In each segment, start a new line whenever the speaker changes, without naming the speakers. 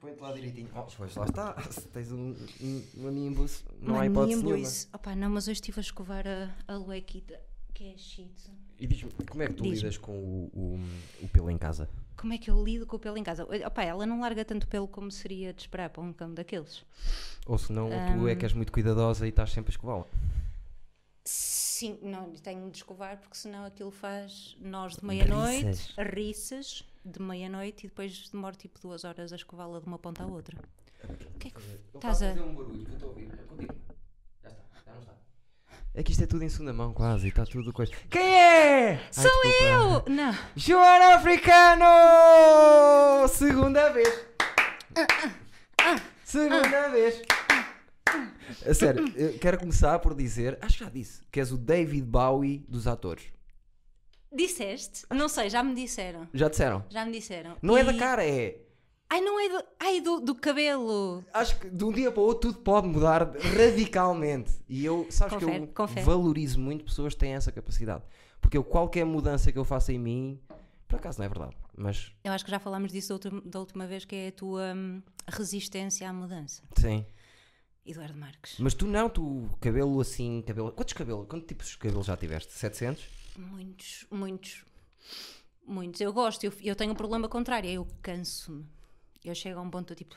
Põe-te lá direitinho. Oh, pois lá está. Se tens um, um, um Nimbus, não há
Mano,
hipótese nenhuma.
Nimbus. Opa, não, mas hoje estive a escovar a, a Luequita, que é shih tzu.
E diz-me, como é que tu
Diz-me.
lidas com o, o, o pelo em casa?
Como é que eu lido com o pelo em casa? Opa, ela não larga tanto pelo como seria de esperar para um cão daqueles.
Ou se não, tu é que és muito cuidadosa e estás sempre a escová-la.
Sim, não, tenho de escovar porque senão aquilo faz nós de
Rissas.
meia-noite, riças de meia-noite e depois demora tipo duas horas a escová-la de uma ponta à outra. O que é que estás a.
um barulho que eu estou a ouvir. Continua. Já está, já não está. É que isto é tudo em segunda mão, quase, e está tudo coisa. Quem é? Ai,
Sou
desculpa.
eu! Não!
Joana Africano! Segunda vez! Segunda vez! A sério, eu quero começar por dizer, acho que já disse, que és o David Bowie dos atores.
Disseste? Não sei, já me disseram.
Já disseram?
Já me disseram.
Não é da
E-
cara, é.
Ai, não é do. Ai, do, do cabelo!
Acho que de um dia para o outro tudo pode mudar radicalmente. E eu, sabes que
Confere,
eu
confere.
valorizo muito pessoas que têm essa capacidade. Porque eu, qualquer mudança que eu faça em mim, por acaso não é verdade, mas
Eu acho que já falámos disso da outra- da última vez, que é a tua hum, resistência à mudança.
sim.
Eduardo Marques.
Mas tu não, tu cabelo assim, cabelo. Quantos cabelos? Quantos tipos de cabelo já tiveste? 700?
Muitos, muitos, muitos. Eu gosto, eu, eu tenho um problema contrário, eu canso-me. Eu chego a um ponto tipo.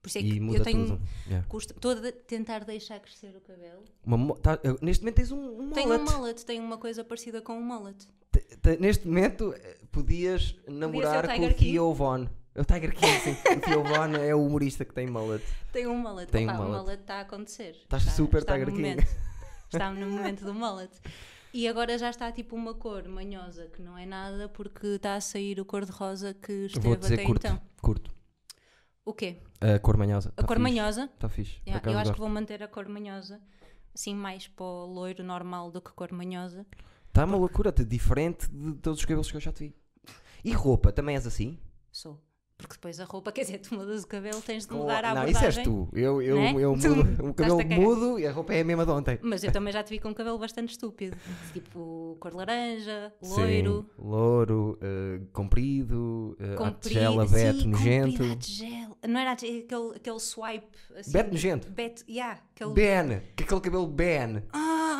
Por isso é que
E muda
eu tenho. um-
tudo. Yeah.
custa- Estou a tentar deixar crescer o cabelo.
Uma mo- tá- eu- neste momento tens um, um
Tenho
mullet.
um mullet, tenho uma coisa parecida com um mullet.
Te- te- neste momento eh, podias namorar com o
Tiger King.
Theo Von. É O Tiger King, sim. o Theo Von é o humorista que tem mullet.
Tenho um mullet.
Tem
Opa,
um mullet.
O mullet está a acontecer.
Estás
Está-
super
está no
Tiger King.
momento. Está no momento do mullet. E agora já está tipo uma cor manhosa, que não é nada, porque está a sair o cor-de-rosa que esteve
Vou dizer
até
curto.
então.
Curto.
O quê?
A cor manhosa.
A cor manhosa?
Está Tá fixe. por
Yeah,
acaso
eu acho
gosto.
que vou manter a cor manhosa, assim mais para o loiro normal do que cor manhosa.
Está Tá uma loucura de- diferente de todos os cabelos que eu já te vi. E roupa, também és assim?
Sou. Porque depois a roupa, quer dizer, tu mudas o cabelo, tens de
Ou-
mudar a
não,
abordagem.
isso és tu. Eu, eu,
Né?
eu
Tu
mudo, o
estás-te a
cabelo
cagar.
mudo e a roupa é a mesma de ontem.
Mas eu também já te vi com um cabelo bastante estúpido. Tipo, cor laranja, loiro,
Sim, louro, eh, comprido, eh, à
comprido.
tigela,
Sim,
beto, nojento.
comprido à tigela. Não era a tigela, aquele, aquele swipe assim.
Beto nojento.
Bet, yeah, aquele...
Ben, que aquele cabelo Ben.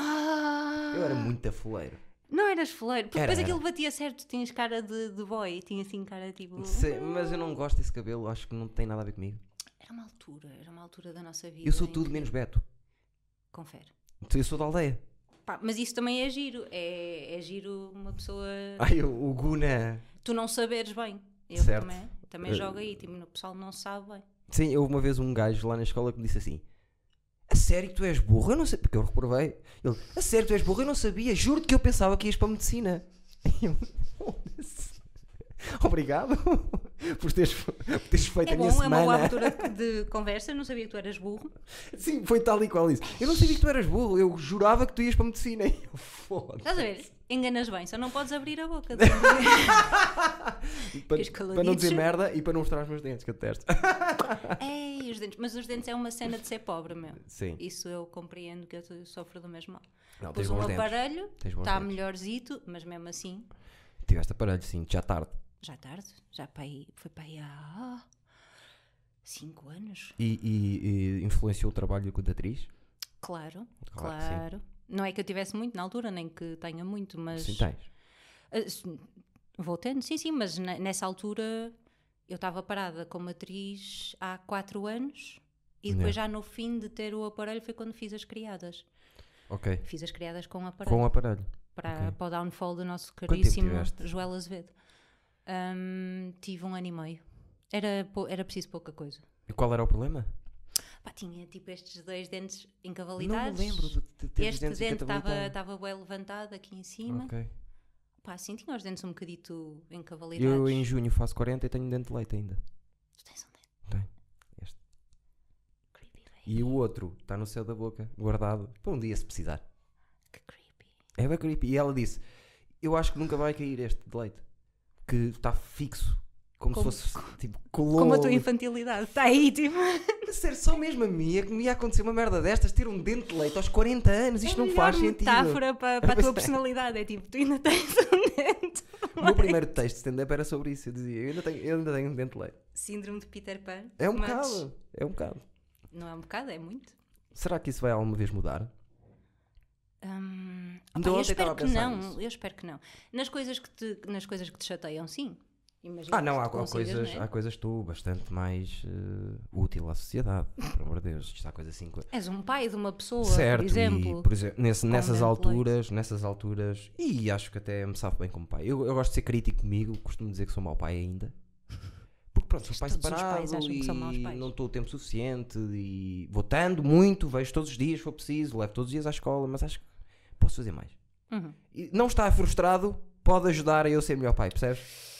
Ah!
Eu era muito afuleiro.
Não eras foleiro, porque
Era,
depois
era.
aquilo batia certo, tinhas cara de, de boy, tinha assim cara tipo.
Sei, mas eu não gosto desse cabelo, acho que não tem nada a ver comigo.
Era uma altura, era uma altura da nossa vida.
Eu sou
em
tudo
que-
menos Beto.
Confere.
Eu sou da aldeia.
Pá, mas isso também é giro. É, é giro uma pessoa.
Ai, o, o Guna.
Tu não saberes bem. Eu
Certo.
também, também
Eh,
jogo aí. Tipo, o pessoal não sabe bem.
Sim, houve uma vez um gajo lá na escola que me disse assim: A sério que tu és burro? Eu não sei. Porque eu reprovei. Ele: A sério tu és burro? Eu não sabia. Juro-te que eu pensava que ias para a medicina. E eu: "Foda-se. Obrigado por teres, por teres feito
É
a minha
bom, é uma boa
semana.
abertura de de conversa. Não sabia que tu eras burro.
Sim, foi tal e qual isso. Eu não sabia que tu eras burro. Eu jurava que tu ias para a medicina. E eu: Foda-se.
Estás a ver? Enganas bem, só não podes abrir a boca.
Para,
És caladiço.
para não dizer merda e para não mostrar os meus dentes, que eu detesto.
Ei, os dentes. Mas os dentes é uma cena de ser pobre, meu.
Sim.
Isso eu compreendo que eu t- sofro do mesmo mal.
Não, tens
Pus um
bons dentes.
aparelho,
Tens bons
está
dentes.
melhorzito, mas mesmo assim,
Tiveste aparelho, sim, já tarde.
já é tarde, já para aí, foi para aí há 5 anos.
E, e- e influenciou o trabalho da atriz?
Claro, claro.
Claro que sim.
Não é que eu tivesse muito na altura, nem que tenha muito, mas.
Sim, tá, tens.
Ah, sim, Vou tendo, sim, sim, mas ne- nessa altura eu estava parada como atriz há 4 anos e depois já no fim de ter o aparelho foi quando fiz as criadas.
Ok.
Fiz as criadas com o aparelho.
Com o aparelho.
para,
Ok.
para o downfall do nosso
tempo
caríssimo
tiveste?
Joel Azevedo. Hum, tive um ano e meio. Era, pou- era preciso pouca coisa.
E qual era o problema?
Pá, tinha tipo estes dois dentes
não
encavalidades.
me lembro de, de ter os
este
dentes
dente
encatabulitados.
estava bem levantado aqui em cima.
Ok.
Pá, assim tinha os dentes um bocadito encavalidados.
Eu em junho faço 40 e tenho dente de leite ainda.
Tu tens um dente
Tenho. Este.
creepy, baby.
E o outro está no céu da boca, guardado, para um dia se precisar.
Que creepy.
É bem creepy. E ela disse: Eu acho que nunca vai cair este de leite. Que está fixo. Como,
Como-
se fosse tipo colou.
Como a tua
ali.
infantilidade está aí, tipo.
A Sério, só mesmo a mim é que me ia acontecer uma merda destas, ter um dente de leite aos 40 anos, isto
é a
não faz
melhor
sentido.
metáfora para, para a tua personalidade. É tipo, tu ainda tens um dente.
O meu primeiro texto de stand-up era sobre isso. Eu dizia, eu ainda tenho, eu ainda tenho um dente de leite.
Síndrome de Peter Pan.
É um
mas
bocado, é um bocado.
Não é um bocado, é muito.
Será que isso vai alguma vez mudar?
Hum,
Ainda
opá, eu
ontem estava
espero
a
que
pensar
não,
nisso.
eu espero que não. Nas coisas que te, nas coisas que te chateiam, sim. Imagino
Ah, não,
que
há,
tu
há
consigas,
coisas,
não é?
há coisas tu bastante mais eh, útil à sociedade, pelo amor de Deus. Isto há coisa assim. co-
És um pai de uma pessoa,
certo,
por exemplo.
e por exemplo, nesse- nessas
dente
alturas, nessas alturas, e acho que até me sabe bem como pai. Eu, eu gosto de ser crítico comigo, costumo dizer que sou mau pai ainda. Porque pronto, sou pai
Todos os
separado
pais acham que são maus
e
pais.
não estou o tempo suficiente e votando muito, vejo todos os dias, se for preciso, levo todos os dias à escola, mas acho que posso fazer mais.
Uhum.
E não estar frustrado pode ajudar a eu ser melhor pai, percebes?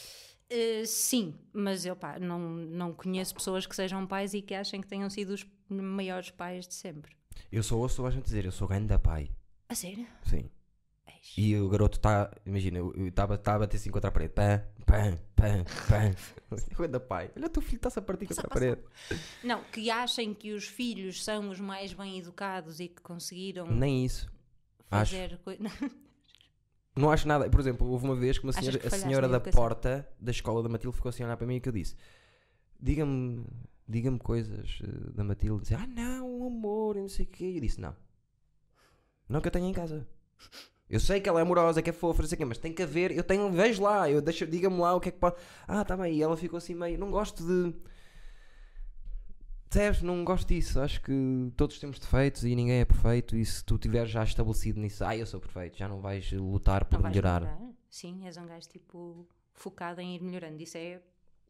Eh, sim, mas eu pá, não, não conheço pessoas que sejam pais e que achem que tenham sido os maiores pais de sempre.
Eu só ouço toda a gente dizer, eu sou grande pai.
A sério?
Sim.
Eis.
E o garoto está, imagina, estava a bater-se contra a parede. Pam, pam, pam, pam. Olha, pai, olha o teu filho está-se a partir contra a parede.
Não, que achem que os filhos são os mais bem educados e que conseguiram
Nem isso. acho.
fazer coisas.
Não acho nada. Por exemplo, houve uma vez que uma
Achas
senhora,
que
a
falhaste
senhora
na
da
educação?
porta da escola da Matilde ficou assim a olhar para mim e que eu disse: Diga-me diga coisas eh, da Matilde. Disse, ah, não, amor, e não sei o quê. E eu disse: Não. Não que eu tenha em casa. Eu sei que ela é amorosa, que é fofa, não sei o quê, mas tem que haver. Eu tenho, vejo lá, eu deixo, diga-me lá o que é que pode. Ah, tá bem. E ela ficou assim meio. Não gosto de. Percebes? Não gosto disso. Acho que todos temos defeitos e ninguém é perfeito. E se tu tiveres já estabelecido nisso, ah, eu sou perfeito, já não vais lutar por
Não vais
melhorar.
melhorar. Sim, és um gajo tipo focado em ir melhorando. Isso é.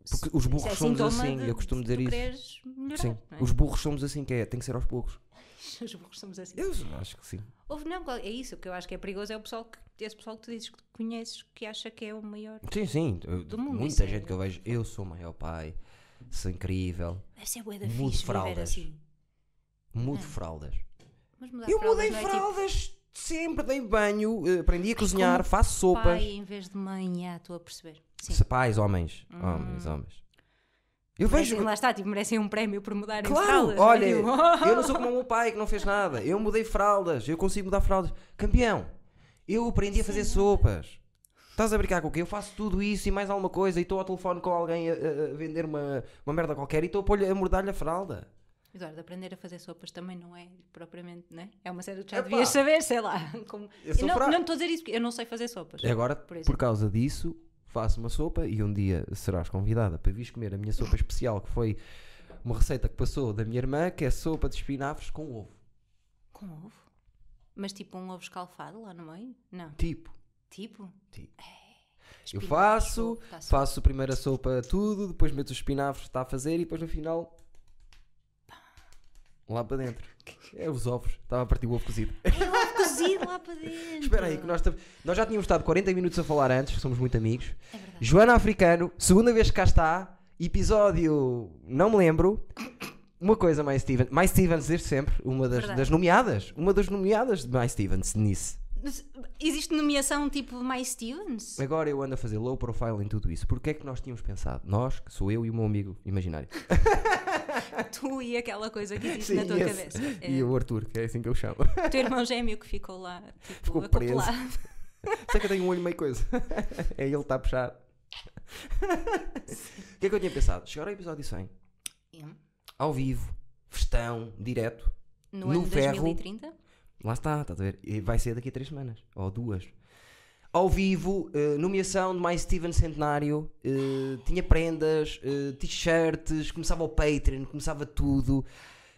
Porque os burros
isso é
somos
sintoma
assim,
de-
eu costumo
de
dizer
tu
isso.
quereres melhorar,
Sim,
não é?
os burros somos assim, que é, tem que ser aos poucos.
Os burros somos assim.
Eu acho que sim.
Houve, não, é isso, o que eu acho que é perigoso é o pessoal que, esse pessoal que tu dizes que conheces que acha que é o maior.
Sim, sim. eu-
Do mundo, isso
muita
é-
gente que eu vejo, eu sou o maior pai, sou incrível,
Deve ser bué da
Mudo
fixe viver
fraldas.
assim.
mudo
É.
fraldas.
Mas mudar
Eu
fraldas
mudei
não é tipo
fraldas sempre, dei banho, eh, aprendi a cozinhar,
como
faço sopas.
pai em vez de mãe, ah, estou a perceber. Sim.
Se- Pais, homens, homens, homens. Eu
Merecem,
vejo.
lá está, tipo, merecem um prémio por mudarem
Claro,
fraldas. não é?
olha,
Tipo,
eu não sou como o meu pai que não fez nada. Eu mudei fraldas, eu consigo mudar fraldas. Campeão, eu aprendi a fazer sopas. Estás a brincar com o quê? Eu faço tudo isso e mais alguma coisa e estou ao telefone com alguém a, a- a vender uma, uma merda qualquer e estou a, pôr-lhe- a mordar-lhe a fralda.
Eduardo, aprender a fazer sopas também não é propriamente, não é? É uma cena que já
Epá.
devias saber, sei lá. Como...
Eu sou
não,
fraco.
não estou a dizer isso porque eu não sei fazer sopas.
E É agora,
Por
por,
exemplo.
causa disso, faço uma sopa e um dia serás convidada para vires comer a minha sopa especial que foi uma receita que passou da minha irmã que é sopa de espinafres com ovo.
Com ovo? Mas tipo um ovo escalfado lá no meio? Não.
Tipo.
Tipo?
Tipo. Eu
Espinafres,
faço,
ovo, tá tá-se bem.
faço primeiro a sopa tudo, depois meto os espinafres que está a fazer e depois no final lá para dentro. É os ovos. Estava a partir o ovo cozido.
Cozido lá para dentro.
Espera aí, que nós, tam- nós já tínhamos estado 40 minutos a falar antes, somos muito amigos.
É verdade.
Joana Africano, segunda vez que cá está, episódio não me lembro. Uma coisa, mais Stevens. Mais Stevens, desde sempre, uma das,
Verdade.
das nomeadas. Uma das nomeadas de mais Stevens nisso.
Mas Existe nomeação tipo mais Stevens?
Agora eu ando a fazer low profile em tudo isso. Porquê é que nós tínhamos pensado? Nós, que sou eu e o meu amigo imaginário.
Tu e aquela coisa que existe na tua
esse.
cabeça. É,
E o Arthur, que é assim que eu chamo.
O teu irmão gêmeo que ficou lá, tipo,
Ficou preso.
acoplado.
Sei que eu tenho um olho meio coisa. É ele que está a puxar. O que é que eu tinha pensado? Chegar ao episódio 100, ao vivo, festão, direto.
No,
No
ano
ferro.
2030?
Lá está, estás a ver? E vai ser daqui a três semanas, ou duas. Ao vivo, eh, nomeação de mais Steven Centenário, eh, tinha prendas, eh, t-shirts, começava o Patreon, começava tudo,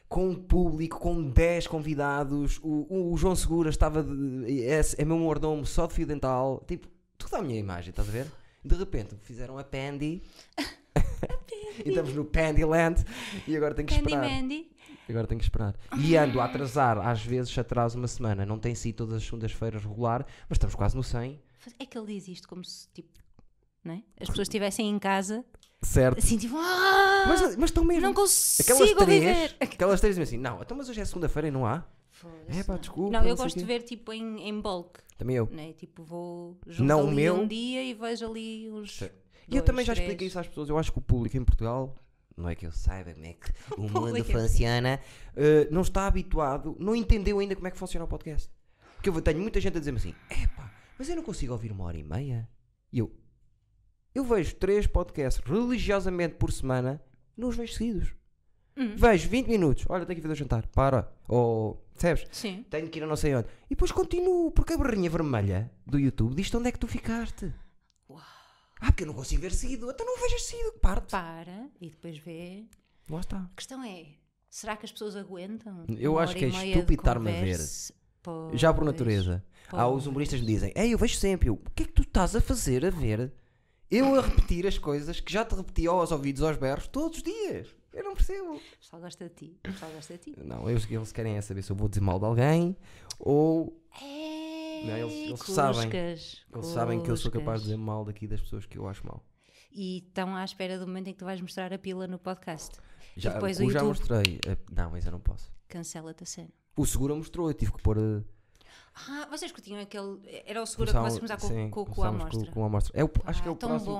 com o público, com 10 convidados, o, o- o João Segura estava, de, é, é meu mordomo, só de fio dental, tipo, tudo à minha imagem, estás a ver? De repente fizeram a Pandy, e estamos no Pandyland, e agora tenho que
Candy
esperar.
Mandy?
Agora tenho que esperar. E ando a atrasar, às vezes atraso uma semana. Não tem sido todas as segundas-feiras regular, mas estamos quase no 100.
É que ele diz isto como se, tipo, não é? As pessoas estivessem em casa,
Certo.
assim, tipo, "Ah,
Mas, mas estão mesmo.
não
aquelas
consigo
três,
viver.
aquelas três dizem assim: não, então mas hoje é segunda-feira e não há.
Foda-se,
É pá,
não.
desculpa,
Não, eu
não sei
gosto
quê.
de ver, tipo, em, em bulk,
Também eu.
não é? Tipo, vou junto
Não o
ali
meu.
um dia e vejo ali uns...
Certo. E
dois,
eu também já
três.
expliquei isso às pessoas. Eu acho que o público em Portugal, não é que eu saiba como é que o mundo
público em
funciona, eh, não está habituado, não entendeu ainda como é que funciona o podcast. Porque eu tenho muita gente a dizer-me assim: epá, mas eu não consigo ouvir uma hora e meia. E eu, Eu vejo três podcasts religiosamente por semana e não os vejo seguidos.
Hum.
Vejo 20 minutos. Olha, tenho que ir fazer o jantar. Para. Ou, sabes?
Sim.
Tenho que ir a não sei onde. E depois continuo, porque a barrinha vermelha do YouTube diz-te onde é que tu ficaste. Ah, porque eu não consigo ver seguido. Então não vejas seguido. que Parte.
Para e depois vê.
Lá está.
A questão é: será que as pessoas aguentam?
Eu
uma
acho
hora
que
e
é
meia de
estúpido estar-me a ver.
conversa? Pois.
Já por natureza. Há os
Pois.
humoristas que me dizem: Ei, eu vejo sempre. Eu, o que é que tu estás a fazer a ver? Eu a repetir as coisas que já te repeti aos ouvidos, aos berros, todos os dias. Eu não percebo.
O pessoal gosta de ti. O pessoal gosta de ti.
Não, eles, eles querem é saber se eu vou dizer mal de alguém ou
Não,
eles- eles sabem. eles sabem que eu sou capaz de dizer mal daqui das pessoas que eu acho mal.
E estão à espera do momento em que tu vais mostrar a pila no podcast.
Já,
e depois o
eu já
YouTube
mostrei. eh, Não, mas eu não posso.
cancela-te a cena.
O seguro mostrou, eu tive que pôr. eh,
Ah, vocês que tinham aquele. Era o seguro que
começámos-
vocês começar com,
sim,
com, com a
começámos
amostra.
com a amostra. É o- acho que é
Ah,
o
tão
próximo
bom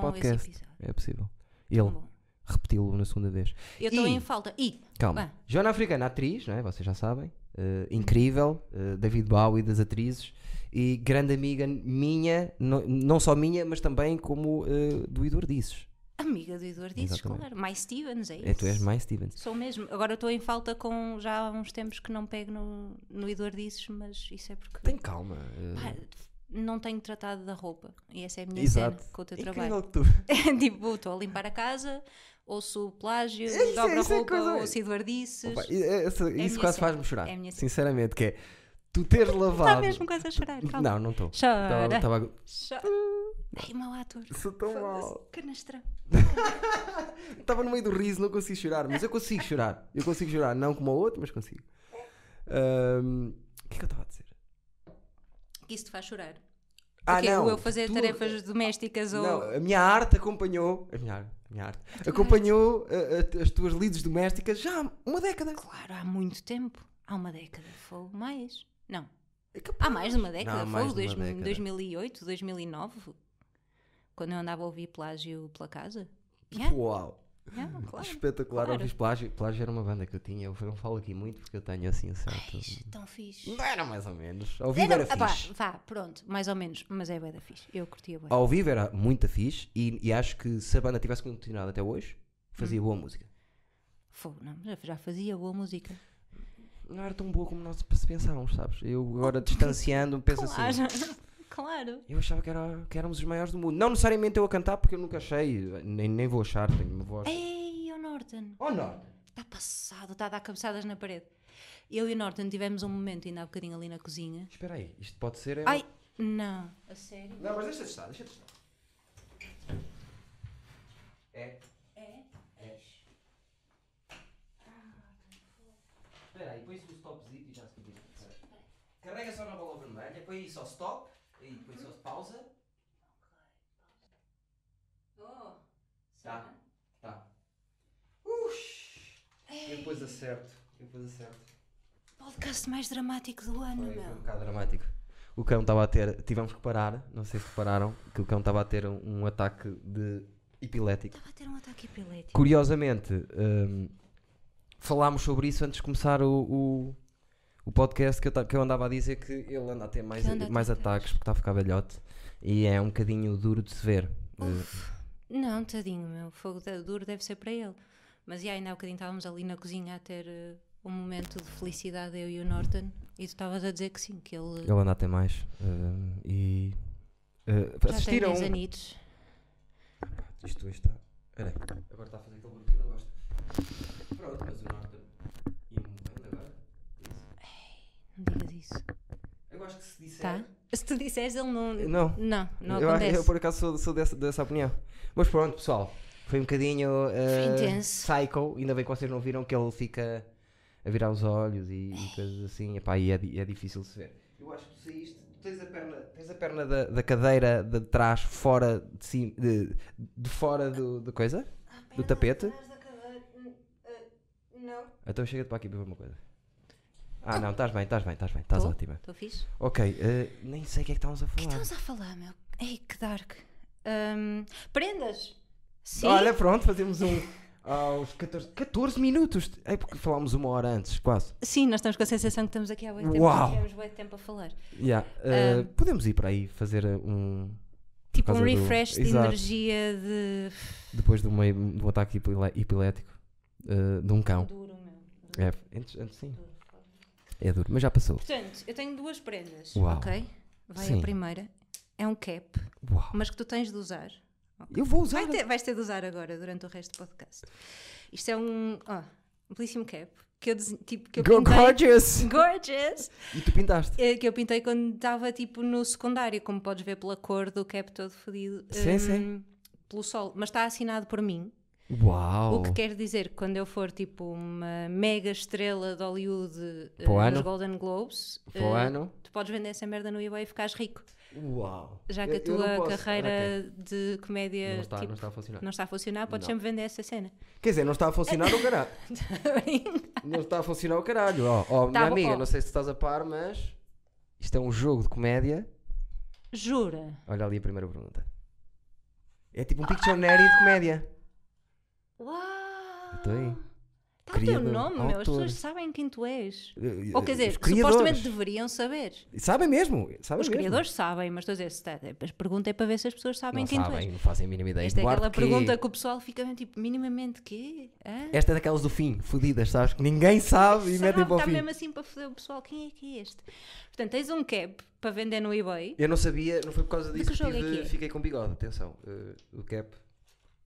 Esse
podcast.
episódio.
É possível.
Tão
Ele
bom.
repeti-lo na segunda vez.
Eu estou
E-
em falta. E,
Calma.
Ah.
Joana Africana, atriz, não é? vocês já sabem. eh, incrível. eh, David Bowie das atrizes. E grande amiga minha, no- não só minha, mas também como eh, do Eduardo Disses.
amiga do Eduardo dizes,
Exatamente.
claro. My Stevens, é isso.
É, tu és mais Stevens.
Sou mesmo. Agora estou em falta com. Já há uns tempos que não pego no, no Eduardo dizes, mas isso é porque.
Tem calma.
Pá,
eh,
não tenho tratado da roupa. E essa é a minha
Exato.
cena com o teu
É
trabalho.
incrível que tu.
tipo, estou a limpar a casa, ouço o plágio,
Isso é-
dobro a
isso é
roupa,
coisa-
ouço eduardices.
Opa, e- é- essa-
minha
isso quase
cena.
faz-me chorar.
É a minha cena.
Sinceramente, que é tu teres lavado.
Está mesmo quase a chorar, É, calma.
Não, não estou.
Chora.
Estava a.
Chora. Ai, mau ator.
Sou tão
Foda-se,
mau.
Canastrão.
Estava no meio do riso, não consigo chorar, mas eu consigo chorar. Eu consigo chorar, não como o outro, mas consigo. Ahm, O que é que eu estava a dizer?
Que isso te faz chorar.
Ah,
o quê?
não,
O eu fazer
tu-
tarefas domésticas
Não,
ou.
a minha arte acompanhou. A minha arte. a minha arte acompanhou a- a- as tuas lides domésticas já há uma década.
Claro, há muito tempo. Há uma década. Foi mais. Não.
É capaz.
Há mais de uma
Não,
década.
há
Foi
mais
o
de uma
dois-
década.
2008, 2009. Quando eu andava a ouvir plágio pela casa.
Tipo,
Yeah,
Uau!
yeah, claro.
Espetacular,
claro.
eu fiz plágio. Plágio era uma banda que eu tinha, eu não falo aqui muito porque eu tenho assim um certo.
Fixe, tão fixe.
Não era mais ou menos. Ao vivo era,
Ah, pá,
fixe. Oh.
vá, pronto, mais ou menos, mas é bué da fixe. Eu curtia bué.
Ao vivo era muito fixe e, e acho que se a banda tivesse continuado até hoje, fazia boa música.
Fogo, não, já- já fazia boa música.
Não era tão boa como nós se pensávamos, sabes? Eu agora distanciando-me penso assim.
Claro, claro.
Eu achava que, era, que éramos os maiores do mundo. Não necessariamente eu a cantar, porque eu nunca achei, nem, nem vou achar, tenho uma voz.
Ei, o Norton.
Oh não!
Está passado, está a dar cabeçadas na parede. Eu e o Norton tivemos um momento ainda há bocadinho ali na cozinha.
Espera aí, isto pode ser. é uma-
Ai, não. A sério?
Não, mas deixa-te estar, deixa-te estar. É.
É?
É. Espera aí, põe-se o stopzito e já se pediu. Carrega só na bola vermelha, põe aí só stop, e põe só pausa.
Oh,
Tá, tá. Ux! Eu depois acerto, eu depois acerto.
podcast mais dramático do ano,
Foi um
meu.
bocado dramático. O cão estava a ter, tivemos que parar, não sei se repararam, que o cão estava a ter um, um ataque de epilético.
Estava a ter um ataque epilético.
Curiosamente, hum, falámos sobre isso antes de começar o, o, o podcast que eu, ta- que eu andava a dizer que ele anda a ter mais,
Que anda a ter
mais
ataques.
ataques porque está a ficar velhote e é um bocadinho duro de se ver. Eh,
Não, tadinho, meu. Fogo de- duro deve ser para ele. Mas já, ainda há bocadinho estávamos ali na cozinha a ter eh, um momento de felicidade, eu e o Norton. E tu estavas a dizer que sim, que ele
Eh, Ele anda a ter mais. hum, e uh,
já tem
assistiram.
10 anitos.
Isto hoje está. Peraí. Agora está a fazer aquele barulho que eu não gosto. Pronto, mas o Norton ia morrendo agora.
Não digas isso.
Eu acho que se disser.
Tá? Se tu disseres, ele não.
Não.
Não, não
eu,
acontece.
eu por acaso sou, sou dessa, dessa opinião. Mas pronto, pessoal, foi um bocadinho eh,
intenso.
psycho. Ainda bem que vocês não viram que ele fica a virar os olhos e, e coisas assim. Epá, e é, di- é difícil de se ver. Eu acho que tu saíste, tu tens a perna, tens a perna da, da cadeira de trás fora de cima, de, de fora do, do coisa? Do tapete?
Não.
Então chega-te para aqui para ver uma coisa. Ah, não, estás bem, estás bem, estás bem, estás
Tô?
ótima.
Estou fixe?
Ok, eh, nem sei o que é que estávamos a
O que
falar.
estamos a falar, meu? Ei, que dark. Ahm, prendas! Sim.
Olha, pronto, fazemos um. aos 14, 14 minutos. É porque falámos uma hora antes, quase.
Sim, nós estamos com a sensação que estamos aqui há muito tempo.
Uau. Ah,
Tivemos muito tempo a falar.
Yeah, uh, podemos ir para aí fazer uh, um.
Ah. Tipo um
causa do-
refresh de
Exato.
energia de.
Depois de, uma, de um ataque epile- epilético eh, de um cão.
Duro, meu. Duro.
É, antes, antes sim. É duro, mas já passou.
Portanto, eu tenho duas prendas.
Uau.
Ok? Vai
Sim.
a primeira. É um cap,
Uau.
mas que tu tens de usar.
Eu vou usar.
Vai ter- vais ter de usar agora durante o resto do podcast. Isto é um. ó, um belíssimo cap. Que eu, desen- tipo, que eu
Go-
pintei.
Gorgeous!
Gorgeous!
E tu pintaste.
Eh, que eu pintei quando estava tipo no secundário, como podes ver pela cor do cap todo fodido.
Sim,
hum,
sim.
Pelo sol, mas está assinado por mim.
Uau!
O que é, quer dizer que quando eu for tipo uma mega estrela de Hollywood eh,
Para o ano.
nos Golden Globes,
Para o
eh,
ano.
tu podes vender essa merda no eBay e ficares rico.
Uau!
Já que
Eu-
a
eu
tua
não posso.
carreira de
Ok.
comédia
Não, está,
tipo,
não está a funcionar.
não está a funcionar, podes
Não.
sempre vender essa cena.
Quer dizer, não está a funcionar o caralho. Não está a funcionar o caralho. Ó, ó,
Tá
minha
bom,
amiga,
ó.
não sei se estás a par, mas isto é um jogo de comédia.
Jura?
Olha ali a primeira pergunta. É tipo um Pictionary de comédia.
Uau!
Estou aí.
Está o teu
Criador,
nome, meu. As
autor.
pessoas sabem quem tu és.
Eh,
Ou quer dizer,
os
supostamente
criadores.
deveriam saber.
Sabem mesmo, sabem
Os
mesmo.
criadores sabem, mas estou a dizer, se tá- a pergunta é para ver se as pessoas sabem
não
quem tu
sabem,
és.
não fazem a mínima ideia.
Esta é
Eduardo
aquela
quê?
pergunta que o pessoal fica bem, tipo, minimamente quê? Hã?
Esta é daquelas do fim, fodidas, sabes? Que ninguém sabe e metem para o
Está
fim.
mesmo assim para foder o pessoal, quem é que é este? Portanto, tens um cap para vender no eBay.
Eu não sabia, não foi por causa
De
disso
assim? que jogo é
tive-
que é?
fiquei com bigode, atenção. eh, o cap.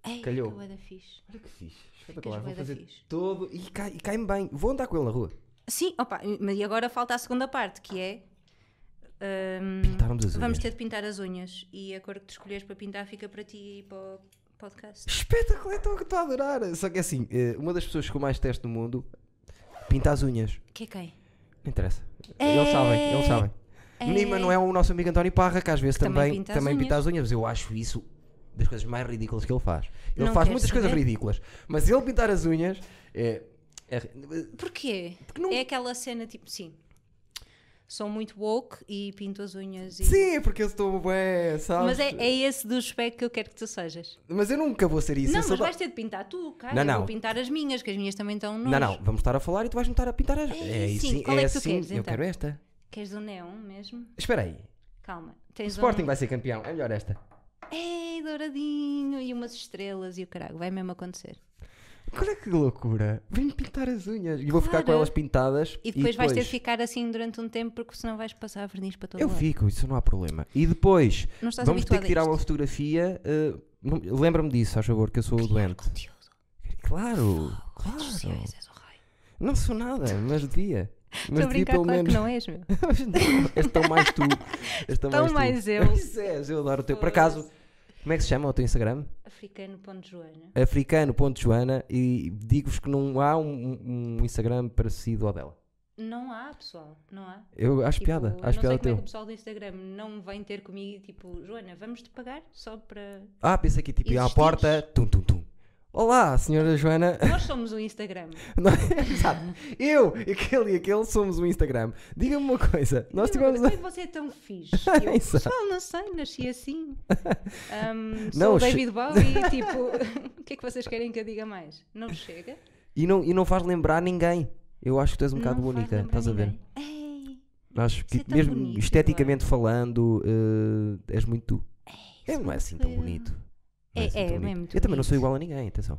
Ei,
Calhou.
que bué da fixe.
Olha que fixe. Espetacular,
Ficas bué
vou
da
fazer
fixe.
todo. E cai- e cai-me bem. Vou andar com ele na rua.
Sim, opa, mas e agora falta a segunda parte, que é. hum,
Pintaram-me as
vamos
unhas.
ter de pintar as unhas e a cor que tu escolheres para pintar fica para ti e para o podcast.
Espetacular, estou estou a adorar. Só que é assim, eh, uma das pessoas que eu mais testo no mundo pinta as unhas.
Que é quem?
Não interessa.
É.
Eles sabem, eles sabem.
É.
Menino, mas não é o nosso amigo António Parra, que às vezes
Que também
também,
pinta as
também
unhas.
pinta as unhas, mas eu acho isso das coisas mais ridículas que ele faz. Ele
Não
faz
quero
muitas coisas
saber.
ridículas, mas ele pintar as unhas é. é-
Porquê?
Porque não-
É aquela cena tipo, sim. Sou muito woke e pinto as unhas. E...
Sim, porque eu estou bem, sabes?
Mas é, é esse do espectro que eu quero que tu sejas.
Mas eu nunca vou ser isso.
não,
eu sou
mas
da-
vais ter de pintar tu, cara.
Não,
Eu
não.
Vou pintar as minhas, que as minhas também estão
Não, não, vamos estar a falar e tu vais-me estar a pintar as.
É,
isso,
sim, qual é que tu
assim,
queres,
Eu
então?
quero esta.
Queres um neon mesmo?
Espera aí.
Calma.
O
Tens
Sporting vai ser campeão. É melhor esta.
um... Ei, douradinho. E umas estrelas e o caralho. Vai mesmo acontecer.
Olha que loucura. Vem-me pintar as unhas. E vou ficar com
Claro.
elas pintadas.
E depois, vais ter de ficar assim durante um tempo, porque senão vais passar verniz para todo
Eu
lado.
fico, isso não há problema. E depois,
Não estás
vamos ter
habituado
que
a
tirar
isto.
uma fotografia. eh, não- Lembra-me disso, faz favor, que eu sou o doente.
Conteúdo.
Claro,
Redes
claro.
sociais, oh, és o raio.
Não sou nada, mas devia. Mas
Estou a
devia
brincar,
pelo
claro que
menos.
não és, meu.
És tão mais tu. És tão
Tão
mais
mais
tu.
eu.
Isso és, eu adoro o teu. Por acaso, como é que se chama o teu Instagram?
Africano.joana.
Africano.joana e digo-vos que não há um, um Instagram parecido ao dela.
Não há, pessoal. Não há.
Eu acho
Tipo,
piada,
eu
acho
não sei
piada
como é
teu.
que o pessoal do Instagram não vem ter comigo e tipo, Joana, vamos te pagar só para.
Ah, pensei que tipo ia à
Existimos.
porta, tum tum tum. Olá, senhora Joana.
Nós somos o Instagram.
Não, Exato. Eu, aquele e aquele somos o Instagram. Diga-me uma coisa. Nós
Diga-me
tivemos.
uma coisa,
um-
Como é que você é tão fixe? E Eu,
Exato.
pessoal, não sei, nasci assim. Um, sou
Não,
o
che-
David Bowie, tipo, o que é que vocês querem que eu diga mais? Não chega.
E não, e não faz lembrar ninguém. Eu acho que tu és um bocado
não faz
única,
lembrar
estás a ver?
ninguém. Ei,
Acho que,
Isso é tão
mesmo
bonito,
esteticamente falando, eh, és muito tu. É,
sou
não é assim tão
muito eu.
bonito. Não
É-
assim
é,
tão
é
bonito.
muito
Eu também não sou
bonito.
igual a ninguém, atenção.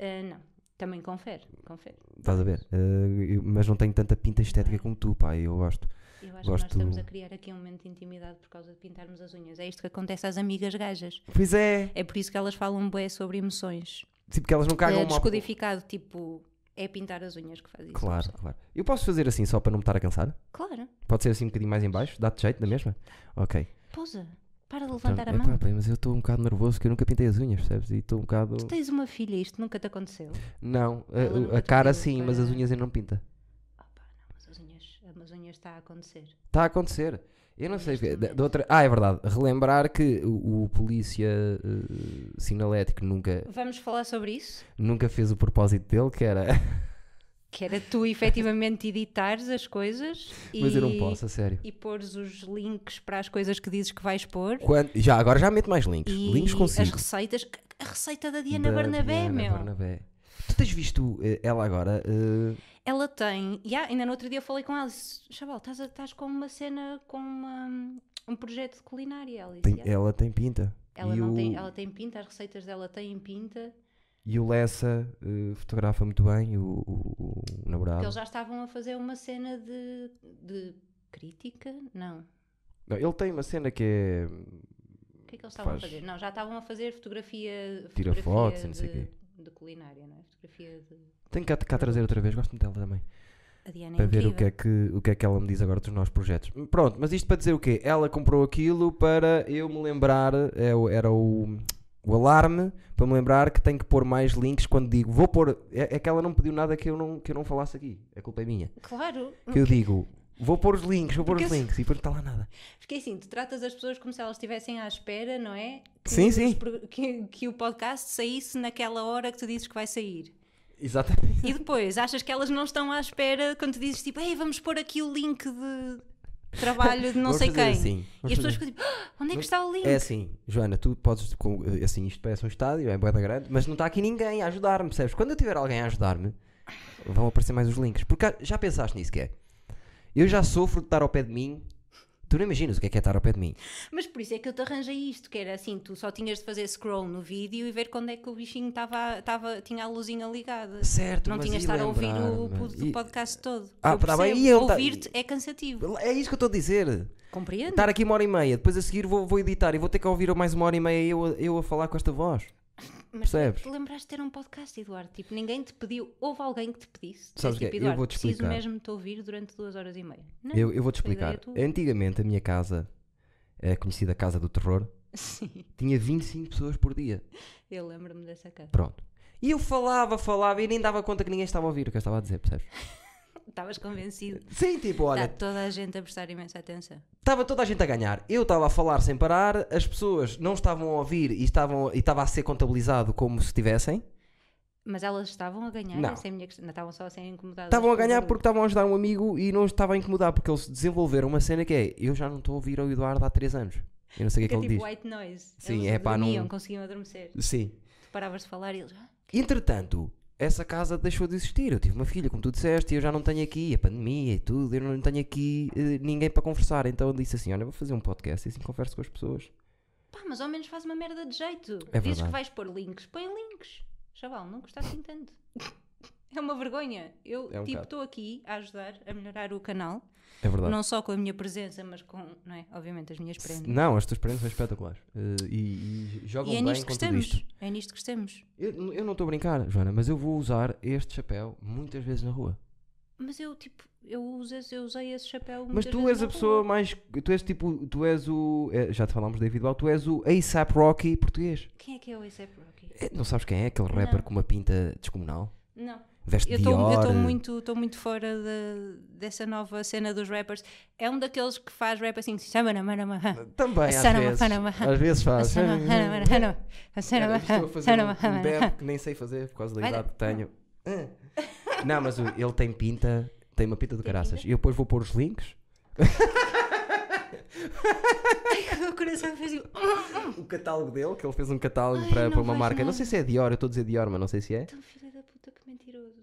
ah, não, também confere, confere.
Estás a ver? Eh, eu- mas não tenho tanta pinta estética como tu, pá. Eu gosto.
Eu acho
Gosto-
que nós estamos a criar aqui um momento de intimidade por causa de pintarmos as unhas. É isto que acontece às amigas gajas.
Pois é.
É por isso que elas falam bué sobre emoções.
Tipo que elas não cagam
É
mal.
descodificado, tipo, é pintar as unhas que faz isso.
Claro,
pessoal.
claro. Eu posso fazer assim só para não me estar a cansar?
Claro.
Pode ser assim um bocadinho mais em baixo? Dá-te jeito da mesma? Ok.
Pousa. Para de
Então,
levantar a
epá,
mão.
pá, mas eu estou um bocado nervoso que eu nunca pintei as unhas, percebes? E estou um bocado.
Tu tens uma filha, isto nunca te aconteceu.
Não,
Ela
a- a,
nunca te
cara
pediu
sim, mas as
para-
unhas ainda não pinta.
Ah pá, não, mas as unhas, as unhas está a acontecer.
Está a acontecer. Eu não sei.
Neste
porque- Da,
momento.
da outra... Ah, é verdade. Relembrar que o, o polícia eh, sinalético nunca,
Vamos falar sobre isso?
nunca fez o propósito dele, que era.
Que era tu efetivamente editares as coisas e,
mas eu não posso, a sério.
e pôres os links para as coisas que dizes que vais pôr.
Quando- Já, agora já meto mais links.
E
Links
as
consigo.
receitas. A receita da Diana
Da
Barnabé,
Diana
meu.
Barnabé. Tu tens visto eh, ela agora? eh,
Ela tem. e há- ainda no outro dia falei com ela. Disse, Chaval, estás, a- estás com uma cena com uma. um projeto de culinária, ela disse.
Tem-
"Yeah."
ela tem pinta.
Ela,
e,
não
o,
tem, ela tem pinta, as receitas dela têm pinta,
e o Lessa eh, fotografa muito bem o, o- o- o
porque
namorado.
eles já estavam a fazer uma cena de, de crítica? Não.
Não, ele tem uma cena que é.
O que é que eles estavam
Faz-
a fazer? Não, já estavam a fazer fotografia.
Tira
fotografia
fotos e não sei o
de-
quê.
De culinária, não é? Fotografia de.
Tenho cá, cá trazer outra vez, gosto muito dela também.
A Diana é
para ver o
incrível.
que, é que, o que é que ela me diz agora dos nossos projetos. Pronto, mas isto para dizer o quê? Ela comprou aquilo para eu me lembrar, é o- era o, o alarme, para me lembrar que tenho que pôr mais links quando digo, vou pôr. É, é que ela não pediu nada que eu não, que eu não falasse aqui, a culpa é minha.
Claro!
Que eu digo, vou pôr os links, vou pôr os
Porque eu-
links, e depois não está lá nada.
Porque assim, tu tratas as pessoas como se elas estivessem à espera, não é? Que
Sim,
os
sim.
pro- Que, que o podcast saísse naquela hora que tu dizes que vai sair.
Exatamente.
E depois, achas que elas não estão à espera quando tu dizes tipo, ei, vamos pôr aqui o link de trabalho de não
Vamos
sei
fazer
quem.
assim,
E
vamos
as pessoas
fazer.
ficam tipo, "Ah, onde é que está o link?
É assim, Joana, tu podes, com- assim, isto parece um estádio, é boeda grande, mas não está aqui ninguém a ajudar-me, percebes? Quando eu tiver alguém a ajudar-me, vão aparecer mais os links. Porque há- já pensaste nisso que é? Eu já sofro de estar ao pé de mim. Tu não imaginas o que é que é estar ao pé de mim.
Mas por isso é que eu te arranjei isto, que era assim, tu só tinhas de fazer scroll no vídeo e ver quando é que o bichinho tava, tava, tinha a luzinha ligada.
Certo,
Não
mas
tinhas de
e
estar a ouvir o,
lembrar-me?
pod- o
E-
podcast todo.
Ah,
eu
tá
percebo,
bem, e eu ta-
ouvir-te é cansativo.
É isso que eu estou a dizer.
Compreendo?
Estar aqui uma hora e meia, depois a seguir vou, vou editar e vou ter que ouvir mais uma hora e meia eu, a- eu a falar com esta voz.
Mas
percebes?
te lembraste de ter um podcast, Eduardo? Tipo, ninguém te pediu, houve alguém que te pedisse. Disseste,
Sabes o quê?
tipo,
Eu
Eduardo,
vou-te
preciso
explicar.
mesmo te ouvir durante duas horas e meia. Não,
Eu, eu vou-te
foi ideia
explicar.
tua.
Antigamente a minha casa, a conhecida Casa do Terror,
Sim,
tinha 25 pessoas por dia.
eu lembro-me dessa casa.
Pronto. E eu falava, falava e nem dava conta que ninguém estava a ouvir o que eu estava a dizer, percebes?
Estavas convencido.
Sim,
Está
tipo, olha,
toda a gente a prestar imensa atenção.
estava toda a gente a ganhar. Eu estava a falar sem parar, as pessoas não estavam a ouvir e estavam e estava a ser contabilizado como se estivessem.
Mas elas estavam a ganhar,
Não.
essa é a minha questão. Não estavam só a ser incomodadas.
Estavam a
pelo
ganhar
barulho.
porque estavam a ajudar um amigo e não estava a incomodar, porque eles desenvolveram uma cena que é: eu já não estou a ouvir o Eduardo há 3 anos. Eu não sei o
Porque
que é
é
que
tipo é
ele
white noise.
Sim,
eles
é pá, não-
dormiam, conseguiam adormecer.
diz. Sim.
Tu paravas de falar e eles. "Ah,
Entretanto, essa casa deixou de existir. Eu tive uma filha, como tu disseste, e eu já não tenho aqui a pandemia e tudo. Eu não tenho aqui eh, ninguém para conversar. Então eu disse assim: Olha, vou fazer um podcast e assim converso com as pessoas.
Pá, mas ao menos faz uma merda de jeito.
É
Dizes
verdade.
que vais pôr links, põe links. Chaval, não custa assim tanto. É uma vergonha. Eu,
É um
tipo,
bocado.
estou aqui a ajudar a melhorar o canal.
É verdade.
Não só com a minha presença, mas com, não é? Obviamente, as minhas prendas.
Não, as tuas prendas são espetaculares. Eh, e, e jogam
E é
bem
nisto que
com tudo isto.
estamos. É nisto que estamos.
Eu, eu não estou a brincar, Joana, mas eu vou usar este chapéu muitas vezes na rua.
Mas eu, tipo, eu, uso esse, eu usei esse chapéu.
Mas
muitas
tu
vezes
és
na
a pessoa
rua.
mais. Tu és tipo. Tu és o. eh, já te falámos de David Ball, tu és o ASAP Rocky português.
Quem é que é o A$AP Rocky?
Eh, Não sabes quem é? Aquele rapper
Não.
com uma pinta descomunal.
Não.
Veste
Eu
Dior.
estou
eh,
muito, tô muito fora de- dessa nova cena dos rappers. É um daqueles que faz rap assim. Sanama,
Também, às
Assana
vezes.
Mahana Mahana.
Às vezes faz. Era, Estou a fazer um, um
Sanama,
dab que nem sei fazer por causa da
Vai dar-
idade que tenho. Ah. Não, mas o- ele tem pinta, tem uma pinta do
Tem
caraças.
pinta?
E eu depois vou pôr os links.
O coração fez tipo,
O catálogo dele, que ele fez um catálogo
Ai,
para,
não
para uma
faz
marca. Não
nada.
sei se é Dior, eu estou a dizer Dior, mas não sei se é.
Tão filho da puta que mentiroso.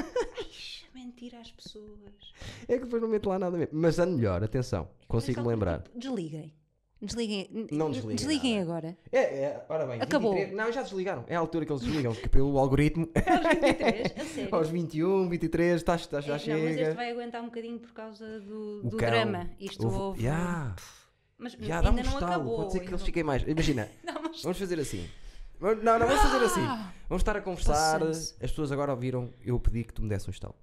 Ai, mentir às pessoas.
É que depois não meto lá nada mesmo. Mas ando melhor, atenção, consigo-me lembrar.
Tipo, Desliguem. Desliguem. N-
Não
n-
desliguem
Desliguem agora.
É, é, ora bem,
Acabou.
23 Não, já desligaram. É a altura que eles desligam, que pelo algoritmo, é
Aos 23, a sério.
aos 21, 23, tá, tá, Oh, já
É,
chega.
Não, mas este vai aguentar um bocadinho por causa do,
O
do
cão.
drama. Isto
Houve-
houve. um-
Ya,
Mas
ya, dá um
ainda não
estalo.
acabou.
Pode ser que
ainda
eles
não-
fiquem mais. Imagina,
Dá um
Vamos fazer assim. Vamos- Não, não, vamos fazer assim.
Ah!
Vamos estar a conversar.
Paciência.
As pessoas agora ouviram, eu pedi que tu me desse um estalo.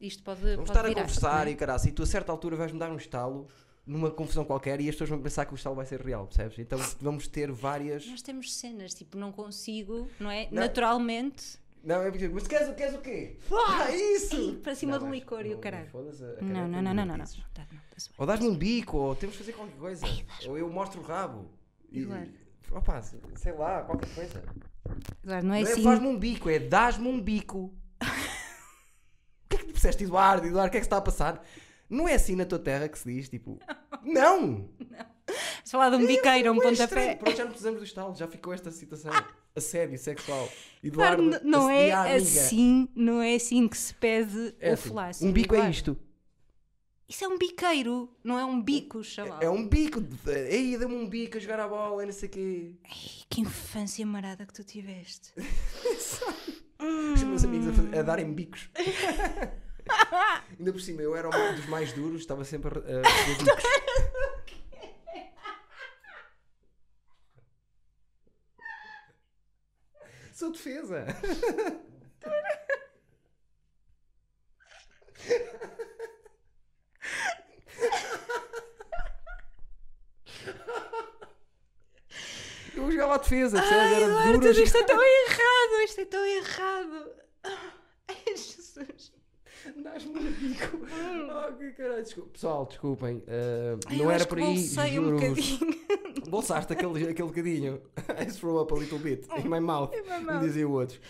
Isto pode.
Vamos
pode
estar a
virar,
conversar
não é?
e caralho, e tu a certa altura vais-me dar um estalo numa confusão qualquer e as pessoas vão pensar que o estalo vai ser real, percebes? Então vamos ter várias.
Nós temos cenas, tipo, não consigo, não é?
Não.
Naturalmente.
Não, é porque. Mas queres, queres o quê? Ah, isso!
Ih, para cima
Não,
do
mas
licor e
não-
o caralho.
não fodas a- a
Não,
caneca
não,
e
não, não, não. não,
dizes.
Tá- não, tá-se bem.
Ou dás-me um bico, ou temos de fazer qualquer coisa. ou eu mostro o rabo. E,
Eduardo.
opa, sei lá, qualquer coisa.
Eduardo, não é
Não é
assim.
faz-me um bico, é dás-me um bico. O que é que tu disseste, Eduardo? Eduardo, o que é que se está a passar? Não é assim na tua terra que se diz, tipo, não!
Se falar de um biqueiro, um
Ué,
pontapé.
É
Ah.
estranho, Pronto, já não precisamos do estalo, já ficou esta situação. Assédio sexual.
Claro,
Eduardo,
n- não é
assedia a amiga.
assim, não é assim que se pede
É
o
assim,
flácido.
Um bico é
Eduardo.
isto.
Isso é um biqueiro, não é um bico, chaval.
É um bico. de- Ei, dá-me um bico a jogar a bola e não sei o quê.
Ei, que infância marada que tu tiveste.
Os meus amigos a, faz- a darem bicos. Ainda por cima, eu era um dos mais duros, estava sempre a a receber bicos. Sou defesa. Eu vou jogar lá defesa, percebes?
Ai,
Era
Eduardo,
duro a
isto é tão errado, isto é tão errado. Ai, Jesus.
Dás-me um bico. Oh, que caralho. Desculpa. Pessoal, desculpem. ah,
Hum. Ai,
não
eu
era
acho
por
que
aí.
bolsei um
juro-vos.
bocadinho.
Bolsaste aquele, aquele bocadinho. I threw up a little bit. In my mouth.
In my
me
mouth.
Um Dizia o outro.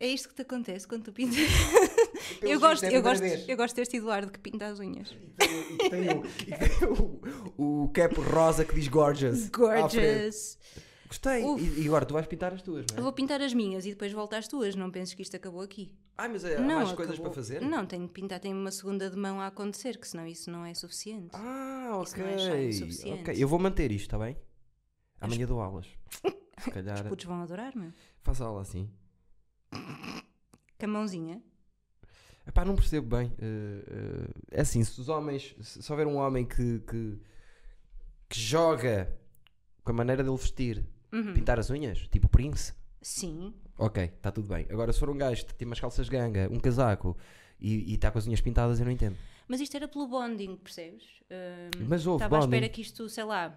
É isto que te acontece quando tu pintas.
Pelo
Eu
jeito,
gosto,
é a
eu,
primeira
gosto,
vez.
eu gosto deste Eduardo que pinta as unhas.
E que tem, o, e que tem o, o cap rosa que diz gorgeous. à frente.
Gorgeous.
Gostei.
Uf.
E, e agora tu vais pintar as tuas, não
Eu
é?
vou pintar as minhas e depois volto às tuas. Não penses que isto acabou aqui.
Ah, mas há
não,
mais coisas
acabou.
para fazer?
Não, tenho que pintar. Tenho uma segunda de mão a acontecer, que senão isso não é suficiente.
Ah,
Isso
ok.
não é chave
ok.
suficiente.
Eu vou manter isto, está bem? Amanhã dou aulas. Se
Os
calhar.
putos vão adorar-me.
Faça aula assim.
Com a mãozinha.
Epá, não percebo bem. Eh, eh, é assim, se os homens. Se se houver um homem que, que, que joga com a maneira dele vestir,
Uhum.
pintar as unhas, tipo Prince,
Sim.
ok, está tudo bem. Agora, se for um gajo que tem umas calças ganga, um casaco e está com as unhas pintadas, eu não entendo.
Mas isto era pelo bonding, percebes? Ahm,
Mas houve,
Estava Hum, à espera
bonding.
que isto, sei lá,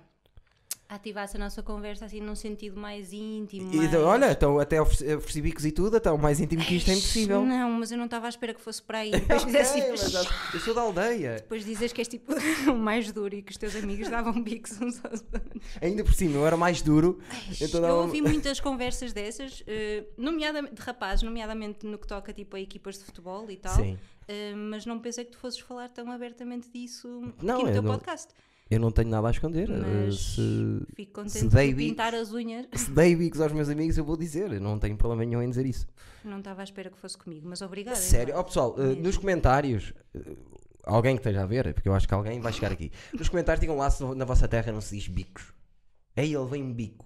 ativasse a nossa conversa assim num sentido mais íntimo.
E,
mais-
então, olha, então, até ofereci, ofereci bicos e tudo, então, mais íntimo que isto é
Eish,
impossível. É
Não, mas eu não estava à espera que fosse para aí. Depois
Ok,
fizesse
mas
tipo,
há- eu sou da aldeia.
Depois dizes que és tipo o mais duro e que os teus amigos davam bicos uns aos outros.
Ainda por cima, eu era mais duro.
eu
Então dava-
ouvi muitas conversas dessas, eh, nomeadamente, de rapazes, nomeadamente no que toca tipo, a equipas de futebol e tal,
Sim.
eh, mas não pensei que tu fosses falar tão abertamente disso
Não,
aqui no
eu
teu
não-
podcast.
Eu não tenho nada a esconder. eh,
Mas
se-
fico
se
contente
dei
de
bicos-
pintar as unhas.
se dei bicos aos meus amigos, eu vou dizer. Eu não tenho problema nenhum em dizer isso.
Não estava à espera que fosse comigo, mas obrigada. então.
Sério, ó
Eduardo.
pessoal, eh,
Mesmo.
nos comentários, eh, alguém que esteja a ver, porque eu acho que alguém vai chegar aqui. Nos comentários digam lá se na vossa terra não se diz bicos. Aí ele vem um bico.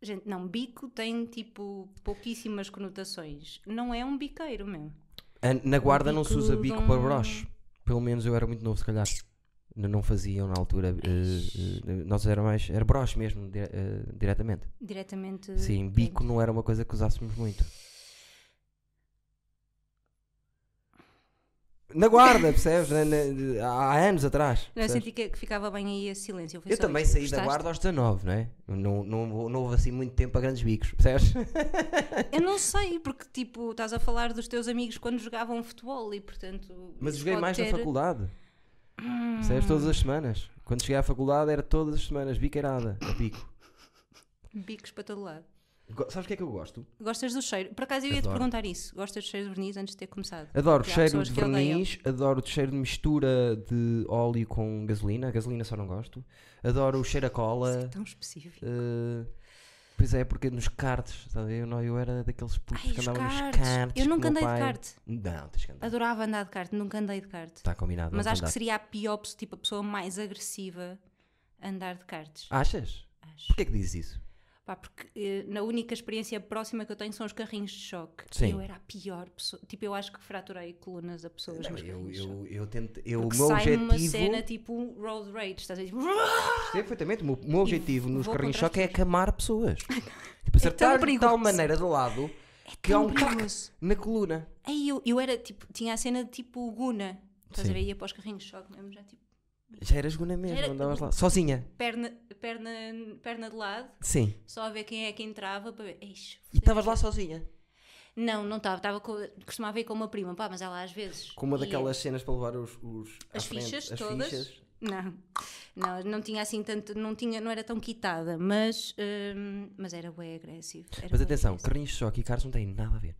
Gente, não, bico tem tipo pouquíssimas conotações. Não é um biqueiro mesmo.
Ah, Na guarda não se usa
Bico de
bico para
um-
broche. Pelo menos eu era muito novo, se calhar. N- Não faziam na altura. eh, eh, nós era mais. Era broche mesmo, dire- eh, diretamente.
Diretamente.
Sim, bico não era uma coisa que usássemos muito. Na guarda, percebes? Na- na- há anos atrás.
Não, eu
percebes?
senti que, que ficava bem aí esse silêncio. Foi
Eu
só
também
isso.
saí da
Gostaste?
guarda aos 19, não é? Não, não, não houve assim muito tempo a grandes bicos, percebes?
Eu não sei, porque tipo, estás a falar dos teus amigos quando jogavam futebol e portanto.
Mas
isso
joguei
pode
mais
ter-
na faculdade,
Hum,
percebes? Todas as semanas. Quando cheguei à faculdade era todas as semanas, biqueirada, a bico.
bicos para todo lado.
Go- Sabes o que é que eu gosto?
Gostas do cheiro? Por acaso eu ia te
Adoro.
perguntar isso. Gostas do cheiro de verniz antes de ter começado?
Adoro o
Porque há
cheiro
pessoas
de
que odeiam.
verniz, adoro o cheiro de mistura de óleo com gasolina, gasolina só não gosto. Adoro o cheiro a cola.
é Tão específico.
eh, pois é, porque nos cartes, estás a ver? Eu, não, eu era daqueles putos
Ai,
que
os
andavam nos
karts.
cartes.
Eu
com
nunca
o meu
andei de
pai.
kart.
Não, tens que andar.
Adorava andar de kart, nunca andei de kart.
Está combinado.
Mas
vamos
acho
Tá, andar.
que seria a pior, pessoa, tipo, a pessoa mais agressiva a andar de karts.
Ah. Achas?
Acho.
Porquê que dizes isso?
Pá, porque eh, na única experiência próxima que eu tenho são os carrinhos de choque.
Sim.
Eu era a pior pessoa. Tipo, eu acho que fraturei colunas a pessoas
Não,
nos
eu,
carrinhos de choque.
eu, eu tento. Eu, o
Porque
meu
sai
objetivo.
uma cena tipo um road rage. Estás a dizer, tipo,
Perfeitamente. O meu, o meu objetivo nos
vou
carrinhos de
contra
choque é acamar pessoas. tipo, acertar de tal
É perigoso. É
maneira de lado que há
tão
um crack
perigoso.
na coluna.
Tipo, Aí eu, eu era tipo, tinha a cena de tipo Guna. Estás
Sim.
a ver? Ia para os carrinhos de choque mesmo, já tipo,
Já eras guna mesmo,
era-
andavas lá. Sozinha.
perna, perna, perna de lado,
Sim.
só a ver quem é que entrava para ver. Eixe,
E estavas lá sozinha.
Não, não estava. Tava com- costumava ir com uma prima, pá, mas ela às vezes.
Com uma
ia-
daquelas cenas para levar os. os à
As
frente,
fichas
as
todas.
fichas.
Não, não, não tinha assim tanto. Não, tinha, não era tão quitada, mas. hum, mas era bem agressivo. era
Mas
bué
atenção,
agressivo.
carrinhos de choque e carros não têm nada a ver.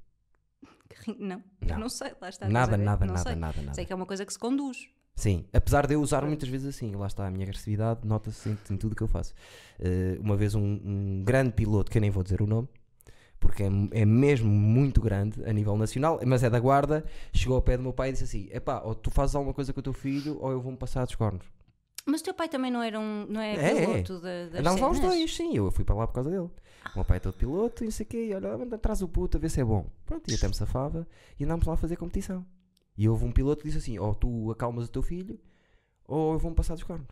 Carrinho- Não,
Não.
não, não sei, lá está. estás a
Nada,
ver?
nada,
Não
nada,
sei.
nada, nada.
Sei que é uma coisa que se conduz.
Sim, apesar de eu usar muitas vezes assim, lá está a minha agressividade, nota-se em, em tudo que eu faço. Eh, uma vez um, um grande piloto, que eu nem vou dizer o nome, porque é, é mesmo muito grande a nível nacional, mas é da guarda, chegou ao pé do meu pai e disse assim: epá, ou tu fazes alguma coisa com o teu filho, ou eu vou-me passar dos cornos.
Mas o teu pai também não era um. Não é,
É, é.
piloto da, das
Andámos lá os
cenas?
dois, sim, eu fui para lá por causa dele. O meu pai é todo piloto e não sei o quê, e olha, anda, traz o puto a ver se é bom. Pronto, e até me safava e andámos lá a fazer competição. E houve um piloto que disse assim: ou tu acalmas o teu filho, ou eu vou-me passar dos cornos.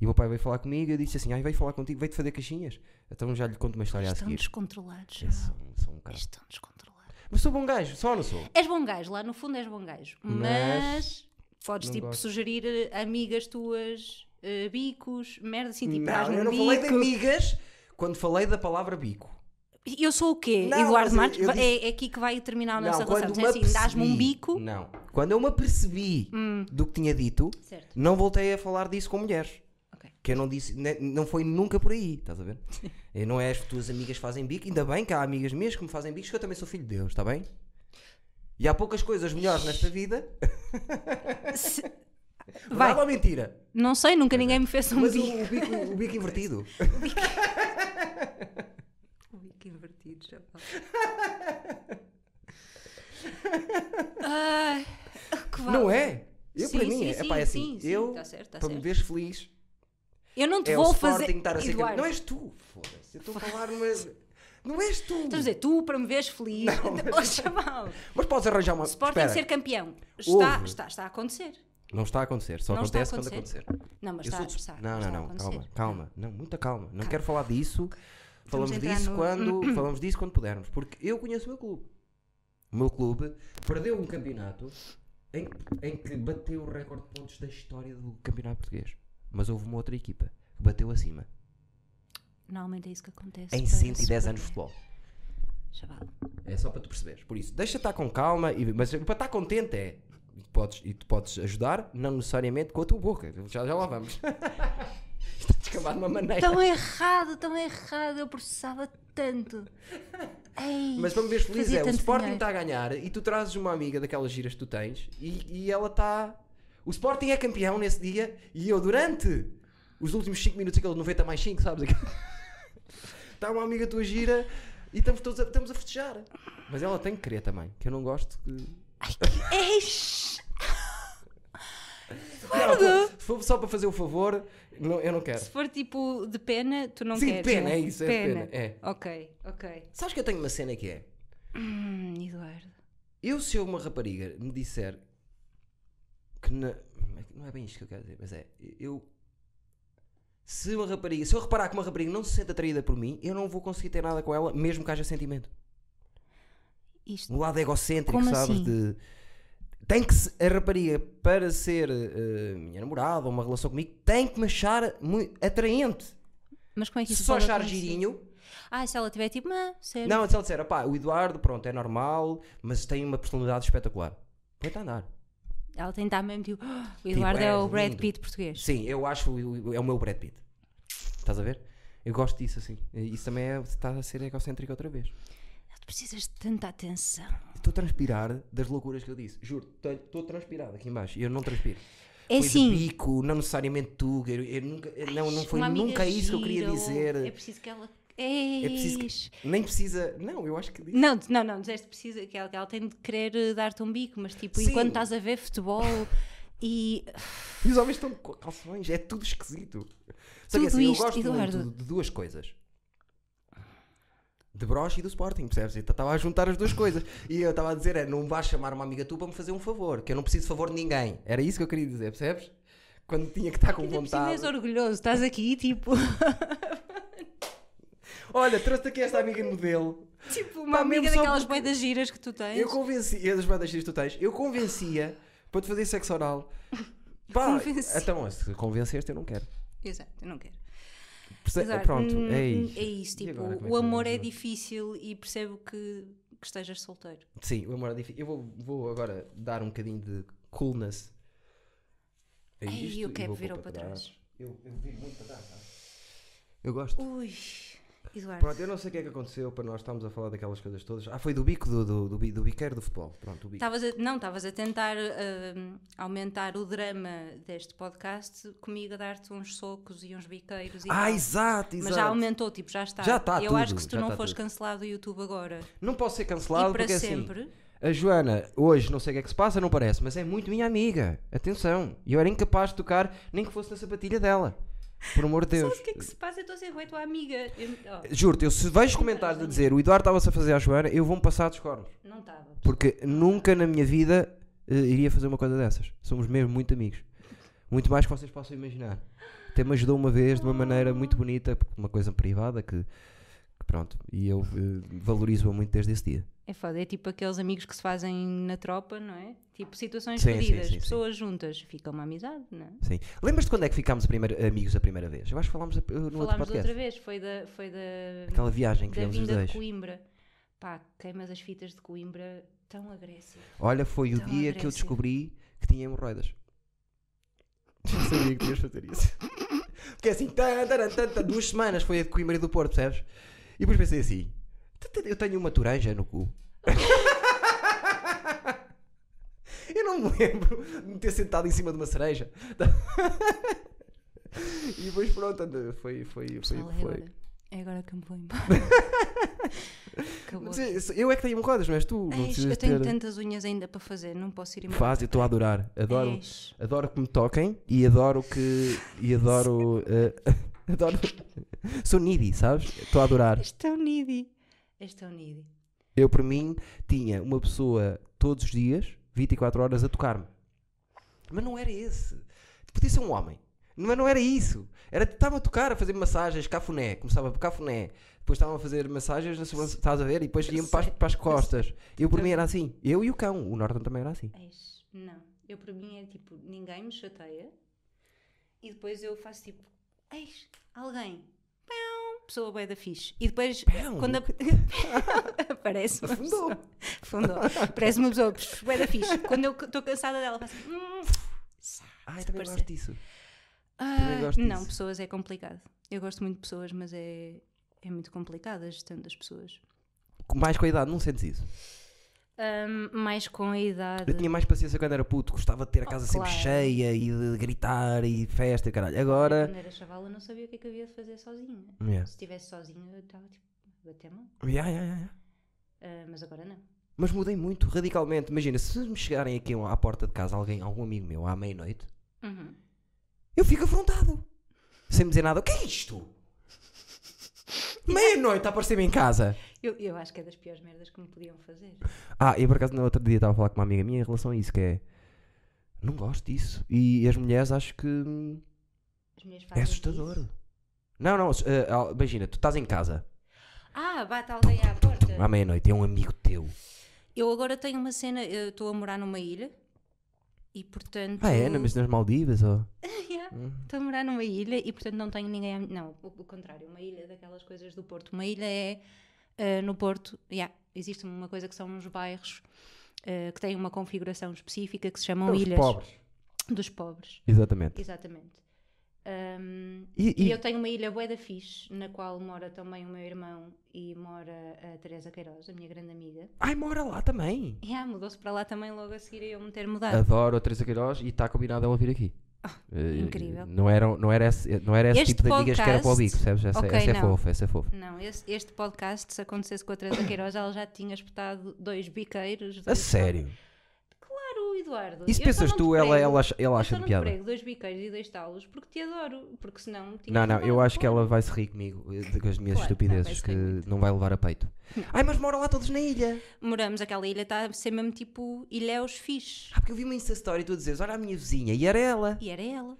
E o meu pai veio falar comigo e eu disse assim: ai, veio falar contigo, veio-te fazer caixinhas. Então já lhe conto uma história a
Estão
seguir.
descontrolados.
Eu Sou, sou um cara.
Estão descontrolados.
Mas sou bom gajo, só ou não sou?
És bom gajo, lá no fundo és bom gajo.
Mas
Mas, podes
não
tipo
gosto.
sugerir eh, amigas tuas, eh, bicos, merda assim, tipo, traz
eu
um
não
bico.
falei de amigas quando falei da palavra bico.
Eu sou o quê?
Não, mas
Eduardo
eu-
Marques?
eu
Va-
disse-
É, é aqui que vai terminar a
Não,
nossa
quando
relação.
me
É assim, dás-me um
apercebi-
bico. Hum.
Não. Quando eu me apercebi do que tinha dito,
Certo.
não voltei a falar disso com mulheres.
Ok.
Que eu não disse, ne- não foi nunca por aí, estás a ver? E não é as tuas amigas fazem bico, ainda bem que há amigas minhas que me fazem bicos, que eu também sou filho de Deus, está bem? E há poucas coisas melhores nesta vida.
Vai,
Verdade ou mentira?
não sei, nunca ninguém me fez um
é. Mas o,
bico.
o bico, o bico invertido.
Um bico invertido, já Ai, que vale.
Não é? Eu, para
Sim,
mim,
sim,
é
sim,
pá, é assim.
sim, sim,
eu,
tá certo, tá
para me
certo.
veres feliz,
Eu não te
é o
vou
Sporting
fazer.
estar a ser campeão.
Eduardo,
Não é és tu, foda-se. Eu estou a falar, mas. Não és tu.
Estás a dizer, tu para me veres feliz. Oh, chaval,
Mas podes arranjar uma.
o Sporting
Espera.
ser campeão.
Ouve.
Está, está, está a acontecer.
Não está a acontecer, só
Não está a
acontece quando
acontecer.
acontecer.
Não, mas
Eu
está,
sou-
está. está
Não, não,
a
não, calma,
acontecer.
calma. Não, muita calma. Não quero falar disso. Falamos
entrar
disso,
no-
quando, falamos disso quando pudermos. Porque eu conheço o meu clube. O meu clube perdeu um campeonato em, em que bateu o recorde de pontos da história do campeonato português. Mas houve uma outra equipa que bateu acima.
Normalmente é isso que acontece.
Em
para
110
se
anos de
perder.
futebol.
Chaval.
É só para tu perceberes. Por isso, deixa estar com calma, e, mas para estar contente é. E tu podes, e tu podes ajudar, não necessariamente com a tua boca. Já, já lá vamos. Está a descambar de uma maneira.
Tão errado, tão errado. Eu processava tanto. Ei,
mas para me veres feliz
fazia
é, o
tanto
Sporting
dinheiro.
está a ganhar e tu trazes uma amiga daquelas giras que tu tens e, e ela está. O Sporting é campeão nesse dia e eu durante os últimos 5 minutos, aqueles 90 mais 5, sabes? Está uma amiga tua gira e estamos todos a, estamos a festejar. Mas ela tem que querer também, que eu não gosto que. tá-
Ei, shh.
Não, se for- se for só para fazer o favor, não, eu não quero.
se for tipo de pena, tu não
Sim, de
queres.
pena,
né?
é isso, é de pena, é.
Ok, ok.
Sabes que eu tenho uma cena que é:
Hum, Eduardo.
eu, se eu uma rapariga me disser que na- não é bem isto que eu quero dizer, mas é, eu. Se uma rapariga, se eu reparar que uma rapariga não se sente atraída por mim, eu não vou conseguir ter nada com ela, mesmo que haja sentimento.
Isto
O lado egocêntrico,
Como
sabes?
assim?
De, tem que se- a rapariga, para ser eh, minha namorada ou uma relação comigo, tem que me achar muito atraente.
Mas como é que
Se
isso
só
pode
achar
acontecer?
girinho,
Ah, se ela tiver tipo, mãe, sério.
Não, se ele disser, pá, o Eduardo, pronto, é normal, mas tem uma personalidade espetacular. Põe-te a andar.
Ela tem de estar mesmo tipo, "Ah, o Eduardo é
és
o Brad
lindo."
Pitt português.
Sim, eu acho, o- o- é o meu Brad Pitt. Estás a ver? Eu gosto disso, assim. E Isso também é, está a ser egocêntrico outra vez.
Tu precisas de tanta atenção.
Estou a transpirar das loucuras que eu disse. Juro, estou- estou transpirado aqui embaixo. Eu não transpiro.
É
Foi de
sim.
bico, não necessariamente tu. Eu, eu nunca, não, não foi nunca isso que eu queria dizer.
É preciso que ela. É
É preciso que- Nem precisa... Não, eu acho que... disse.
Não, não, não, disseste precisa que ela, que ela tem de querer eh, dar-te um bico, mas tipo,
Sim.
enquanto estás a ver futebol e.
E os homens estão com calções, é tudo esquisito. Só
Tudo
que assim, eu
isto,
gosto
Eduardo.
muito de duas coisas. De broche e do Sporting, percebes? Então estava a juntar as duas coisas. E eu estava a dizer, é, não vais chamar uma amiga tua para me fazer um favor, que eu não preciso de favor de ninguém. Era isso que eu queria dizer, percebes? Quando tinha que estar com
Ainda por cima
vontade.
és orgulhoso, estás aqui tipo,
Olha, trouxe-te aqui esta amiga modelo.
tipo uma
Pá, mesmo
amiga
só
daquelas
porque-
boedas giras que tu tens.
Eu convenci, eu das bandas X que tu tens, eu convencia para te fazer sexo oral. Pá,
Convenci.
então, se convenceste, eu não quero.
Exato, eu não quero.
Perce-
Exato.
Pronto,
Hum,
é
hum,
isto.
É isso,
E
tipo,
agora, como é
o
que
amor
vamos
é
ver?
difícil e percebo que, que estejas solteiro.
Sim, o amor é difícil. Eu vou, vou agora dar um bocadinho de coolness. a
Ei,
isto
o
e
Cap
vou pôr
virou para trás.
Eu, eu viro muito para trás, sabe? Eu gosto.
Ui, Eduardo.
Pronto, eu não sei o que é que aconteceu para nós estarmos a falar daquelas coisas todas. Ah, foi do bico do, do, do, bi- do biqueiro do futebol. Pronto, o bico.
Estavas a- não, estavas a tentar hum, aumentar o drama deste podcast comigo a dar-te uns socos e uns biqueiros e
ah,
tal.
exato, exato.
Mas já aumentou, tipo, já está.
Já está
Eu
tudo,
acho que se tu
já
não
está
fores
tudo.
cancelado do YouTube agora
Não posso ser cancelado
e para
porque
sempre,
assim. A Joana, hoje, não sei o que é que se passa, não parece, mas é muito minha amiga. Atenção. E eu era incapaz de tocar nem que fosse na sapatilha dela. Por amor de Deus.
o que é que se passa? Eu estou a ser bué tua amiga. Eu- oh,
Juro-te, eu se vejo comentários a dizer o Eduardo estava-se a fazer à Joana, eu vou-me passar dos cornos.
não estava.
Porque nunca na minha vida eh, iria fazer uma coisa dessas. Somos mesmo muito amigos. Muito mais que vocês possam imaginar. Até me ajudou uma vez de uma maneira muito bonita, porque uma coisa privada que, que pronto, e eu eh, valorizo-a muito desde esse dia.
É foda, é tipo aqueles amigos que se fazem na tropa, não é? Tipo situações
Sim, sim,
perdidas,
sim, sim.
pessoas juntas, fica uma amizade, não é?
Sim. Lembras-te quando é que ficámos a primeira- amigos a primeira vez? Eu acho que falámos a- eh, no outro
Falámos
podcast.
outra vez, foi da, foi da,
Aquela viagem que
da
fizemos os
vinda
dois.
de Coimbra. Pá, queimas as fitas de Coimbra tão agressivo.
Olha, foi o
Tão
dia que eu
agressivo.
descobri que tinha hemorroidas. Não sabia que tinhas fazer isso. Porque é assim, tan, taran, tan, tan, duas semanas foi a de Coimbra e do Porto, percebes? E depois pensei assim: "Tu- tu- eu tenho uma toranja no cu. Eu não me lembro de me ter sentado em cima de uma cereja. E depois pronto, anda, foi, foi, foi,
Pessoal,
o
é
que foi.
agora. É agora que eu me vou embora. Acabou.
Mas é- eu é que tenho hemorroidas, não és tu? Não
Eish,
precisas
É, eu tenho
ter-
tantas unhas ainda para fazer, não posso ir embora.
Faz, eu estou a adorar. Adoro.
Eish.
Adoro que me toquem e adoro que. E adoro. eh, adoro. Sou needy, sabes? Estou a adorar.
És tão needy. És tão needy.
Eu, para mim, tinha uma pessoa todos os dias, 24 horas, a tocar-me. Mas não era esse. Podia ser um homem. Mas não era isso. Era estava a tocar, a fazer massagens, cafuné. Começava por cafuné. Depois estavam a fazer massagens na sobrancelha. Estás a ver? E depois iam para, as- para as costas. Eu, por mim, era assim. Eu e o cão. O Norton também era assim.
Eish, não. Eu para mim é tipo, ninguém me chateia. E depois eu faço tipo, eis, alguém. Pão, pessoa bué da fixe. E depois,
Pão?
quando ap- aparece uma
Afundou.
pessoa. Afundou. Aparece uma pessoa, psh, bué da fixe. Quando eu estou cansada dela, faço hum,
Ai, também
Parecia.
gosto disso.
ah,
gosto
Não,
disso.
pessoas é complicado. Eu gosto muito de pessoas, mas é, é muito complicada a gestão das pessoas.
Mais com a idade, não sentes isso?
Ahm, mais com a idade.
Eu tinha mais paciência quando era puto, gostava de ter a casa sempre
claro.
cheia e de gritar e festa e caralho. Agora.
Quando era chaval, eu não sabia o que é que havia de fazer sozinha.
Yeah.
Se estivesse sozinha, eu estava tipo, bater mal.
Yeah, yeah, yeah, yeah.
Ah, mas agora não.
Mas mudei muito, radicalmente. Imagina, se me chegarem aqui um, à porta de casa alguém, algum amigo meu, à meia-noite,
Uhum.
eu fico afrontado. Sem me dizer nada. O que é isto? Meia-noite a aparecer-me em casa.
Eu, eu acho que é das piores merdas que me podiam fazer.
Ah, e por acaso no outro dia estava a falar com uma amiga minha em relação a isso, que é. Não gosto disso. E as mulheres acho que. hum,
As mulheres
É
fazem
assustador.
isso.
Não, não, eh, imagina, tu estás em casa
Ah, bate alguém à porta.
à meia-noite, é um amigo teu.
Eu agora tenho uma cena, eu estou a morar numa ilha e portanto.
Ah, é? Não, mas Hum. nas Maldivas? Ou...
Yeah. Estou a morar numa ilha e portanto não tenho ninguém. a- Não, o, o contrário, uma ilha daquelas coisas do Porto. Uma ilha é eh, no Porto. Yeah, existe uma coisa que são uns bairros eh, que têm uma configuração específica que se chamam ilhas dos pobres.
Exatamente.
Exatamente. Ahm,
E,
e...
e-
eu tenho uma ilha Boeda Fixe, na qual mora também o meu irmão e mora a Teresa Queiroz, a minha grande amiga.
Ai, mora lá também.
Yeah, mudou-se para lá também logo a seguir a eu me ter mudado.
Adoro a Teresa Queiroz e está combinado ela vir aqui. Eh,
incrível.
Não era, não era esse, não era esse
Este
tipo de amigas que era para o bico,
podcast-
percebes? Essa,
Ok,
essa é
não.
fofa, essa é fofa.
Não, esse- este podcast, se acontecesse com a Teresa Queiroz, ela já tinha espetado dois biqueiros.
A
dois-
sério.
Claro, Eduardo.
E se
eu só
pensas
não te
tu, ela,
prego-
ela acha, ela
eu
acha
só
de
não te
piada.
prego dois biqueiros e dois talos porque te adoro, porque senão... tinha
Não, não, eu
acabado,
acho que
claro.
ela vai se rir comigo eh, de- com as minhas
Claro, não,
estupidezes,
vai se rir
que não vai levar a peito. Ai, mas moram lá todos na ilha.
Moramos, aquela ilha está a ser mesmo tipo ilhéus fixe.
Ah, porque eu vi uma Insta Story e tu dizes, olha a minha vizinha, e era ela.
E era ela.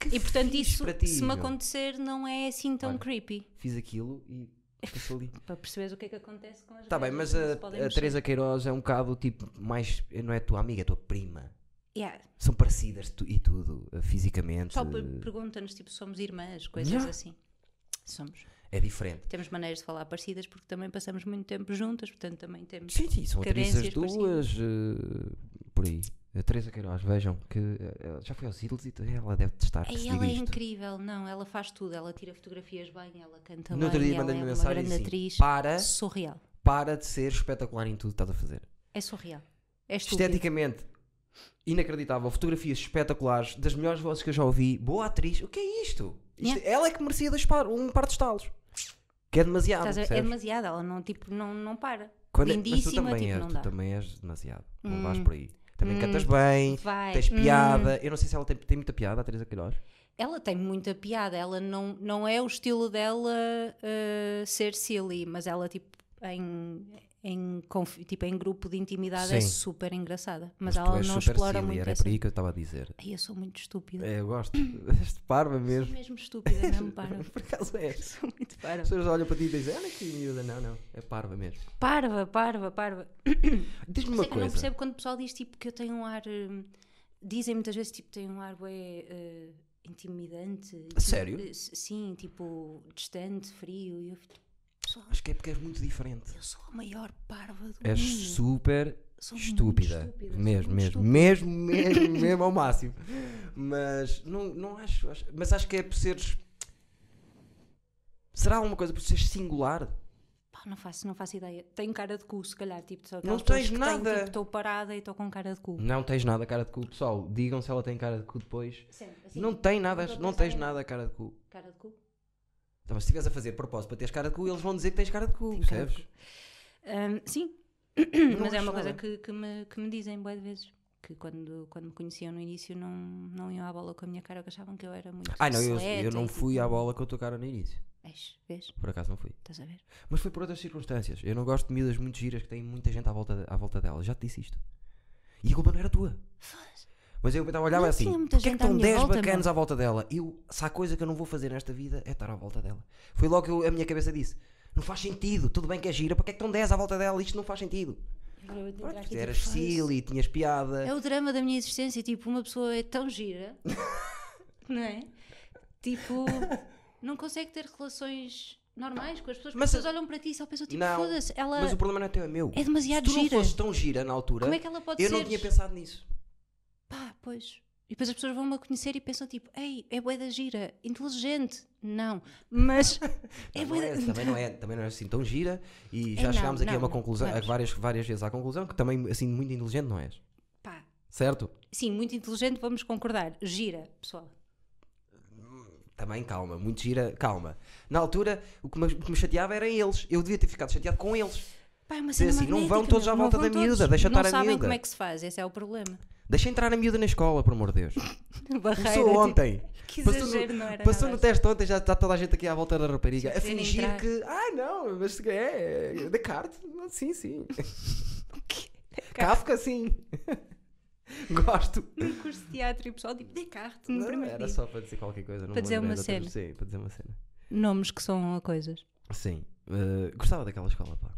Que
E portanto,
fixe
isso,
para ti,
se me
meu.
acontecer, não é assim tão
Olha.
creepy.
Fiz aquilo e passou ali.
Para perceberes o que é que acontece com as
Tá bem,
gajas
mas
que não
a,
se podem
a
mexer.
Teresa Queiroz é um bocado tipo mais. Não é tua amiga, é tua prima.
Yeah.
São parecidas tu- e tudo, eh, fisicamente.
Só per-
eh,
pergunta-nos tipo, somos irmãs, coisas
Yeah.
assim. Somos.
É diferente.
Temos maneiras de falar parecidas porque também passamos muito tempo juntas, portanto também temos.
Sim, sim, são atrizes
Carências
duas. eh, por aí. A Teresa Queiroz, vejam, que eh, já foi aos Idols e ela deve testar. que
Ai,
se
ela
diga
é
isto.
incrível, não, ela faz tudo, ela tira fotografias bem, ela canta
No
bem,
outro dia
ela é
mandei-lhe
uma
mensagem
grande
assim,
atriz,
para,
surreal,
para de ser espetacular em tudo que estás a fazer.
é surreal, é estúpido.
Esteticamente, inacreditável, fotografias espetaculares, das melhores vozes que eu já ouvi, boa atriz, o que é isto? Isto- Ela é que merecia dois par, um par de estalos. Que é demasiado,
Estás a- é
percebes?
demasiado, ela não, tipo, não, não para,
Quando é-
lindíssima,
mas tu também,
tipo,
és,
não
tu
dá.
também és demasiado, não
Hum.
vais por aí. Também
Hum.
cantas bem,
Vai,
tens
hum.
piada. Eu não sei se ela tem, tem muita piada, a é Teresa Queiroz.
Ela tem muita piada, ela não, não é o estilo dela eh, ser silly, mas ela tipo em, em, conf- tipo, em grupo de intimidade é
Sim.
super engraçada. Mas,
tu
ela
és
não
super
explora
silly,
muito
era
essa.
por aí que eu estava a dizer.
Ai, eu sou muito estúpida.
É, eu gosto. este parva
Sou
mesmo.
mesmo estúpida, mesmo para.
Por acaso és.
sou muito
As
parva.
pessoas olham para ti e dizem, olha que miúda. Não, não, é parva mesmo.
Parva, parva, parva.
Diz-me
Por isso
uma
é que eu não
coisa.
percebo quando o pessoal diz tipo, que eu tenho um ar. hum, dizem muitas vezes tipo, tenho um ar bué, eh, intimidante. tipo,
sério?
eh, s- sim, tipo, distante, frio. E eu fico, pessoal,
Acho que é porque és muito diferente.
eu sou a maior parva do
És
mundo.
super
Sou muito
estúpida.
estúpida, sou
Mesmo,
muito
mesmo, mesmo, mesmo, mesmo ao máximo. Mas não, não acho, acho- Mas acho que é por seres. Será alguma coisa por seres singular?
Pá, não faço, não faço ideia. Tenho cara de cu, se calhar. Tipo, sou
Não
aquelas pessoas
tens
que
nada.
Estou tipo, parada e estou com cara de cu.
Não tens nada cara de cu, pessoal. Digam se ela tem cara de cu depois.
Sim, assim,
não tem nada,
estou a
não
pensar
tens
em
nada cara de cu.
Cara de cu.
Então, mas se estiveres a fazer propósito para teres cara de cu, eles vão dizer que tens cara de
cara
cu,
de
percebes?
Ahm, sim, mas é
acho
uma coisa
nada.
que, que me, que me dizem boas vezes. Que quando, quando me conheciam no início não, não iam à bola com a minha cara, que achavam que eu era muito.
Ai Ah, não, eu,
seleta
eu não
e
fui
tipo,
à bola com a tua cara no início.
Vês, vês?
Por acaso não fui.
Estás a ver?
Mas foi por outras circunstâncias. Eu não gosto de miúdas muito giras que têm muita gente à volta, de- à volta dela. Já te disse isto. E a culpa não era tua. Mas eu estava a olhar
Não
assim:
tinha muita
porque é que
gente à
estão
minha
10
volta,
bacanas à volta dela? Eu, se há coisa que eu não vou fazer nesta vida é estar à volta dela. Foi logo que eu- a minha cabeça disse: não faz sentido, tudo bem que é gira, porque é que estão 10 à volta dela? Isto não faz sentido.
Agora eu vou entrar
Pronto,
aqui,
tu
tipo,
eras
"Foda-se".
silly, tinhas piada.
É o drama da minha existência. Tipo, uma pessoa é tão gira, não é? Tipo, não consegue ter relações normais com as pessoas. porque
Mas
as
a-
pessoas olham para ti e só pensam, tipo,
Não,
foda-se, ela
Mas o problema não é teu, é meu.
é
Se
demasiado
tu não
gira.
fosses tão gira na altura,
Como é que ela pode
eu
ser?
não tinha pensado nisso.
Pá, pois. E depois as pessoas vão-me a conhecer e pensam tipo, ei, é bué da gira, inteligente. Não, mas é
Não, não
bué
é-
da...
também, não é, também não é assim tão gira e
É,
já
não,
chegámos aqui
não,
a uma
não,
conclusão, a
vamos.
várias, várias vezes à conclusão, que também assim muito inteligente não és,
Pá,
certo?
sim, muito inteligente, vamos concordar. Gira, pessoal.
Também calma, muito gira, calma. Na altura o que me, o que me chateava eram eles, eu devia ter ficado chateado com eles.
Pá, é uma
Dizer
cena
assim, não vão
magnética,
todos
meu.
à
Não
volta
vão
da miúda,
todos.
deixa estar
Não
a
sabem
miúda.
como é que se faz, esse é o problema.
Deixa entrar a miúda na escola, por amor de Deus.
Barreira,
Começou
tipo,
ontem.
que
Passou
exagero,
no,
não era
passou
nada.
no teste ontem, já está toda a gente aqui à volta da rapariga.
Sim,
a
querer
fingir
entrar.
que, ah não, mas é, é Descartes, sim, sim. Kafka, sim. Gosto.
No curso de teatro e o pessoal tipo, Descartes, no
Não, é?
primeiro
era
dia.
só para dizer qualquer coisa. Não
Para
me
dizer
lembrei
uma
de outras-
cena.
Sim, para dizer uma cena.
Nomes que são a coisas.
Sim. eh, gostava daquela escola, pá.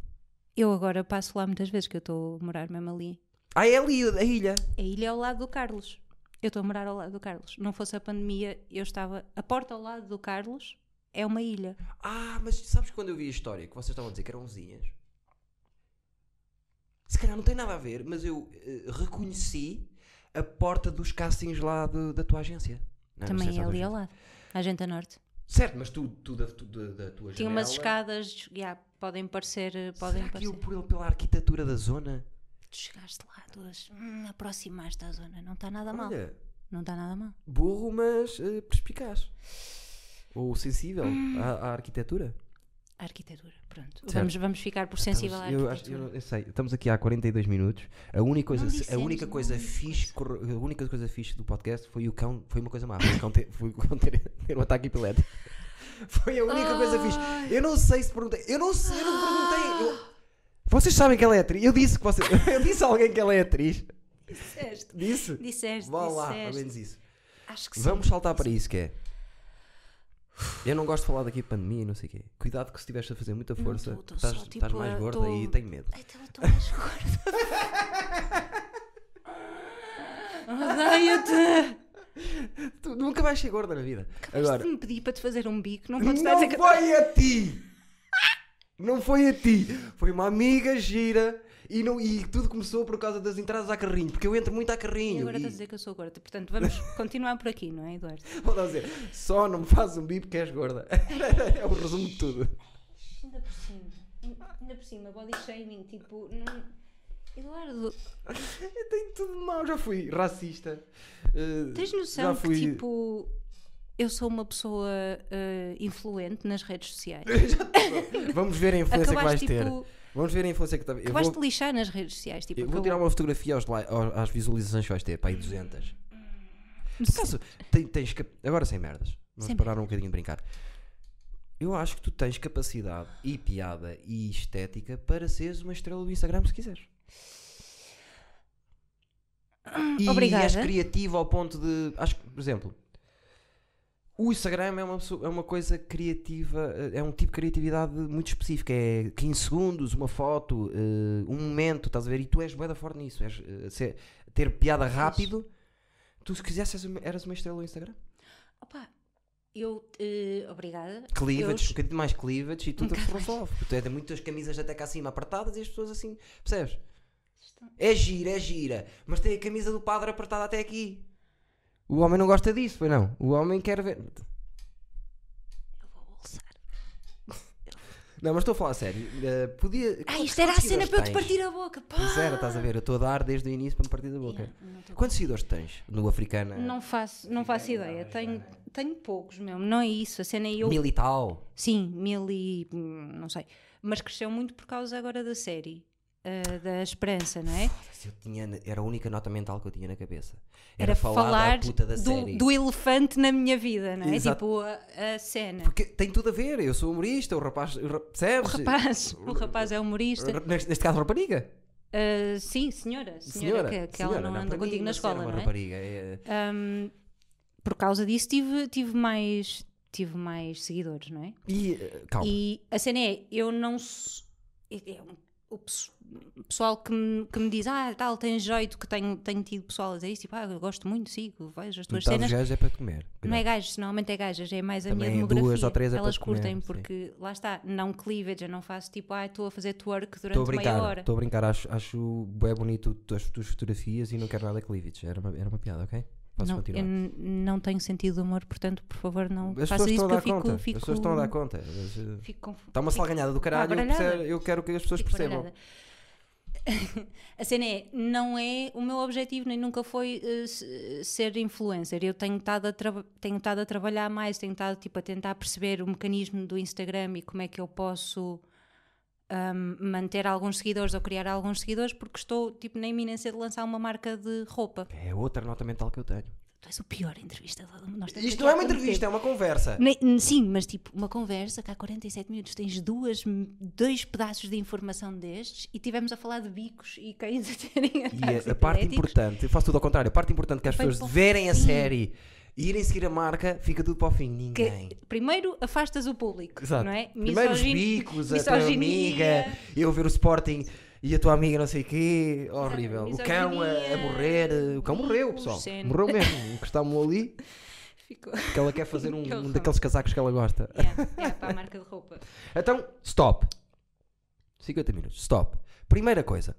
Eu agora passo lá muitas vezes que eu estou a morar mesmo ali.
Ah, é ali a ilha.
A ilha é ao lado do Carlos. Eu estou a morar ao lado do Carlos. Não fosse a pandemia, eu estava. A porta ao lado do Carlos é uma ilha.
Ah, mas sabes quando eu vi a história que vocês estavam a dizer que eram vizinhas? Se calhar não tem nada a ver, mas eu eh, reconheci a porta dos castings lá de- da tua agência. Não, não sei
Também
se
é
tua
ali
agência.
ao lado. A gente a norte.
Certo, mas tu, tu da, tu da- da tua
Tinha
janela...
umas escadas, já, podem parecer. eh, Podem
é Será que eu,
parecer.
por, pela arquitetura da zona...
Tu chegaste lá, duas. Hum, aproximaste da zona. Não está nada mal.
Olha,
Não está nada mal.
burro, mas eh, perspicaz. Ou sensível à, à arquitetura.
A arquitetura, pronto.
Certo.
Vamos, vamos ficar por sensível à
Estamos- eu, acho-
arquitetura.
eu não- eu sei, estamos aqui há 42 minutos. A única coisa,
Não
a
dissemos
única coisa
nada.
fixe, corre- a única coisa fixe do podcast foi o cão, foi uma coisa má, foi o cão ter, foi o cão ter, ter um ataque epilético. Foi a única coisa fixe. Eu não sei se perguntei, eu não sei, eu não perguntei. eu-
Ah.
Vocês sabem que ela é atriz? Eu disse que você, eu disse a alguém que ela é atriz.
Disseste.
Disse?
Disseste.
Vá lá, ao
disseste.
menos isso.
Acho que sim.
Vamos saltar para isso que é. Eu não gosto de falar daqui de pandemia e não sei o quê. Cuidado que se estiveste a fazer muita
Não,
força,
tô- tô
estás,
só,
estás
tipo,
mais
eh,
gorda
tô-
e tenho medo.
Então eu estou mais gorda. Odeio-te!
Tu nunca vais ser gorda na vida.
Agora.
Agora,
de me pedir para te fazer um bico, não podes estar a
não
dizer que.
foi a ti! Não foi a ti! Foi uma amiga gira E, não, e tudo começou por causa das entradas a carrinho, porque eu entro muito a
E
carrinho.
agora
e-
estás a dizer que eu sou gorda. Portanto, vamos continuar por aqui, não é, Eduardo?
Vou lá dizer, só não me faz um bip que és gorda. é o resumo de tudo.
Ainda por cima. Ainda por cima, body shaming, tipo. Eduardo,
Eu tenho tudo de mau, já fui racista. eh,
Tens noção que, tipo, eu sou uma pessoa eh, influente nas redes sociais?
Já te sou. Vamos ver a influência que vais
Acabaste,
ter.
tipo,
Vamos ver a influência que tá- Eu
acabaste
vou,
de lixar nas redes sociais. Tipo,
eu vou
acabou.
tirar uma fotografia aos li- aos- às visualizações que vais ter, para aí 200. Por acaso, tem- tens cap- agora sem merdas. Vamos
Sem
parar um bocadinho de brincar. Eu acho que tu tens capacidade e piada e estética para seres uma estrela do Instagram se quiseres. E
Hum, Obrigada.
és criativo ao ponto de. Acho que, por exemplo, o Instagram é uma, pessoa- é uma coisa criativa, eh, é um tipo de criatividade muito específica. É 15 segundos, uma foto, eh, um momento, estás a ver? E tu és bué da forte nisso. És, eh, ser- ter piada rápido. Tu, se quisesse, eras uma- eras uma estrela no Instagram.
Opa, eu. eh, obrigada. Eu
Cleavage, um
es-
bocadinho mais cleavage e tudo
Um bocado mais.
resolve. Tu tens muitas camisas até cá acima apertadas e as pessoas assim, percebes? É gira, é gira, mas tem a camisa do padre apertada até aqui. O homem não gosta disso, pois não? O homem quer ver.
Eu vou bolsar.
Não, mas estou a falar a sério. Eh, podia.
Ah,
quantos-
isto era a
quantos
cena
seguidores
para eu te
tens?
partir a boca. Pá!
Pois era, tá estás a ver? Eu estou a dar desde o início para me partir da boca.
Não tô-
Quantos seguidores tens no Africana?
Não faço, não faço ideia. Tenho, tenho poucos mesmo. Não é isso. A cena é eu.
Mil e tal.
Sim, mil e. hum, não sei. Mas cresceu muito por causa agora da série. eh, da Esperança, não é?
Foda-se, Eu tinha, era a única nota mental que eu tinha na cabeça.
era, falar,
da puta da série.
do, do elefante na minha vida, não é?
Exato.
Tipo a, a cena.
Porque tem tudo a ver. Eu sou humorista, o rapaz. O ra-
O
percebes?
rapaz, o rapaz é humorista.
Ra- Neste, neste caso, rapariga.
Ah, sim, senhora, senhora,
Senhora.
que, que ela
senhora,
não, anda
para mim
contigo na
uma senhora,
escola,
uma
não é?
rapariga. é-
Ahm, por causa disso tive, tive mais tive mais seguidores, não é?
E, eh, calma.
E a cena é, eu não sou- é- é um- o pesso- o pessoal que me, que me diz, ah, tal, tens jeito que tenho, tenho tido pessoal a dizer isso, tipo, ah, eu gosto muito, sigo, vejo as tuas
metade dos
cenas.
gajos é para comer.
Não é gajos, normalmente é gajas, é mais a
Também
minha
é
demografia.
duas ou três é
Elas
para comer,
curtem
sim.
porque lá está, não cleavage, eu não faço tipo, ah, estou a fazer twerk
Estou a
durante meia
brincar,
hora.
estou a brincar, acho, acho bem bonito as tuas fotografias e não quero nada cleavage. Era uma, era uma piada, ok? Posso
Não, eu
continuar?
n- não tenho sentido de humor, portanto, por favor, não
As
faça
pessoas
isso
estão a
porque eu
dar
fico,
conta.
fico,
As pessoas estão a dar conta. Mas, eh,
fico confu-
Está uma
fico-
salganhada do caralho, eu,
baralhada.
percebo- eu quero que as pessoas
fico
percebam.
baralhada. é A cena é, não é o meu objetivo, nem nunca foi eh, se- ser influencer. Eu tenho estado, a traba- tenho estado a trabalhar mais, tenho estado tipo, a tentar perceber o mecanismo do Instagram e como é que eu posso ahm, manter alguns seguidores ou criar alguns seguidores, porque estou tipo, na iminência de lançar uma marca de roupa.
É outra nota mental que eu tenho.
Tu és o pior entrevistador. Nós temos
Isto
aqui
não é
há
uma
quanto tempo?
entrevista, é uma conversa.
Nem- n- sim, mas tipo, uma conversa que há 47 minutos tens duas, dois pedaços de informação destes e tivemos a falar de bicos e cães a terem
E a-
ataques
a, parte
epiléticos.
importante, eu faço tudo ao contrário, a parte importante é que as
é tipo Foi
pessoas
para o
verem a
fim.
série e irem seguir a marca, fica tudo para o fim.
Que
Ninguém.
primeiro afastas o público,
Exato.
não é?
Primeiro os
Misogin-
bicos, a tua
misoginia.
amiga, eu ver o Sporting e a tua amiga não sei o quê. Horrível. O cão a,
misoginia,
a morrer. O cão morreu,
bicos,
pessoal.
cena.
Morreu mesmo. Encostámos ali
Ficou.
que ela quer fazer um,
Que horror.
um daqueles casacos que ela gosta.
Yeah, yeah, para a marca de roupa.
Então, stop. 50 minutos. Stop. Primeira coisa.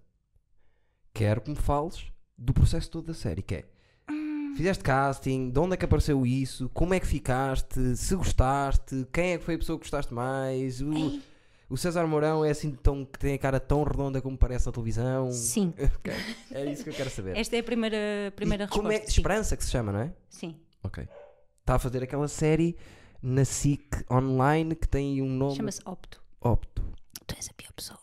Quero que me fales do processo todo da série, que é... Fizeste casting, de onde é que apareceu isso, como é que ficaste, se gostaste, quem é que foi a pessoa que gostaste mais, o,
Ei,
o César Mourão é assim tão, que tem a cara tão redonda como parece na televisão?
Sim,
Ok, É isso que eu quero saber.
esta é a primeira, primeira
E como é,
resposta. sim.
Esperança que se chama, não é?
sim,
Ok. Está a fazer aquela série na SIC online que tem um nome
chama-se Opto.
Opto.
Tu és a pior pessoa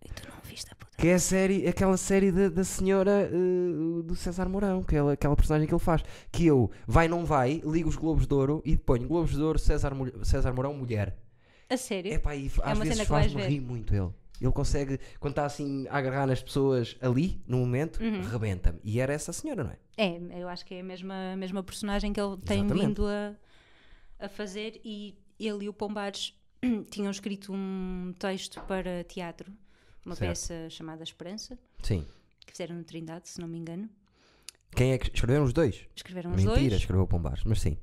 e tu não viste a puta.
Que é a série, aquela série da, da senhora eh, do César Mourão, que ela, aquela personagem que ele faz. Que eu, vai não vai, ligo os Globos de Ouro e ponho Globos de Ouro, César, Mul- César Mourão, mulher.
A sério?
É pá, e f-
É
às
uma
vezes
cena que vais
faz-me
ver.
rir muito ele. Ele consegue, quando está assim a agarrar nas pessoas ali, no momento,
Uhum.
rebenta-me. E era essa senhora, não é?
É, eu acho que é a mesma, a mesma personagem que ele tem
Exatamente.
vindo a, a fazer e ele e o Pombares tinham escrito um texto para teatro, uma
Certo.
peça chamada Esperança,
Sim.
que fizeram no Trindade, se não me engano.
Quem é que escreveram os dois?
Escreveram os
Mentira,
dois.
escreveu o Pombares, mas sim.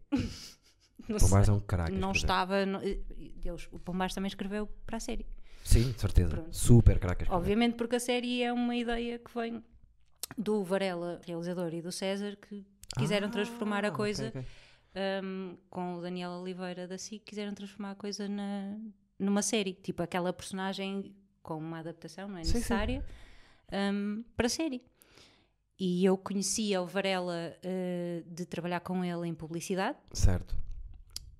Não,
Pombares
sei.
é um craque.
não
quer dizer.
estava. não- Deus, o Pombares também escreveu para a série.
Sim, de certeza.
Pronto.
Super craque.
Obviamente, porque a série é uma ideia que vem do Varela, realizador, e do César, que
Ah,
quiseram transformar a coisa um, com o Daniel Oliveira da SIC, quiseram transformar a coisa na, numa série. Tipo, aquela personagem com uma adaptação, não é
Sim, sim.
necessária, um, para série. E eu conhecia o Varela eh, de trabalhar com ele em publicidade.
Certo.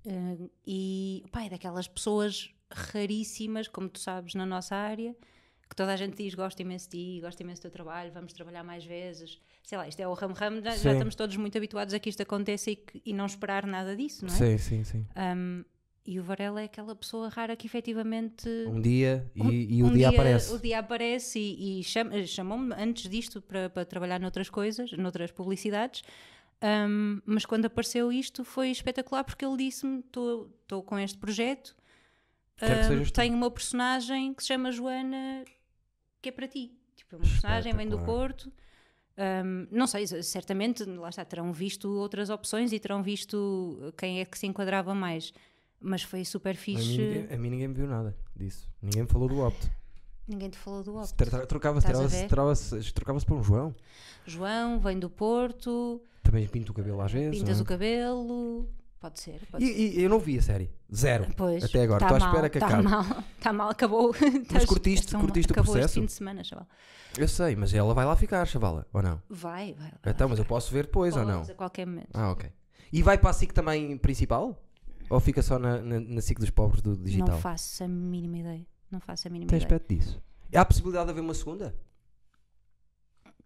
eh, e, pá, é daquelas pessoas raríssimas, como tu sabes, na nossa área, que toda a gente diz, gosto imenso de ti, gosto imenso do teu trabalho, vamos trabalhar mais vezes. Sei lá, isto é o ramo-ramo, já,
Sim.
já estamos todos muito habituados a que isto aconteça e, que- e não esperar nada disso, não é?
Sim, sim, sim.
E o Varela é aquela pessoa rara que efetivamente.
Um dia e, e o
um
dia, aparece.
O dia aparece e, e chama- chamou-me antes disto para, para trabalhar noutras coisas, noutras publicidades. Um, mas quando apareceu isto foi espetacular porque ele disse-me: estou com este projeto,
Quero que
um,
sejas tu.
tenho uma personagem que se chama Joana, que é para ti. Tipo, é uma personagem, vem do
Espetacular.
Porto. Um, não sei, certamente lá está, terão visto outras opções e terão visto quem é que se enquadrava mais. Mas foi super
A mim,
fixe.
ninguém, a mim ninguém me viu nada disso. Ninguém me falou do opto.
Ninguém te falou do
Se
Opto.
tra- tra- Trocava-se
Estás a
trocava-se-
ver?
trocava-se- trocava-se para um João.
João vem do Porto,
Também pinto o cabelo às vezes.
pintas
não
o
é?
cabelo. Pode ser, pode ser.
E, e eu não vi a série. Zero.
Pois,
Até agora.
tá
Estou à
mal,
espera que
tá
acabe.
mal, tá mal, acabou. Estás-
curtiste-
estás tão-
curtiste o
acabou
processo?
Este fim de semana, chaval.
Eu sei, mas ela vai lá ficar, chavala. Ou não?
Vai, vai. vai
Então, mas eu posso ver depois ou não?
Pausa A qualquer momento.
Ah, ok. E vai para a SIC também principal? Ou fica só na, na, na SIC dos pobres do digital?
Não faço a mínima ideia. Não faço a mínima
Tem
ideia.
aspecto disso. Há a possibilidade de haver uma segunda?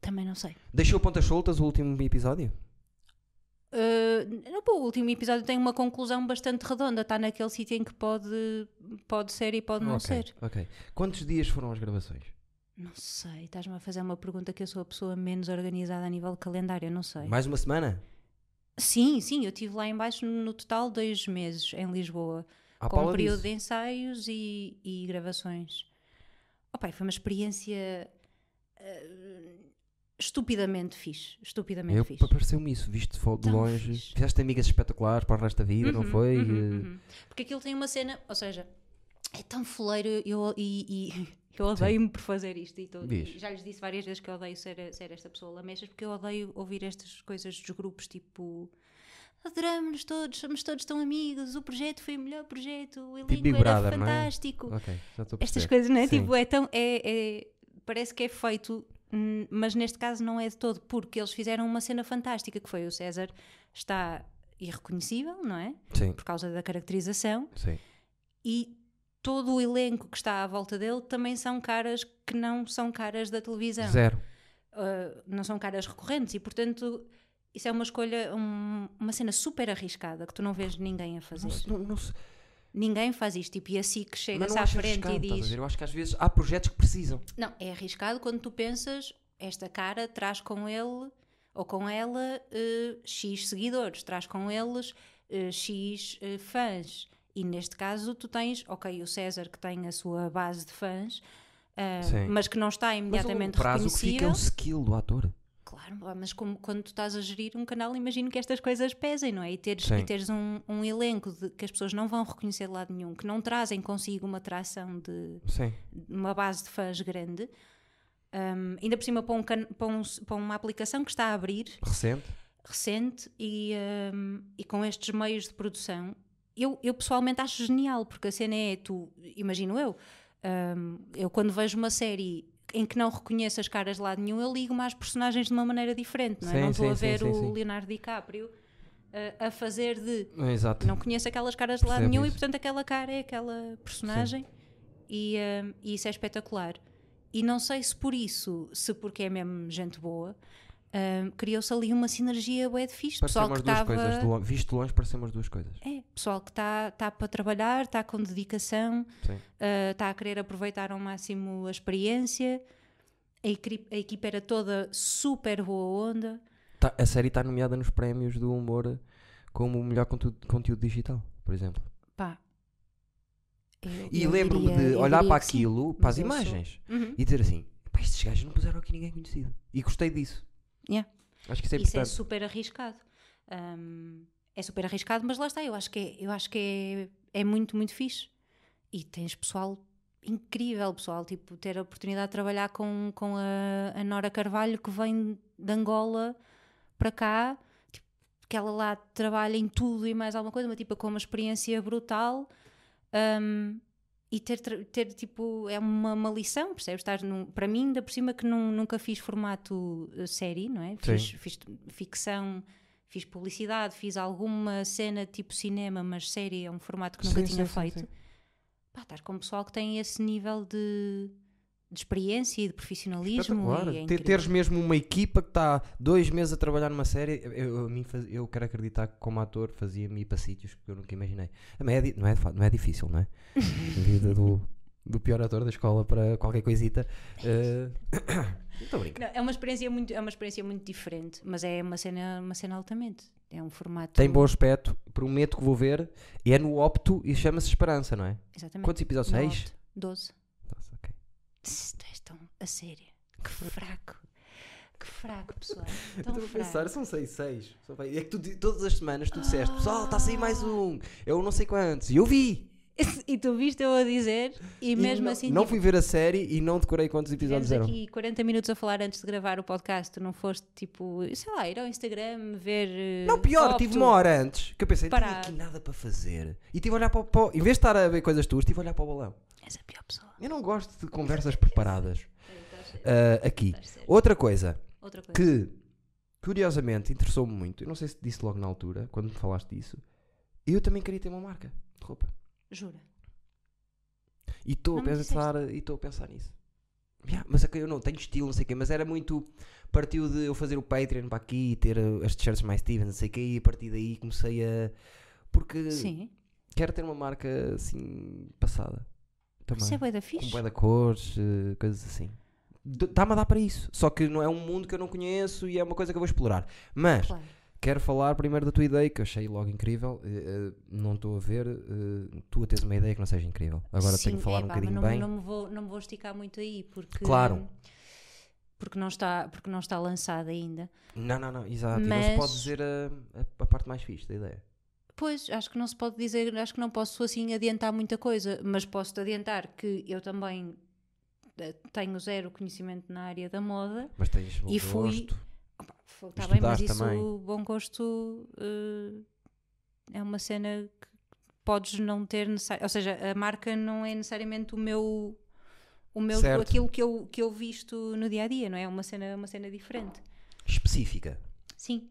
Também não sei.
Deixou pontas soltas o último episódio?
Uh, não, pô, o último episódio tem uma conclusão bastante redonda. Está naquele sítio em que pode, pode ser e pode não
ok,
ser.
Ok. Quantos dias foram as gravações?
Não sei. Estás-me a fazer uma pergunta que eu sou a pessoa menos organizada a nível de calendário. eu Não sei.
Mais uma semana?
Sim, sim. Eu estive lá em baixo no total dois meses em Lisboa.
À
com um
Paula
período
disse.
de ensaios e, e gravações. Opa, foi uma experiência eh, estupidamente fixe. Estupidamente
Eu
é fixe.
pareceu-me isso, visto de fo- de
Tão
longe.
fixe. Uhum,
Fizeste amigas espetaculares para o resto da vida, não foi? Eh,
Porque aquilo tem uma cena, ou seja, é tão foleiro eu, e, e- eu odeio-me por fazer isto. E tô-
Diz.
e já lhes disse várias vezes que eu odeio ser, ser esta pessoa lamechas, porque eu odeio ouvir estas coisas dos grupos tipo. Adoramos-nos todos, somos todos tão amigos, o projeto foi o melhor projeto, o elenco
Big
Tipo era
Brother, não é?
fantástico.
Ok, já estou a
estas
perceber.
coisas, não é?
Sim.
Tipo, é tão. É, é- parece que é feito, hum, mas neste caso não é de todo, porque eles fizeram uma cena fantástica que foi o César está irreconhecível, não é?
Sim,
Por causa da caracterização,
sim.
e todo o elenco que está à volta dele também são caras que não são caras da televisão,
Zero.
Uh, não são caras recorrentes, e portanto. Isso é uma escolha, um- uma cena super arriscada que tu não vês ninguém a fazer.
Não, se- não, não se-
Ninguém faz isto. Tipo, e assim que
mas
chegas
não
à
acho
frente
arriscado,
e
estás a
diz
ver? Eu acho que às vezes há projetos que precisam.
Não, é arriscado quando tu pensas esta cara traz com ele ou com ela eh, X seguidores, traz com eles eh, X eh, fãs. E neste caso tu tens, ok, o César que tem a sua base de fãs, ah,
Sim.
mas que não está
Mas o
imediatamente
prazo que fica
reconhecível.
é o skill do ator.
Claro, pá, mas como quando tu estás a gerir um canal, imagino que estas coisas pesem, não é? E teres,
Sim.
e teres um, um elenco de- que as pessoas não vão reconhecer de lado nenhum, que não trazem consigo uma atração de,
Sim.
uma base de fãs grande, um, ainda por cima para, um can- para um s- para uma aplicação que está a abrir,
Recente.
recente, e, um, e com estes meios de produção, eu, eu pessoalmente acho genial, porque a cena é, tu, imagino eu, um, eu quando vejo uma série em que não reconheço as caras de lado nenhum, eu ligo-me às personagens de uma maneira diferente, não é?
Sim,
não estou
sim,
a
sim,
ver
sim,
o
sim.
Leonardo DiCaprio uh, a fazer de
Exato.
não conheço aquelas caras de lado
Percebo
nenhum e
isso.
portanto aquela cara é aquela personagem e, hum, e isso é espetacular e não sei se por isso se porque é mesmo gente boa hum, criou-se ali uma sinergia bué de fixe
Pareceu
pessoal
umas
que
duas
estava
coisas. De longe, visto de longe, pareceu umas duas coisas.
é, pessoal que está tá para trabalhar está com dedicação
Sim.
está a querer aproveitar ao máximo a experiência a equipe, a equipa era toda super boa onda
Tá- a série está nomeada nos prémios do humor como o melhor conteúdo, conteúdo digital, por exemplo.
pá Eu-
E
eu
lembro-me
diria-
de
eu
olhar
diria
para
que sim.
aquilo, para
mas
as
eu sou-
imagens,
Uhum.
e dizer assim: "Pá, estes gajos não puseram aqui ninguém conhecido. E gostei disso.
Yeah.
Acho que isso é
isso é
importante.
super arriscado. Hum, é super arriscado, mas lá está, eu acho que é, eu acho que é, é muito, muito fixe. E tens pessoal incrível, pessoal, tipo, ter a oportunidade de trabalhar com, com a, a Nora Carvalho, que vem de Angola para cá, tipo, que ela lá trabalha em tudo e mais alguma coisa, mas tipo, com uma experiência brutal. hum, e ter, tra- ter tipo, é uma, uma lição, percebes? Estar num- para mim, ainda por cima, que nun- nunca fiz formato eh, série, não é? Fiz,
Sim.
fiz ficção, fiz publicidade, fiz alguma cena tipo cinema, mas série é um formato que nunca
Sim,
tinha
sim, sim,
feito.
sim.
Pá, estar com um pessoal que tem esse nível de, de experiência e de profissionalismo.
Espetacular.
E é
Te-
incrível.
Teres mesmo uma equipa que está dois meses a trabalhar numa série, eu, eu, a mim faz- eu quero acreditar que como ator fazia-me ir para sítios que eu nunca imaginei. Mas é di- não, é, fa- não é difícil, não é? A vida do, do pior ator da escola para qualquer coisita. eh, Estou a brincar.
Não, é uma experiência muito, é uma experiência muito diferente, mas é uma cena, uma cena altamente. É um formato.
Tem bom aspecto, prometo que vou ver. E é no opto e chama-se Esperança, não é?
Exatamente.
Quantos episódios? Seis?
Nove, Doze.
Nossa, ok.
Tss, Tu és tão a sério. Que fraco. Que fraco, pessoal.
Eu
Tão
Estou a
fraco.
pensar, são 6, 6. É que tu, di- todas as semanas tu disseste, pessoal, está a sair mais um. Eu não sei quantos. E eu vi.
E tu viste eu a dizer, e, mesmo
assim. não,
assim.
Não
tipo,
fui ver a série e não decorei quantos episódios
Tivemos
eram.
aqui 40 minutos a falar antes de gravar o podcast. Tu não foste tipo, sei lá, ir ao Instagram ver. eh,
Não, pior,
Opto.
tive uma hora antes que eu pensei, não tenho
Parar.
aqui nada para fazer. E tive a olhar para o. para o- em vez de estar a ver coisas tuas, estive a olhar para o balão.
És a pior pessoa.
Eu não gosto de conversas preparadas. Ah, aqui. Outra coisa
Outra coisa.
que, curiosamente, interessou-me muito. Eu não sei se te disse logo na altura, quando me falaste disso. Eu também queria ter uma marca de roupa.
Jura.
E estou a
Não me
pensar, e estou a pensar nisso. Ya, mas é que eu não tenho estilo, não sei o quê, mas era muito. Partiu de eu fazer o Patreon para aqui e ter uh, as t-shirts mais Stevens, não sei o quê, e a partir daí comecei a. Porque
Sim.
quero ter uma marca assim passada. Também.
Isso é bué da
Com
fixe.
bué de cores, eh, coisas assim. D- Dá-me a dar para isso. Só que não é um mundo que eu não conheço e é uma coisa que eu vou explorar. Mas
Claro.
quero falar primeiro da tua ideia, que eu achei logo incrível. eh, eh, não estou a ver. eh, tu a teres uma ideia que não seja incrível. Agora
Sim,
tenho que falar um
epá, mas
bocadinho
não,
bem.
Não me, vou, não me vou esticar muito aí, porque.
Claro.
Porque não está, porque não está lançada ainda.
Não, não, não, exato. E não se
Mas-
pode dizer a, a- a parte mais fixe da ideia.
Pois, acho que não se pode dizer, acho que não posso assim adiantar muita coisa, mas posso-te adiantar que eu também eh, tenho zero conhecimento na área da moda.
Mas tens bom
E fui-
gosto.
Está tá bem, mas
Estudaste
isso,
também.
bom gosto, eh, é uma cena que podes não ter necessariamente. Ou seja, a marca não é necessariamente o meu. O meu
Certo.
aquilo que eu, que eu visto no dia a dia, não é? É Uma cena, uma cena diferente.
Específica.
Sim.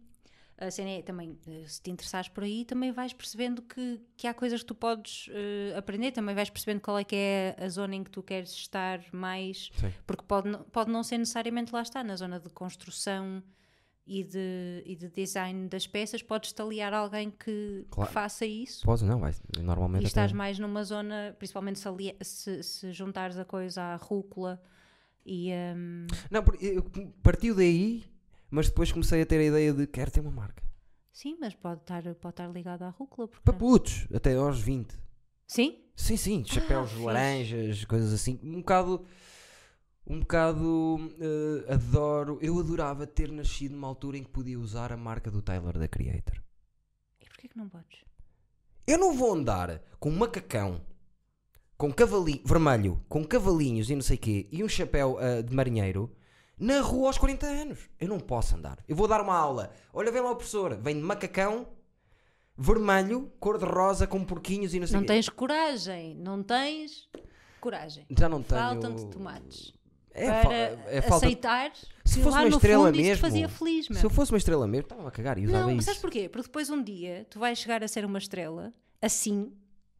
A cena é também, eh, se te interessares por aí, também vais percebendo que, que há coisas que tu podes eh, aprender, também vais percebendo qual é que é a zona em que tu queres estar mais,
Sim.
porque pode, n- pode não ser necessariamente lá está, na zona de construção e de, e de design das peças, podes taliar alguém que, que
Claro.
faça isso.
Podes não, vais. Normalmente
E
até-
estás mais numa zona, principalmente se, ali- se- se juntares a coisa à rúcula e hum,
Não, por- eu- partiu daí, mas depois comecei a ter a ideia de quero ter uma marca.
sim, mas pode estar, pode estar ligado à rúcula. Porque
Para
não?
putos, até aos 20.
Sim?
Sim, sim, chapéus
Ah, fixe.
laranjas, coisas assim. Um bocado. Um bocado. eh, adoro. Eu adorava ter nascido numa altura em que podia usar a marca do Tyler da Creator.
E porquê que não podes?
Eu não vou andar com um macacão, com cavalinho vermelho, com cavalinhos e não sei quê, e um chapéu ah, de marinheiro na rua aos 40 anos. Eu não posso andar. Eu vou dar uma aula. Olha, vem lá o professor, vem de macacão, vermelho, cor de rosa, com porquinhos e não sei
Não
quê.
tens coragem, não tens coragem.
Já não tenho.
Faltam-te tomates.
É, fa-
para
é falta.
aceitar
Se
que
fosse
lá
uma
no
estrela
fundo isto
mesmo,
te fazia feliz,
Se eu
meu.
fosse uma estrela mesmo, estava a cagar e usava
Não, mas
isso.
sabes porquê? Porque depois um dia tu vais chegar a ser uma estrela, assim,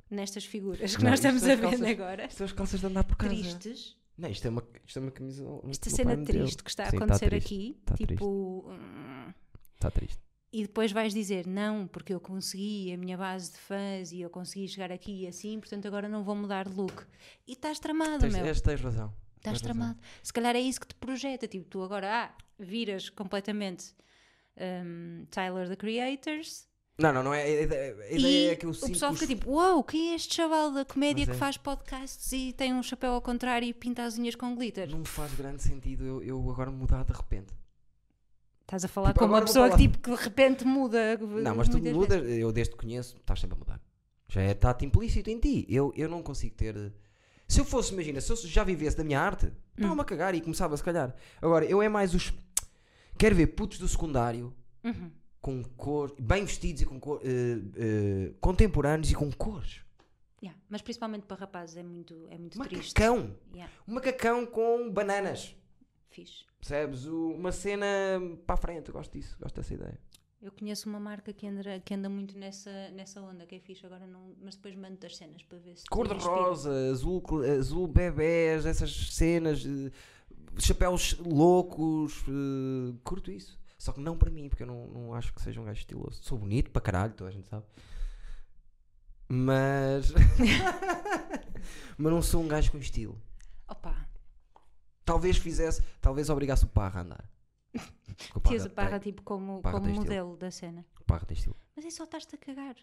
nestas figuras que
Não,
nós
isto
estamos
são
a
as
ver
calças-
agora,
Isto são as calças de andar por casa.
tristes,
Não, isto é uma, isto é uma camisola.
esta
Meu pai
cena
me deu.
triste que está a
Sim, tá
acontecer
triste,
aqui,
tá
tipo... hum,
Está triste.
E depois vais dizer, não, porque eu consegui a minha base de fãs e eu consegui chegar aqui e assim, portanto agora não vou mudar de look. E estás tramado,
Tens,
meu.
és- tens razão.
Estás
Tens razão.
tramado. Se calhar é isso que te projeta. Tipo, tu agora ah, viras completamente hum, Tyler the Creators.
Não, não, não é. A ideia, a ideia
e
é que eu sinto.
o pessoal
que
fica
os-
tipo: Uau, quem é este chaval da comédia
Mas
que
é.
faz podcasts e tem um chapéu ao tipo, contrário e pinta as unhas com glitter?
Não faz grande sentido eu, eu agora mudar de repente.
Estás a falar
Tipo,
com uma
agora vou
pessoa que,
falar.
tipo, que de repente muda.
Não, mas tu
muitas vezes.
mudas, eu desde que conheço, estás sempre a mudar. Já é, está implícito em ti. Eu, eu não consigo ter. Se eu fosse, imagina, se eu já vivesse da minha arte,
Hum.
estava-me a cagar e começava se calhar. Agora, eu é mais os. Quero ver putos do secundário
Uhum.
com cor, bem vestidos e com cor, eh, eh, contemporâneos e com cores.
Yeah, Mas principalmente para rapazes é muito, é muito triste.
Macacão!
Yeah,
Um macacão com bananas.
fixe.
Percebes? O- Uma cena para a frente. Eu gosto disso, gosto dessa ideia.
Eu conheço uma marca que anda, que anda muito nessa, nessa onda, que é fixe agora, não, mas depois mando as cenas para ver se. te
Cor de rosa, azul, cl- azul bebés, essas cenas, eh, chapéus loucos, eh, curto isso. Só que não para mim, porque eu não, não acho que seja um gajo estiloso. Sou bonito para caralho, toda a gente sabe. Mas. Mas não sou um gajo com estilo.
inspira. Opa,
Talvez fizesse, talvez obrigasse o Parra a andar. Porque o
tinhas o
tem-
parra tipo como,
Parra
como
tem estilo.
modelo da cena.
o Parra tem estilo.
Mas aí só estás-te a cagar.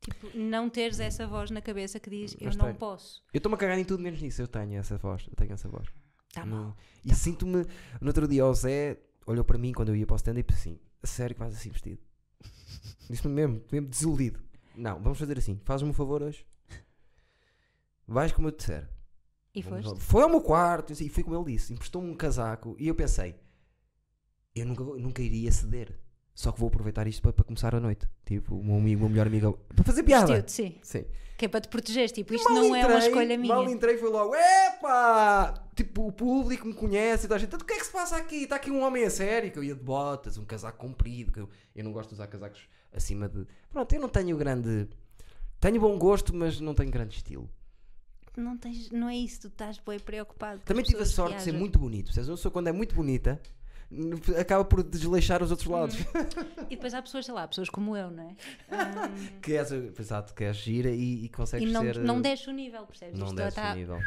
Tipo, não teres essa voz na cabeça que diz eu
Hum, Mas
não
tenho.
posso.
Eu estou-me a cagar em tudo menos nisso. Eu tenho essa voz. Eu tenho essa voz.
Está
Não.
Tá mal.
E sinto-me. No outro dia, o Zé olhou para mim quando eu ia para o stand e disse assim: A sério que vais assim vestido? Disse-me mesmo, mesmo desiludido. Não, vamos fazer assim: faz-me um favor hoje. Vais como eu te disser.
E
Vamos
foste?
ao- Foi ao meu quarto e fui como ele disse. Emprestou-me um casaco e eu pensei: Eu nunca, vou- nunca iria ceder. Só que vou aproveitar isto para, para começar a noite. Tipo, o meu amigo, o meu melhor amigo. Para fazer piada.
Vestiu-te, sim.
Sim.
Que é para te protegeres. Tipo, isto
Mal
não é uma
entrei,
escolha minha.
Mal entrei foi logo, epá! Tipo, o público me conhece e toda a gente, "Então, o que é que se passa aqui? Está aqui um homem a sério, que eu ia de botas, um casaco comprido, que eu, eu não gosto de usar casacos acima de... Pronto, eu não tenho grande... Tenho bom gosto, mas não tenho grande estilo.
Não, tens, não é isso, tu estás bem preocupado. com
Também
as
tive a
pessoas
sorte
que
de ser
viajam.
muito bonito. Vocês não sou quando é muito bonita, n- acaba por desleixar os outros lados.
Uhum, E depois há pessoas, sei lá, pessoas como eu, não é? Ahm,
que és, exato, que és gira e, e
e
consegues
não,
ser... eh,
não desce o nível, percebes?
não
Isto
desce
tá-
o nível.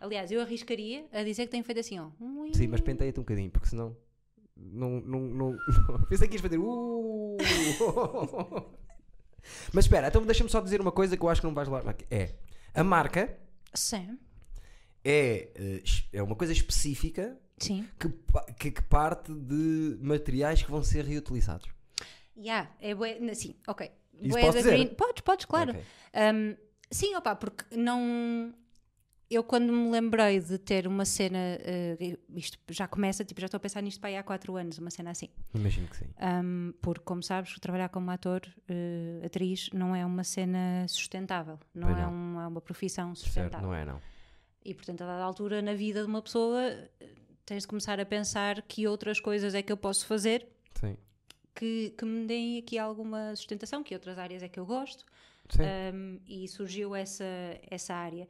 Aliás, eu arriscaria a dizer que tenho feito assim, ó. Ui.
Sim, mas penteia-te um bocadinho, porque senão. Não, não, não, Pensei que ias fazer. "Uh". mas espera, então deixa-me só dizer uma coisa que eu acho que não vais lá. É. A marca
Sim.
é, eh, es- é uma coisa específica
Sim.
que, pa- que, que parte de materiais que vão ser reutilizados.
Yeah, é bué, na- sim, ok.
Isso
Bué
posso
da
dizer?
green- Podes, podes, claro.
Ok.
Ahm, sim, opá, porque não. Eu quando me lembrei de ter uma cena, eh, isto já começa, tipo, já estou a pensar nisto para aí há 4 anos, uma cena assim.
Imagino que sim.
Ahm, porque, como sabes, trabalhar como ator, eh, atriz, não é uma cena sustentável, não,
Pois
É,
não.
uma, uma profissão
Certo,
sustentável.
não é, não.
E portanto, a dada altura na vida de uma pessoa, eh, tens de começar a pensar que outras coisas é que eu posso fazer
Sim.
que, que me deem aqui alguma sustentação, que outras áreas é que eu gosto.
Sim.
Um, e surgiu essa, essa área.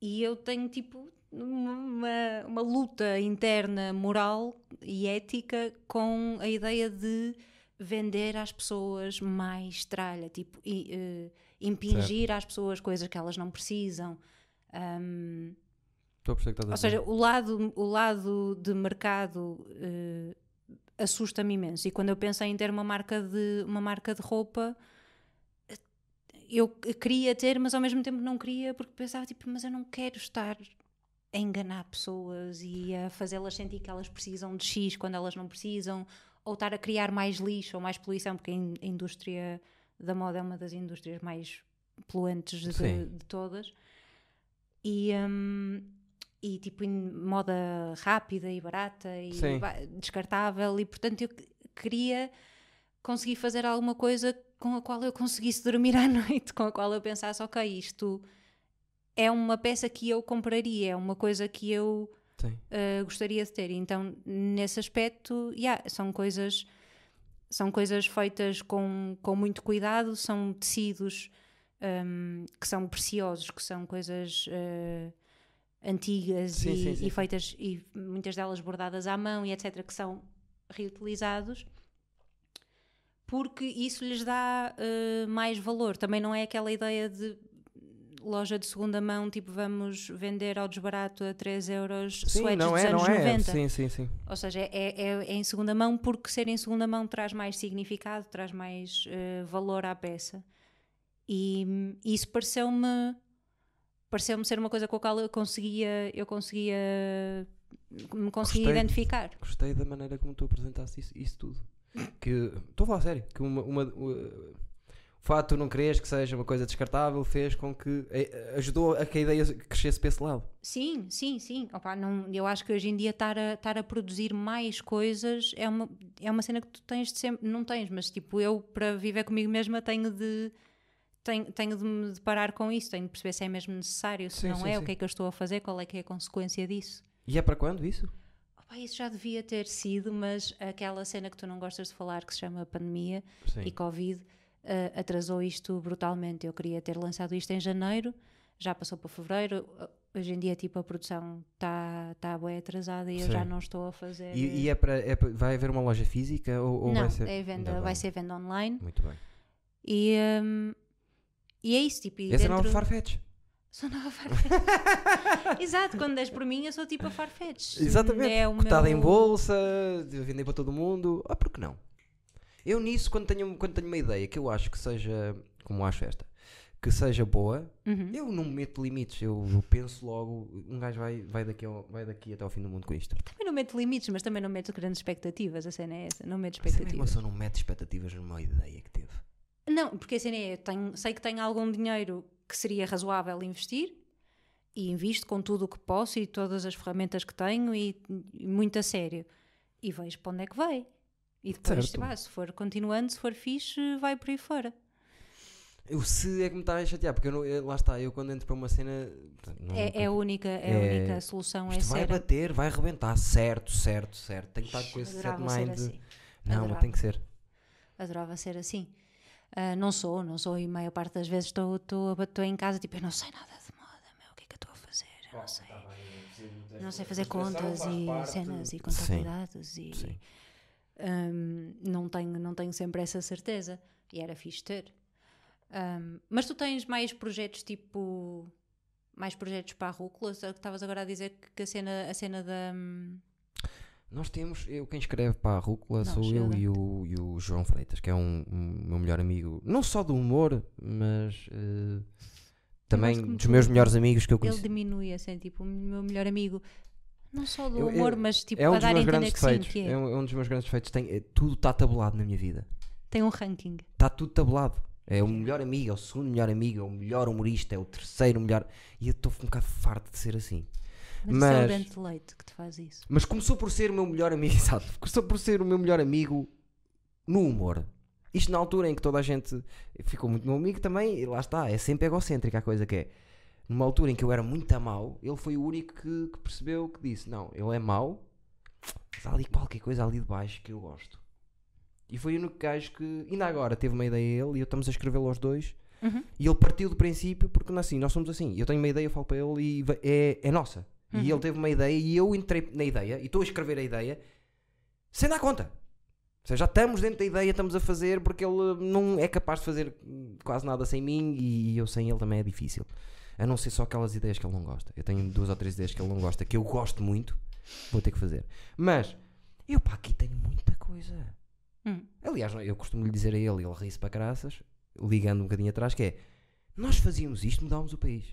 E eu tenho tipo uma, uma luta interna moral e ética com a ideia de vender às pessoas mais tralha, tipo, i- eh, impingir às pessoas coisas que elas não precisam.
Estou a perceber que
Ou
estás a
seja, o lado, o lado de mercado eh, assusta-me imenso. E quando eu pensei em ter uma marca de, uma marca de roupa, eh, eu que- queria ter, mas ao mesmo tempo não queria, porque pensava tipo, mas eu não quero estar a enganar pessoas e a fazê-las sentir que elas precisam de X quando elas não precisam, ou estar a criar mais lixo ou mais poluição, porque a in- a indústria da moda é uma das indústrias mais poluentes de,
Sim.
de todas. E, hum, e tipo em moda rápida e barata e
Sim.
ba- descartável e portanto eu que- queria conseguir fazer alguma coisa com a qual eu conseguisse dormir à noite, com a qual eu pensasse, ok, isto é uma peça que eu compraria, é uma coisa que eu
Sim.
eh, gostaria de ter. Então, nesse aspecto, yeah, são coisas são coisas feitas com, com muito cuidado, são tecidos ehm, que são preciosos, que são coisas eh, antigas
Sim,
e,
sim,
e
sim, sim.
feitas e muitas delas bordadas à mão e etc que são reutilizados porque isso lhes dá eh, mais valor. Também não é aquela ideia de loja de segunda mão, tipo vamos vender ao desbarato a 3 euros
Sim,
suéteres
não
dos
é,
anos
não é.
90.
Sim, sim, sim.
Ou seja, é, é- é em segunda mão porque ser em segunda mão traz mais significado, traz mais eh, valor à peça. E hum, isso pareceu-me pareceu-me ser uma coisa com a qual eu conseguia, eu conseguia me consegui
Gostei.
identificar.
Gostei da maneira como tu apresentaste isso, isso tudo. Que, estou a falar sério, que uma, uma- o- o fato de tu não quereres que seja uma coisa descartável fez com que eh, ajudou a que a ideia crescesse para esse lado.
Sim, sim, sim. Opa, não, eu acho que hoje em dia estar a, estar a produzir mais coisas é uma, é uma cena que tu tens de sempre. Não tens, mas tipo, eu para viver comigo mesma tenho de. Tenho, tenho de me deparar com isso, tenho de perceber se é mesmo necessário, se
Sim,
não
sim,
é, o
sim.
que é que eu estou a fazer, qual é que é a consequência disso.
E é para quando isso?
Opa, isso já devia ter sido, mas aquela cena que tu não gostas de falar que se chama pandemia
Sim.
e Covid eh, atrasou isto brutalmente. Eu queria ter lançado isto em janeiro, já passou para fevereiro. eh, Hoje em dia, tipo, a produção está tá bem atrasada e eu
Sim.
já não estou a fazer. eh,
E, e é para, é para- Vai haver uma loja física ou, ou
não,
vai ser.
é venda,
Ainda
vai
bem.
ser venda online.
Muito bem.
E, ehm, e é isso, tipo. E
Essa
dentro...
não é o Farfetch.
Sou nova Farfetch. Exato, quando és por mim, eu sou tipo a Farfetch.
Exatamente.
É o
Cotada
meu-
em bolsa, de vender para todo mundo. Ah, por que não? Eu nisso, quando tenho, quando tenho uma ideia que eu acho que seja, como acho esta, que seja boa,
Uhum.
eu não me meto limites. Eu, eu penso logo, um gajo vai, vai, daqui ao- vai daqui até ao fim do mundo com isto.
Também não meto limites, mas também não meto grandes expectativas. A cena é essa, não meto
Mas a mesma
expectativas.
pessoa assim não mete expectativas numa ideia que teve.
Não, porque assim é, eu tenho- sei que tenho algum dinheiro que seria razoável investir e invisto com tudo o que posso e todas as ferramentas que tenho e, e muito a sério. E vejo para onde é que vai. E depois,
Certo.
vá, se for continuando, se for fixe, vai por aí fora.
Eu se é que me está a chatear, porque eu não- eu- lá está, eu quando entro para uma cena. não-
É, é a única, é a
Hum, É-
única solução, é
Isto vai
ser.
bater, vai arrebentar, certo, certo, certo. Tem que estar com esse set
Adorava ser
mind.
assim.
Não, mas
Adorava.
tem que ser.
Adorava ser assim. Ah, não sou, não sou, e a maior parte das vezes estou- estou a- estou em casa, tipo, eu não sei nada de moda, meu, o que é que eu estou a fazer? Eu não sei. Não sei fazer contas e cenas e contabilidades e
Sim.
Ahm, não, tenho, não tenho sempre essa certeza e era fixe ter. Ahm, mas tu tens mais projetos tipo mais projetos para a rúcula? Só que Estavas agora a dizer que- que a cena, a cena da hum,
Nós temos, eu quem escreve para a Rúcula
Não,
sou eu
ajuda.
e o, e o João Freitas, que é um, um meu melhor amigo, não só do humor, mas eh, também
gosto como
dos
tu-
meus melhores amigos que eu
ele
conheci.
diminui assim, tipo, o meu melhor amigo, não só do
Eu-
humor,
eu-
mas tipo
é um
para
dos
dar a
meus
entender
grandes
que sim,
defeitos.
que é.
É um, é um dos meus grandes defeitos. Tem, é- tudo está tabulado na minha vida.
Tem um ranking.
Está tudo tabulado. É o melhor amigo, é o segundo melhor amigo, é o melhor humorista, é o terceiro melhor. E eu estou um bocado farto de ser assim.
Mas, isso é o
Mas-
Dante Leite que te faz isso.
Mas começou por ser o meu melhor amigo, exato. Começou por ser o meu melhor amigo no humor. Isto na altura em que toda a gente ficou muito meu amigo também, e lá está, é sempre egocêntrica a coisa que é. Numa altura em que eu era muito a mau, ele foi o único que, que percebeu que disse: Não, ele é mau, mas há ali qualquer coisa ali de baixo que eu gosto. E foi o único gajo que, ainda agora, teve uma ideia ele e eu estamos a escrevê-lo aos dois.
Uhum.
E ele partiu do princípio porque assim, nós somos assim. Eu tenho uma ideia, eu falo para ele e va- é, é nossa. E ele teve uma ideia e eu entrei na ideia e estou a escrever a ideia sem dar conta. Ou seja, já estamos dentro da ideia, estamos a fazer porque ele não é capaz de fazer hum, quase nada sem mim e eu sem ele também é difícil. A não ser só aquelas ideias que ele não gosta. Eu tenho duas ou três ideias que ele não gosta, que eu gosto muito, vou ter que fazer. Mas eu para aqui tenho muita coisa.
Hum.
Aliás, eu costumo lhe dizer a ele, ele ri-se para caraças, ligando um bocadinho atrás, que é nós fazíamos isto, mudávamos o país.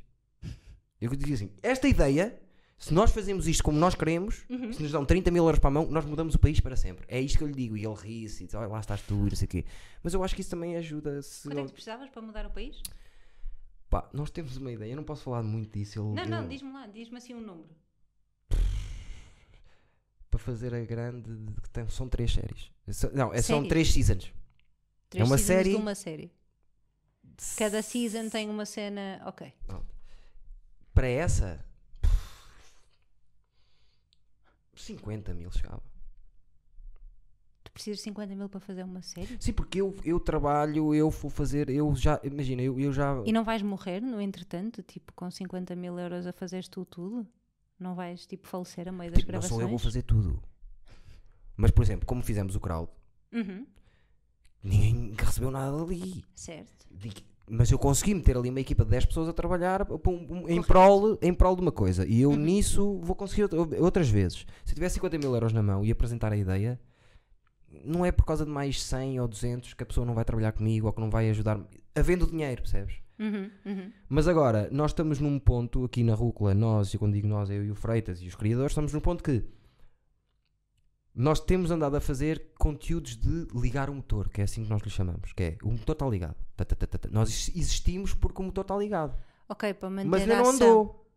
Eu diria assim: esta ideia, se nós fazemos isto como nós queremos,
Uhum.
se nos dão 30 mil euros para a mão, nós mudamos o país para sempre. É isto que eu lhe digo. E ele ri-se e diz: "Olha, lá estás tu, e não sei o quê. Mas eu acho que isso também ajuda. Se
Quanto é
não-
que tu precisavas para mudar o país?
Pá, nós temos uma ideia, eu não posso falar muito disso. ele-
Não,
ele-
não, diz-me lá, diz-me assim um número.
Para fazer a grande, de- que tem- são três séries. São- Não, é- são
Séries?
três seasons.
Três
É uma
seasons
série?
de uma série. Cada season tem uma cena. Ok.
Para essa, 50 mil chegava.
Tu precisas de 50 mil para fazer uma série?
Sim, porque eu, eu trabalho, eu vou fazer, eu já, imagina, eu, eu já.
E não vais morrer, no entretanto, tipo, com 50 mil euros a fazeres tu tudo? Não vais, tipo, falecer a meio das
Tipo, não
gravações?
sou eu vou fazer tudo. Mas, por exemplo, como fizemos o crowd,
Uhum,
ninguém recebeu nada ali.
certo.
Digo, Mas eu consegui meter ali uma equipa de 10 pessoas a trabalhar para um- um- em, prol, em prol de uma coisa. E eu nisso vou conseguir out- outras vezes. Se eu tivesse 50 mil euros na mão e apresentar a ideia, não é por causa de mais 100 ou 200 que a pessoa não vai trabalhar comigo ou que não vai ajudar-me. Havendo dinheiro, percebes?
Uhum, uhum.
Mas agora, nós estamos num ponto aqui na Rúcula, nós, e quando digo nós, eu e o Freitas e os criadores, estamos num ponto que nós temos andado a fazer conteúdos de ligar o motor, que é assim que nós lhe chamamos, que é o motor está ligado. Tá, tá, tá, tá, tá. Nós ex- existimos porque o motor está ligado.
Ok, para manter
Mas ainda
a
não
ação.
andou.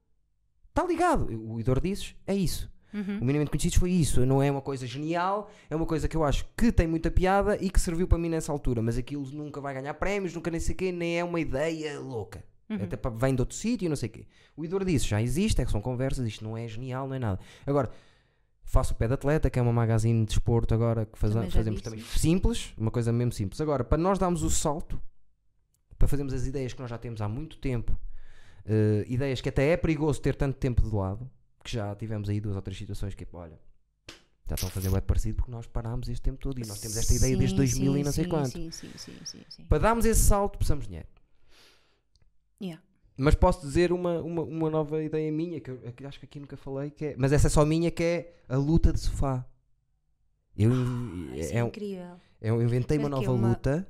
Está ligado. O Idor dizes, é isso.
Uhum.
O minimamente conhecidos foi isso. Não é uma coisa genial, é uma coisa que eu acho que tem muita piada e que serviu para mim nessa altura. Mas aquilo nunca vai ganhar prémios, nunca nem sei quê, nem é uma ideia louca.
Uhum.
Até para, vem de outro sítio e não sei o quê. O Idor disse, já existe, é que são conversas, isto não é genial, não é nada. Agora, faço o pé de atleta, que é uma magazine de desporto agora que faza-
Também já
fazemos
vi,
também
sim.
simples, uma coisa mesmo simples. Agora, para nós darmos o salto, para fazermos as ideias que nós já temos há muito tempo, eh, ideias que até é perigoso ter tanto tempo de lado, que já tivemos aí duas ou três situações que, olha, já estão a fazer web parecido porque nós parámos este tempo todo e nós temos esta ideia desde
Sim,
2000 e
sim,
não sei
sim,
quanto.
Sim, sim, sim, sim, sim.
Para darmos esse salto, precisamos de dinheiro.
Yeah.
Mas posso dizer uma, uma, uma nova ideia minha, que eu que acho que aqui nunca falei, que é, mas essa é só minha, que é a luta de sofá. Eu,
Ah, isso
é,
é,
um-
incrível.
eu inventei uma
Mas que é
nova
uma-
luta.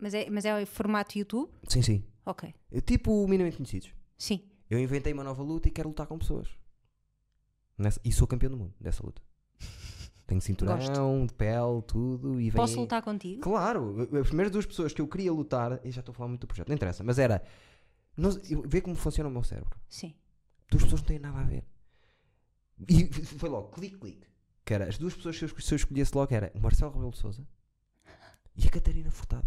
Mas é, mas é o formato YouTube?
Sim, sim.
Ok.
Eu, tipo o Minimamente Conhecidos.
Sim.
Eu inventei uma nova luta e quero lutar com pessoas. Nessa- e sou campeão do mundo dessa luta. Tenho cinturão, de pele, tudo. E vem
Posso lutar contigo?
Claro, as primeiras duas pessoas que eu queria lutar, e já estou a falar muito do projeto, não interessa, mas era não- eu- ver como funciona o meu cérebro.
Sim.
Duas pessoas não têm nada a ver. E f- foi logo, clique, clique. Que era as duas pessoas que eu, escol- se eu escolhesse logo era o Marcelo Rebelo de Souza e a Catarina Furtado.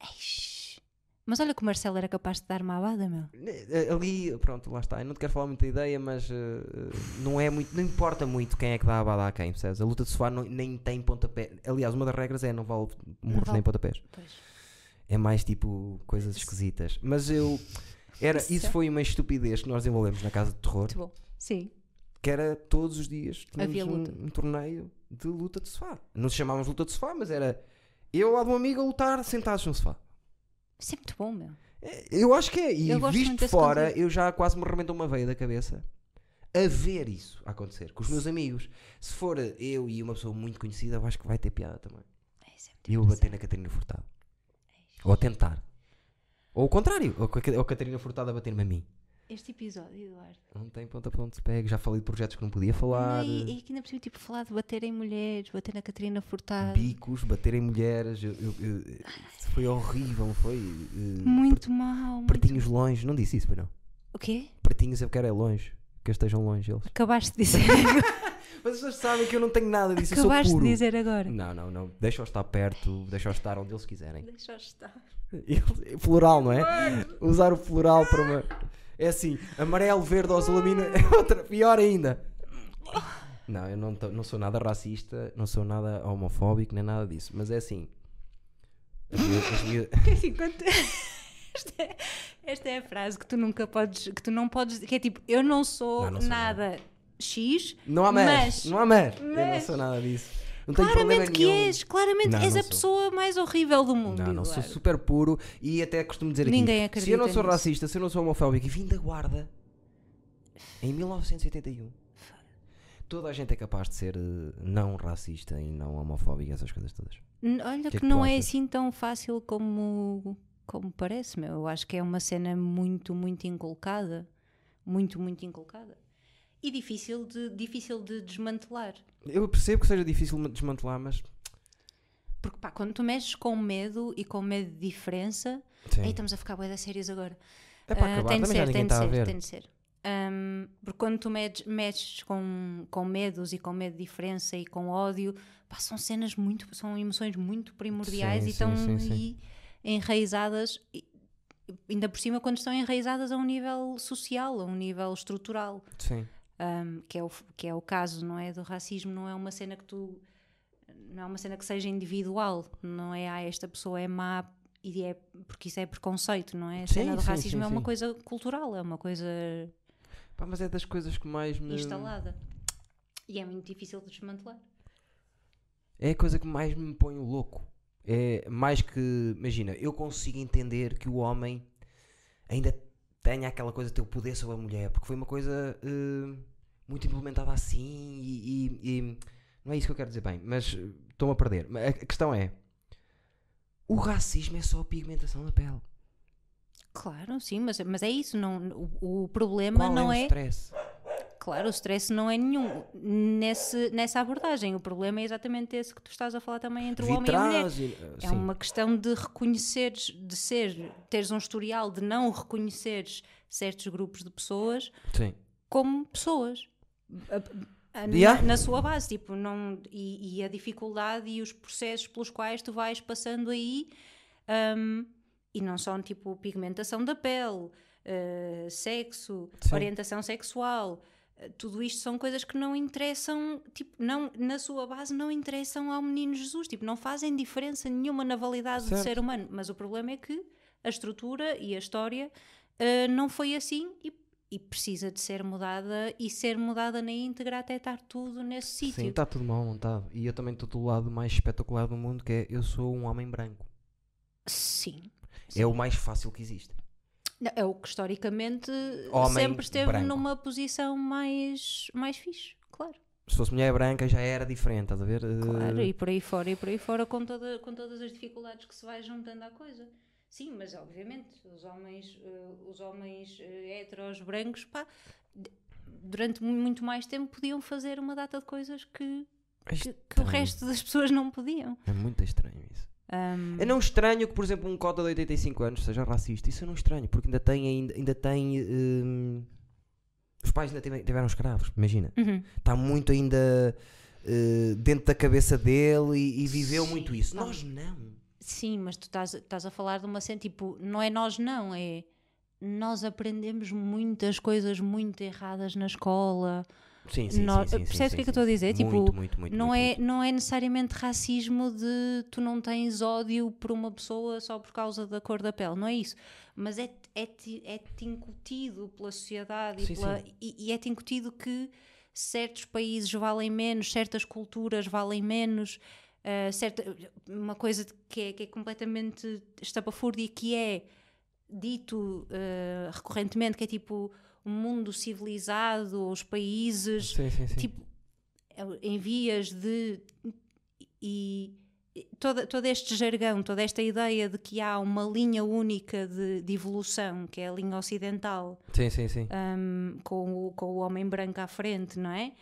Eish. Mas olha que o Marcelo era capaz de dar uma abada, meu.
Ne- eh, Ali, pronto, lá está. Eu não te quero falar muito da ideia, mas eh, eh, não é muito, não importa muito quem é que dá a bala a quem, percebes? A luta de suar não- nem tem pontapé. Aliás, uma das regras é não vale murros
vale.
nem pontapés.
Pois.
É mais tipo coisas esquisitas. Mas eu. Era,
é.
isso foi uma estupidez que nós desenvolvemos na Casa de Terror,
Muito bom. Sim.
que era todos os dias tínhamos
Havia luta.
um, um torneio de luta de sofá. Não se chamávamos luta de sofá, mas era eu lá de um amigo a lutar sentados no sofá.
Isso é muito bom, meu.
É, Eu acho que é. E
Eu gosto
visto
muito
de
desse
fora,
conteúdo.
eu já quase me rebentou uma veia da cabeça a ver isso a acontecer com os meus amigos. Se for eu e uma pessoa muito conhecida, eu acho que vai ter piada também.
É, isso é muito
E eu a bater na Catarina Furtado. Ou a tentar. Ou o contrário, ou a ou a Catarina Furtado a bater-me a mim.
Este episódio, Eduardo.
Não tem ponta para onde se pega. Já falei de projetos que não podia falar. eh,
Não, e, e aqui ainda preciso tipo, falar de bater em mulheres, bater na Catarina Furtado.
Bicos, bater em mulheres. eu- eu- eu- foi horrível, foi. eh,
Muito mal. Muito...
Pertinhos longe. Não disse isso, pois não.
O quê?
Pertinhos eu quero é longe. Que eu estejam longe eles.
Acabaste de dizer,
Mas as pessoas sabem que eu não tenho nada disso. eu
acabaste
sou
de
puro.
dizer agora.
Não, não, não. Deixa-os estar perto, deixa-os estar onde eles quiserem.
Deixa estar.
Eles- Plural, não é? Usar o plural para uma. É assim, amarelo, verde, azul, a mim não- é outra. Pior ainda. Não, eu não, tô- não sou nada racista, não sou nada homofóbico, nem nada disso. Mas é assim. As miú- as miú-
Enquanto... esta, é, esta é a frase que tu nunca podes, que tu não podes, que é tipo, eu não sou,
Não, não sou
nada X,
Não há mas,
Mas-
Não há mas. Eu não
mas-
sou nada disso. Não tenho problema
claramente que
nenhum.
és, claramente
Não,
és
não
a
sou.
pessoa mais horrível do mundo.
Não, não, sou
Eduardo.
super puro e até costumo dizer
Ninguém
aqui, se eu não
acredita
sou
nisso.
racista, se eu não sou homofóbico e vim da guarda em 1981. Toda a gente é capaz de ser eh, não racista e não homofóbico e essas coisas todas.
N- Olha
que é
que,
que tu
não é
achas?
assim tão fácil como, como parece, meu. Eu acho que é uma cena muito, muito inculcada. Muito, muito inculcada. E difícil de, difícil de desmantelar.
Eu percebo que seja difícil ma- desmantelar, mas
Porque pá, quando tu mexes com medo e com medo de diferença,
sim.
aí estamos a ficar bué das séries agora.
é para
Ah,
acabar,
tem de
também já
ser,
ninguém
tem de
está a
ser,
ver.
tem de ser. Ahm, porque quando tu medes- mexes com, com medos e com medo de diferença e com ódio, pá, são cenas muito, são emoções muito primordiais
Sim,
e
sim,
estão
sim, sim.
aí enraizadas, e- ainda por cima quando estão enraizadas a um nível social, a um nível estrutural,
Sim.
ahm, que, é o, f- que é o caso, não é? Do racismo, não é uma cena que tu. Não é uma cena que seja individual, não é? Ah, esta pessoa é má e é porque isso é preconceito, não é? A
Sim,
cena do
sim,
racismo
sim,
é uma
sim.
coisa cultural, é uma coisa
Pá, mas é das coisas que mais
Hum.
me.
instalada. E é muito difícil de desmantelar.
É a coisa que mais me põe louco. É mais que. Imagina, eu consigo entender que o homem ainda tenha aquela coisa de ter o poder sobre a mulher, porque foi uma coisa eh, muito implementada assim e, e- e- Não é isso que eu quero dizer bem, mas eh, estou-me a perder. Mas A a questão é: o racismo é só a pigmentação da pele.
Claro, sim, mas, mas é isso. Não, o, o problema
Qual
não
é o
é.
stress?
Claro, o stress não é nenhum nesse, nessa abordagem. O problema é exatamente esse que tu estás a falar também entre o homem e a mulher.
Vitraz e- ah,
É
sim.
uma questão de reconheceres, de ser, teres um historial de não reconheceres certos grupos de pessoas
Sim.
como pessoas a- a- na-
Yeah.
na, sua base, tipo, não, e, e a dificuldade e os processos pelos quais tu vais passando aí, hum, e não só tipo pigmentação da pele, eh, sexo,
Sim.
orientação sexual. eh, Tudo isto são coisas que não interessam, tipo, não, na sua base não interessam ao menino Jesus, tipo, não fazem diferença nenhuma na validade
Certo.
do ser humano. Mas o problema é que a estrutura e a história Uh, não foi assim e, e precisa de ser mudada e ser mudada na íntegra até estar tudo nesse
Sim, tá.
sítio.
está tudo mal montado. E eu também estou do lado mais espetacular do mundo, que é eu sou um homem branco.
Sim.
É o mais fácil que existe.
Não, É o que historicamente
Homem
sempre esteve
branco.
numa posição mais, mais fixe, claro.
Se fosse mulher branca já era diferente, estás a ver? Eh,
Claro, e por aí fora, e por aí fora, com, toda, com todas as dificuldades que se vai juntando à coisa. Sim, mas obviamente, os homens, eh, os homens eh, heteros brancos, pá, d- durante mu- muito mais tempo podiam fazer uma data de coisas que,
isto
que, que o
Estranho.
resto das pessoas não podiam.
É muito estranho isso. Eu não estranho que, por exemplo, um cota de 85 anos seja racista. Isso eu não estranho, porque ainda tem. Ainda, ainda tem hum, os pais ainda tiveram tiveram escravos, imagina.
Uhum.
está muito ainda eh, dentro da cabeça dele e, e viveu
Sim,
muito isso.
tá.
Nós não.
Sim, mas tu estás, estás a falar de uma cena, tipo, não é nós não, é nós aprendemos muitas coisas muito erradas na escola.
Sim, sim,
Nó-
sim, sim, sim,
percebes o
sim,
que é que eu
sim,
estou a
sim.
dizer? Tipo,
Muito, muito, muito,
não,
muito,
é,
muito.
não é necessariamente racismo de tu não tens ódio por uma pessoa só por causa da cor da pele, não é isso. Mas é, é, é te incutido pela sociedade
Sim,
e, pela-
sim.
e- e é-te incutido que certos países valem menos, certas culturas valem menos. ah, certa, uma coisa de- que é, que é completamente estapafúrdia e que é dito ah, recorrentemente, que é tipo o mundo civilizado, os países
Sim, sim, sim.
tipo é- em vias de e e toda, todo este jargão, toda esta ideia de que há uma linha única de, de evolução, que é a linha ocidental,
sim, sim, sim.
hum, com, o, com o homem branco à frente, não é?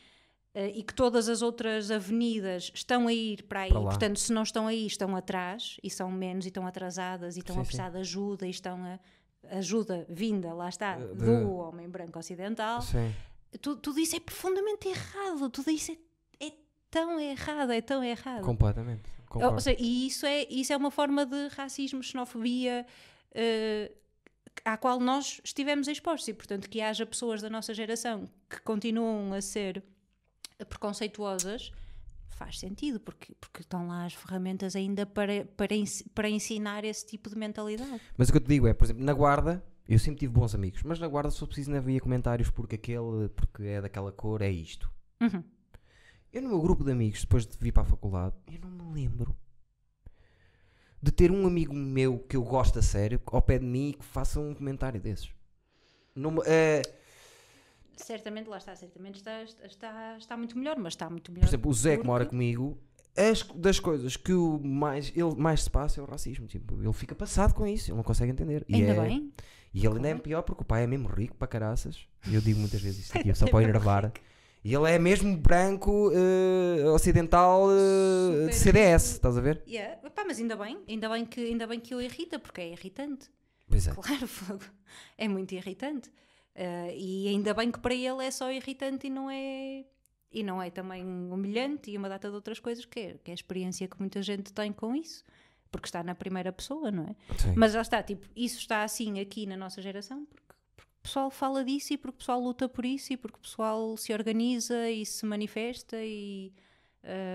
Eh, E que todas as outras avenidas estão a ir para aí,
Para lá.
portanto, se não estão aí, estão atrás e são menos e estão atrasadas e estão
Sim,
a
sim.
precisar de ajuda e estão a ajuda vinda, lá está,
Eh, de-
do homem branco ocidental.
Sim.
Tu- Tudo, isso é profundamente errado. Tudo isso é, é tão errado, é tão errado.
Completamente.
Ou- ou
Concordo.
seja, e isso é, isso é uma forma de racismo, xenofobia, eh, à qual nós estivemos expostos. E, portanto, que haja pessoas da nossa geração que continuam a ser preconceituosas faz sentido, porque, porque estão lá as ferramentas ainda para, para, ens- para ensinar esse tipo de mentalidade.
Mas o que eu te digo é, por exemplo, na guarda, eu sempre tive bons amigos, mas na guarda só preciso não havia comentários porque aquele, porque é daquela cor, é isto.
Uhum.
Eu no meu grupo de amigos, depois de vir para a faculdade, eu não me lembro de ter um amigo meu que eu gosto a sério ao pé de mim e que faça um comentário desses. Não, me- eh,
Certamente, lá está, certamente está, está, está muito melhor, mas está muito melhor.
por exemplo, o Zé que
porque-
mora comigo, as co- das coisas que o mais, ele mais se passa é o racismo. Tipo, ele fica passado com isso, ele não consegue entender. E
Ainda
é-
bem,
E ele ainda é
Claro.
pior porque o pai é mesmo rico para caraças. E eu digo muitas vezes isto
É
aqui só para o enervar. E ele é mesmo branco eh, ocidental eh,
Super
de CDS,
rico.
estás a ver?
Yeah. Epá, mas ainda bem, ainda bem, que, ainda bem que o irrita, porque é irritante.
Pois é.
Claro, fogo. é muito irritante. Ah, e ainda bem que para ele é só irritante e não é, e não é também humilhante e uma data de outras coisas, que é, que é a experiência que muita gente tem com isso, porque está na primeira pessoa, não é?
Sim.
Mas já está, tipo, isso está assim aqui na nossa geração porque, porque o pessoal fala disso e porque o pessoal luta por isso e porque o pessoal se organiza e se manifesta e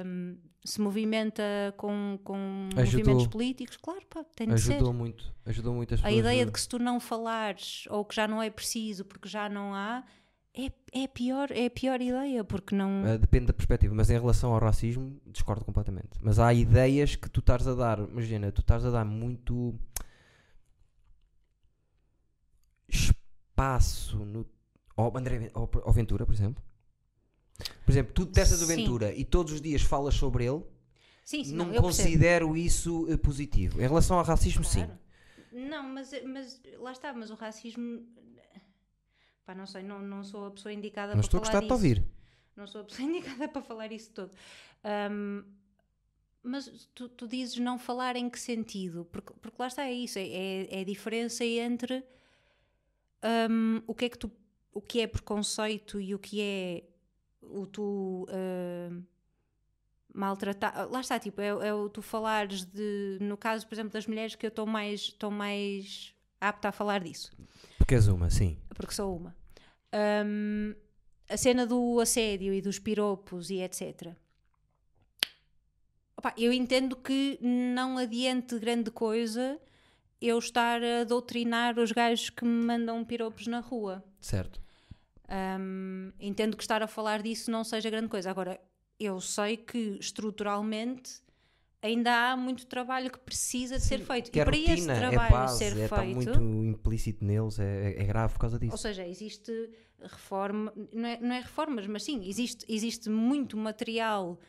hum, se movimenta com, com
Ajudou.
movimentos políticos. Claro, pá, tem de
ajudou
ser.
muito. Ajudou muito as
A
pessoas.
ideia de que se tu não falares ou que já não é preciso porque já não há é, é, pior, é a pior ideia porque não.
Eh, depende da perspectiva, mas em relação ao racismo, discordo completamente. Mas há ideias que tu estás a dar, imagina, tu estás a dar muito espaço no, ao, André, Ven- ao, ao Ventura, por exemplo. Por exemplo, tu testas o
Sim.
Ventura e todos os dias falas sobre ele,
Sim, sim,
não,
eu percebo.
considero isso eh, positivo. Em relação ao racismo,
Claro.
sim.
Não, mas, mas lá está, mas o racismo. Pá, não sei, não, não sou a pessoa indicada
Não
para
estou a
falar
gostar de te
disso.
ouvir.
Não sou a pessoa indicada para falar isso todo. Ahm, mas tu, tu dizes não falar em que sentido? Porque, porque lá está, é isso, é, é- é a diferença entre ahm, o que é que tu o que é preconceito e o que é o tu ahm, maltratar. Lá está, tipo, é, é o tu falares de. No caso, por exemplo, das mulheres, que eu estou mais, estou mais apta a falar disso
Porque és uma, sim.
porque sou uma. Ahm, a cena do assédio e dos piropos e etc. Opa, eu entendo que não adiante grande coisa eu estar a doutrinar os gajos que me mandam piropos na rua.
Certo.
Ahm, entendo que estar a falar disso não seja grande coisa. Agora, eu sei que estruturalmente ainda há muito trabalho que precisa de ser feito.
Que
e
a
para esse
rotina é
trabalho
base,
ser
é,
feito.
está muito implícito neles, é, é grave por causa
Ou
disso.
seja, existe reforma, não é, não é reformas, mas sim, existe, existe muito material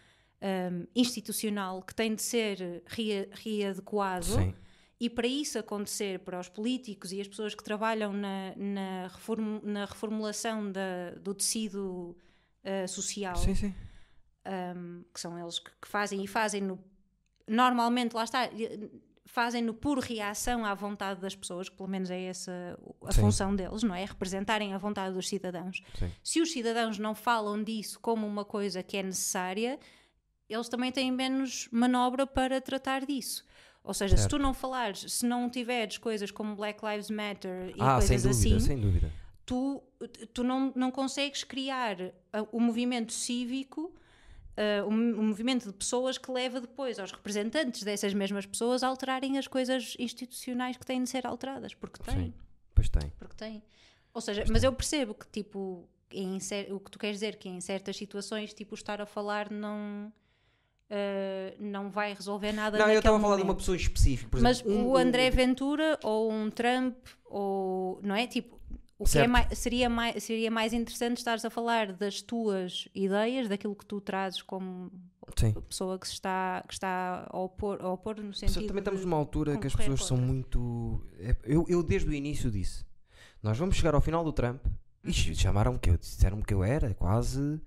hum, institucional que tem de ser rea- readequado
Sim.
e para isso acontecer, para os políticos e as pessoas que trabalham na, na, reformu- na reformulação da- do tecido ah, social,
Sim, sim.
hum, que são eles que, que fazem e fazem no, normalmente, lá está, eh, fazem no por reação à vontade das pessoas, que pelo menos é essa a
Sim.
função deles, não é? Representarem a vontade dos cidadãos.
Sim.
Se os cidadãos não falam disso como uma coisa que é necessária, eles também têm menos manobra para tratar disso. Ou seja, se tu não falares, se não tiveres coisas como Black Lives Matter e
Ah, sem
coisas
dúvida,
assim,
sem dúvida.
tu, tu não, não consegues criar a- o movimento cívico, eh, o mo- o movimento de pessoas que leva depois aos representantes dessas mesmas pessoas a alterarem as coisas institucionais que têm de ser alteradas, porque têm.
Sim. Pois tem.
Porque têm. Ou seja, mas eu percebo que tipo, em cer- o que tu queres dizer, que em certas situações, tipo, estar a falar não. eh, não vai resolver nada
Não, eu
naquele
estava a falar de
é momento.
uma pessoa específica. Por
Mas
exemplo, um-
o André Ventura ou um Trump ou não é tipo o que é
Certo.
mai- seria mais seria mais interessante estares a falar das tuas ideias, daquilo que tu trazes como
Sim.
pessoa que se está que está a opor, a opor no
Mas
sentido
Também
de-
estamos numa altura que as
concorrer
pessoas são muito. é- Eu, eu desde o início disse: nós vamos chegar ao final do Trump. E ch- chamaram-me que eu disseram-me que eu era, quase.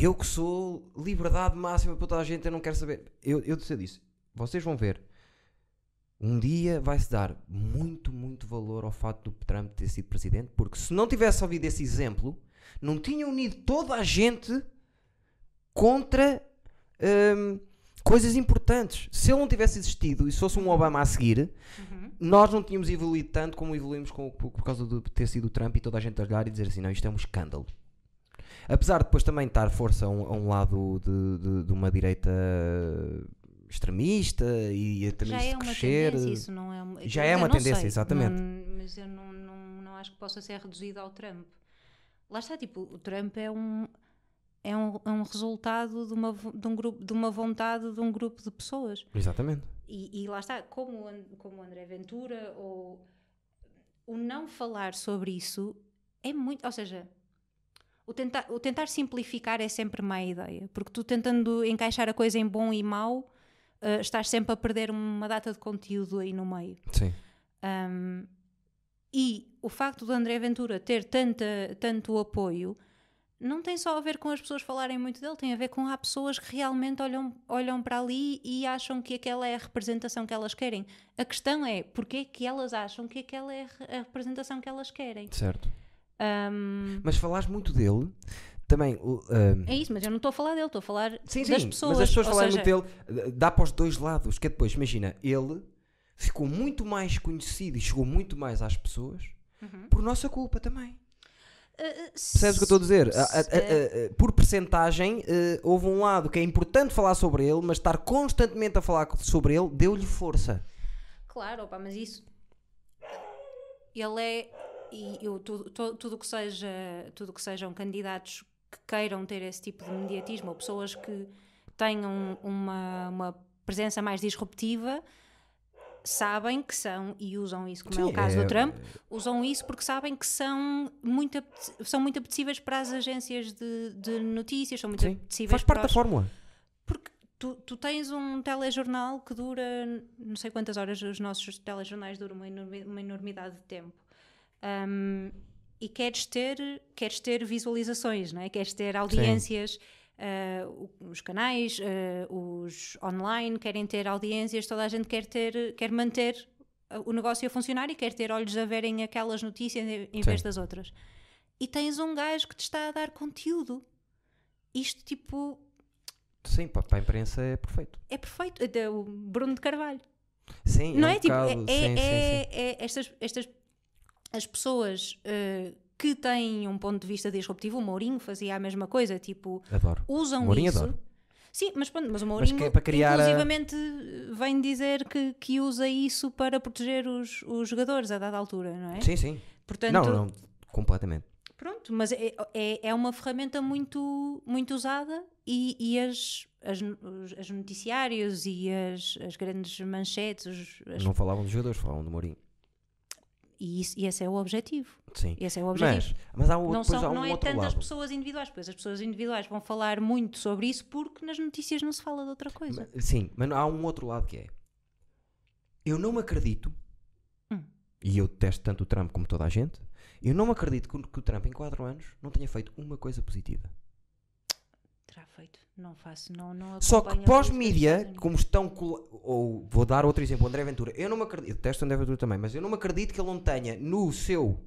Eu que sou liberdade máxima para toda a gente, eu não quero saber. Eu, eu disse, eu disse, vocês vão ver. Um dia vai-se dar muito, muito valor ao facto do Trump ter sido presidente, porque se não tivesse ouvido esse exemplo, não tinha unido toda a gente contra hum, coisas importantes. Se ele não tivesse existido e se fosse um Obama a seguir,
Uhum.
nós não tínhamos evoluído tanto como evoluímos com- por, por causa de ter sido o Trump e toda a gente a olhar e dizer assim: não, isto é um escândalo. Apesar de depois também estar força a um, a um lado de, de- de uma direita extremista e a também
já é
isso
uma
crescer.
tendência, isso não é uma,
Já é
eu
uma
não
tendência,
sei,
exatamente.
não- mas eu não, não, não acho que possa ser reduzido ao Trump. Lá está, tipo, o Trump é um é um, é um resultado de uma, vo- de, um grupo, de uma vontade de um grupo de pessoas.
Exatamente.
E, e lá está, como, o An- como o André Ventura, ou o não falar sobre isso é muito. Ou seja, o tentar, o tentar simplificar é sempre má ideia, porque tu tentando encaixar a coisa em bom e mau, eh, estás sempre a perder uma data de conteúdo aí no meio.
Sim.
Um, e o facto do André Ventura ter tanta, tanto apoio não tem só a ver com as pessoas falarem muito dele, tem a ver com há pessoas que realmente olham, olham para ali e acham que aquela é a representação que elas querem. A questão é porque é que elas acham que aquela é a re- a representação que elas querem.
Certo.
Um,
Mas falares muito dele, também. o, hum,
é isso, mas eu não estou a falar dele, estou a falar
Sim,
das
sim,
pessoas.
mas as pessoas
ou
falarem
seja,
muito dele, eh, dá para os dois lados, que é depois, imagina, ele ficou muito mais conhecido e chegou muito mais às pessoas
Uhum.
por nossa culpa também.
eh,
Percebes o que eu estou a dizer? A- a- a-
se-
a- a- por percentagem, eh, houve um lado que é importante falar sobre ele, mas estar constantemente a falar sobre ele deu-lhe força.
Claro, opa, mas isso. Ele é. E eu, tudo, to- tudo, que seja, tudo que sejam candidatos que queiram ter esse tipo de mediatismo ou pessoas que tenham uma, uma presença mais disruptiva sabem que são e usam isso, como é
Sim,
o caso
é-
do Trump, usam isso porque sabem que são muito, apete- são muito apetecíveis para as agências de, de notícias, são muito
Sim,
apetecíveis
faz parte
para
da
os-
fórmula.
porque Tu, tu tens um telejornal que dura não sei quantas horas, os nossos telejornais duram uma, enormi- uma enormidade de tempo. Ahm, e queres ter, queres ter visualizações, não é? queres ter audiências. ah, o- os canais, ah, os online querem ter audiências, toda a gente quer, ter, quer manter ah, o negócio a funcionar e quer ter olhos a verem aquelas notícias em em vez
Sim.
das outras. E tens um gajo que te está a dar conteúdo. Isto, tipo,
Sim, pá, para a imprensa é perfeito.
é perfeito. É da- O Bruno de Carvalho.
Sim,
não
é,
é?
um
Tipo, é,
bocado-
é-
sim, sim,
é- é estas, estas as pessoas eh, que têm um ponto de vista disruptivo, o Mourinho fazia a mesma coisa, tipo,
sim. Adoro.
usam
Mourinho
isso.
adoro.
Sim, mas pronto, mas o Mourinho
que é para criar a-
inclusivamente vem dizer que, que usa isso para proteger os, os jogadores a dada altura, não é?
Sim, sim.
Portanto,
não, não, completamente.
Pronto, mas é, é, é uma ferramenta muito, muito usada e, e as, as, os- as noticiários e as, as grandes manchetes os- as-
Não falavam dos jogadores, falavam do Mourinho.
e, isso, e esse é o objetivo.
Sim.
Esse é o objetivo.
Mas, mas há, o-
não
depois
são,
há um
não é
outro
tantas
lado.
pessoas individuais, pois as pessoas individuais vão falar muito sobre isso porque nas notícias não se fala de outra coisa.
Ma- Sim, mas há um outro lado que é eu não me acredito
Hum.
e eu detesto tanto o Trump como toda a gente eu não me acredito que, o- que o Trump em 4 anos não tenha feito uma coisa positiva
Terá feito, não faço, não, não
só que
acompanho as
pós-mídia
coisas.
como estão cola- ou vou dar outro exemplo André Ventura, eu não me acredito eu detesto André Ventura também, mas eu não me acredito que ele não tenha no seu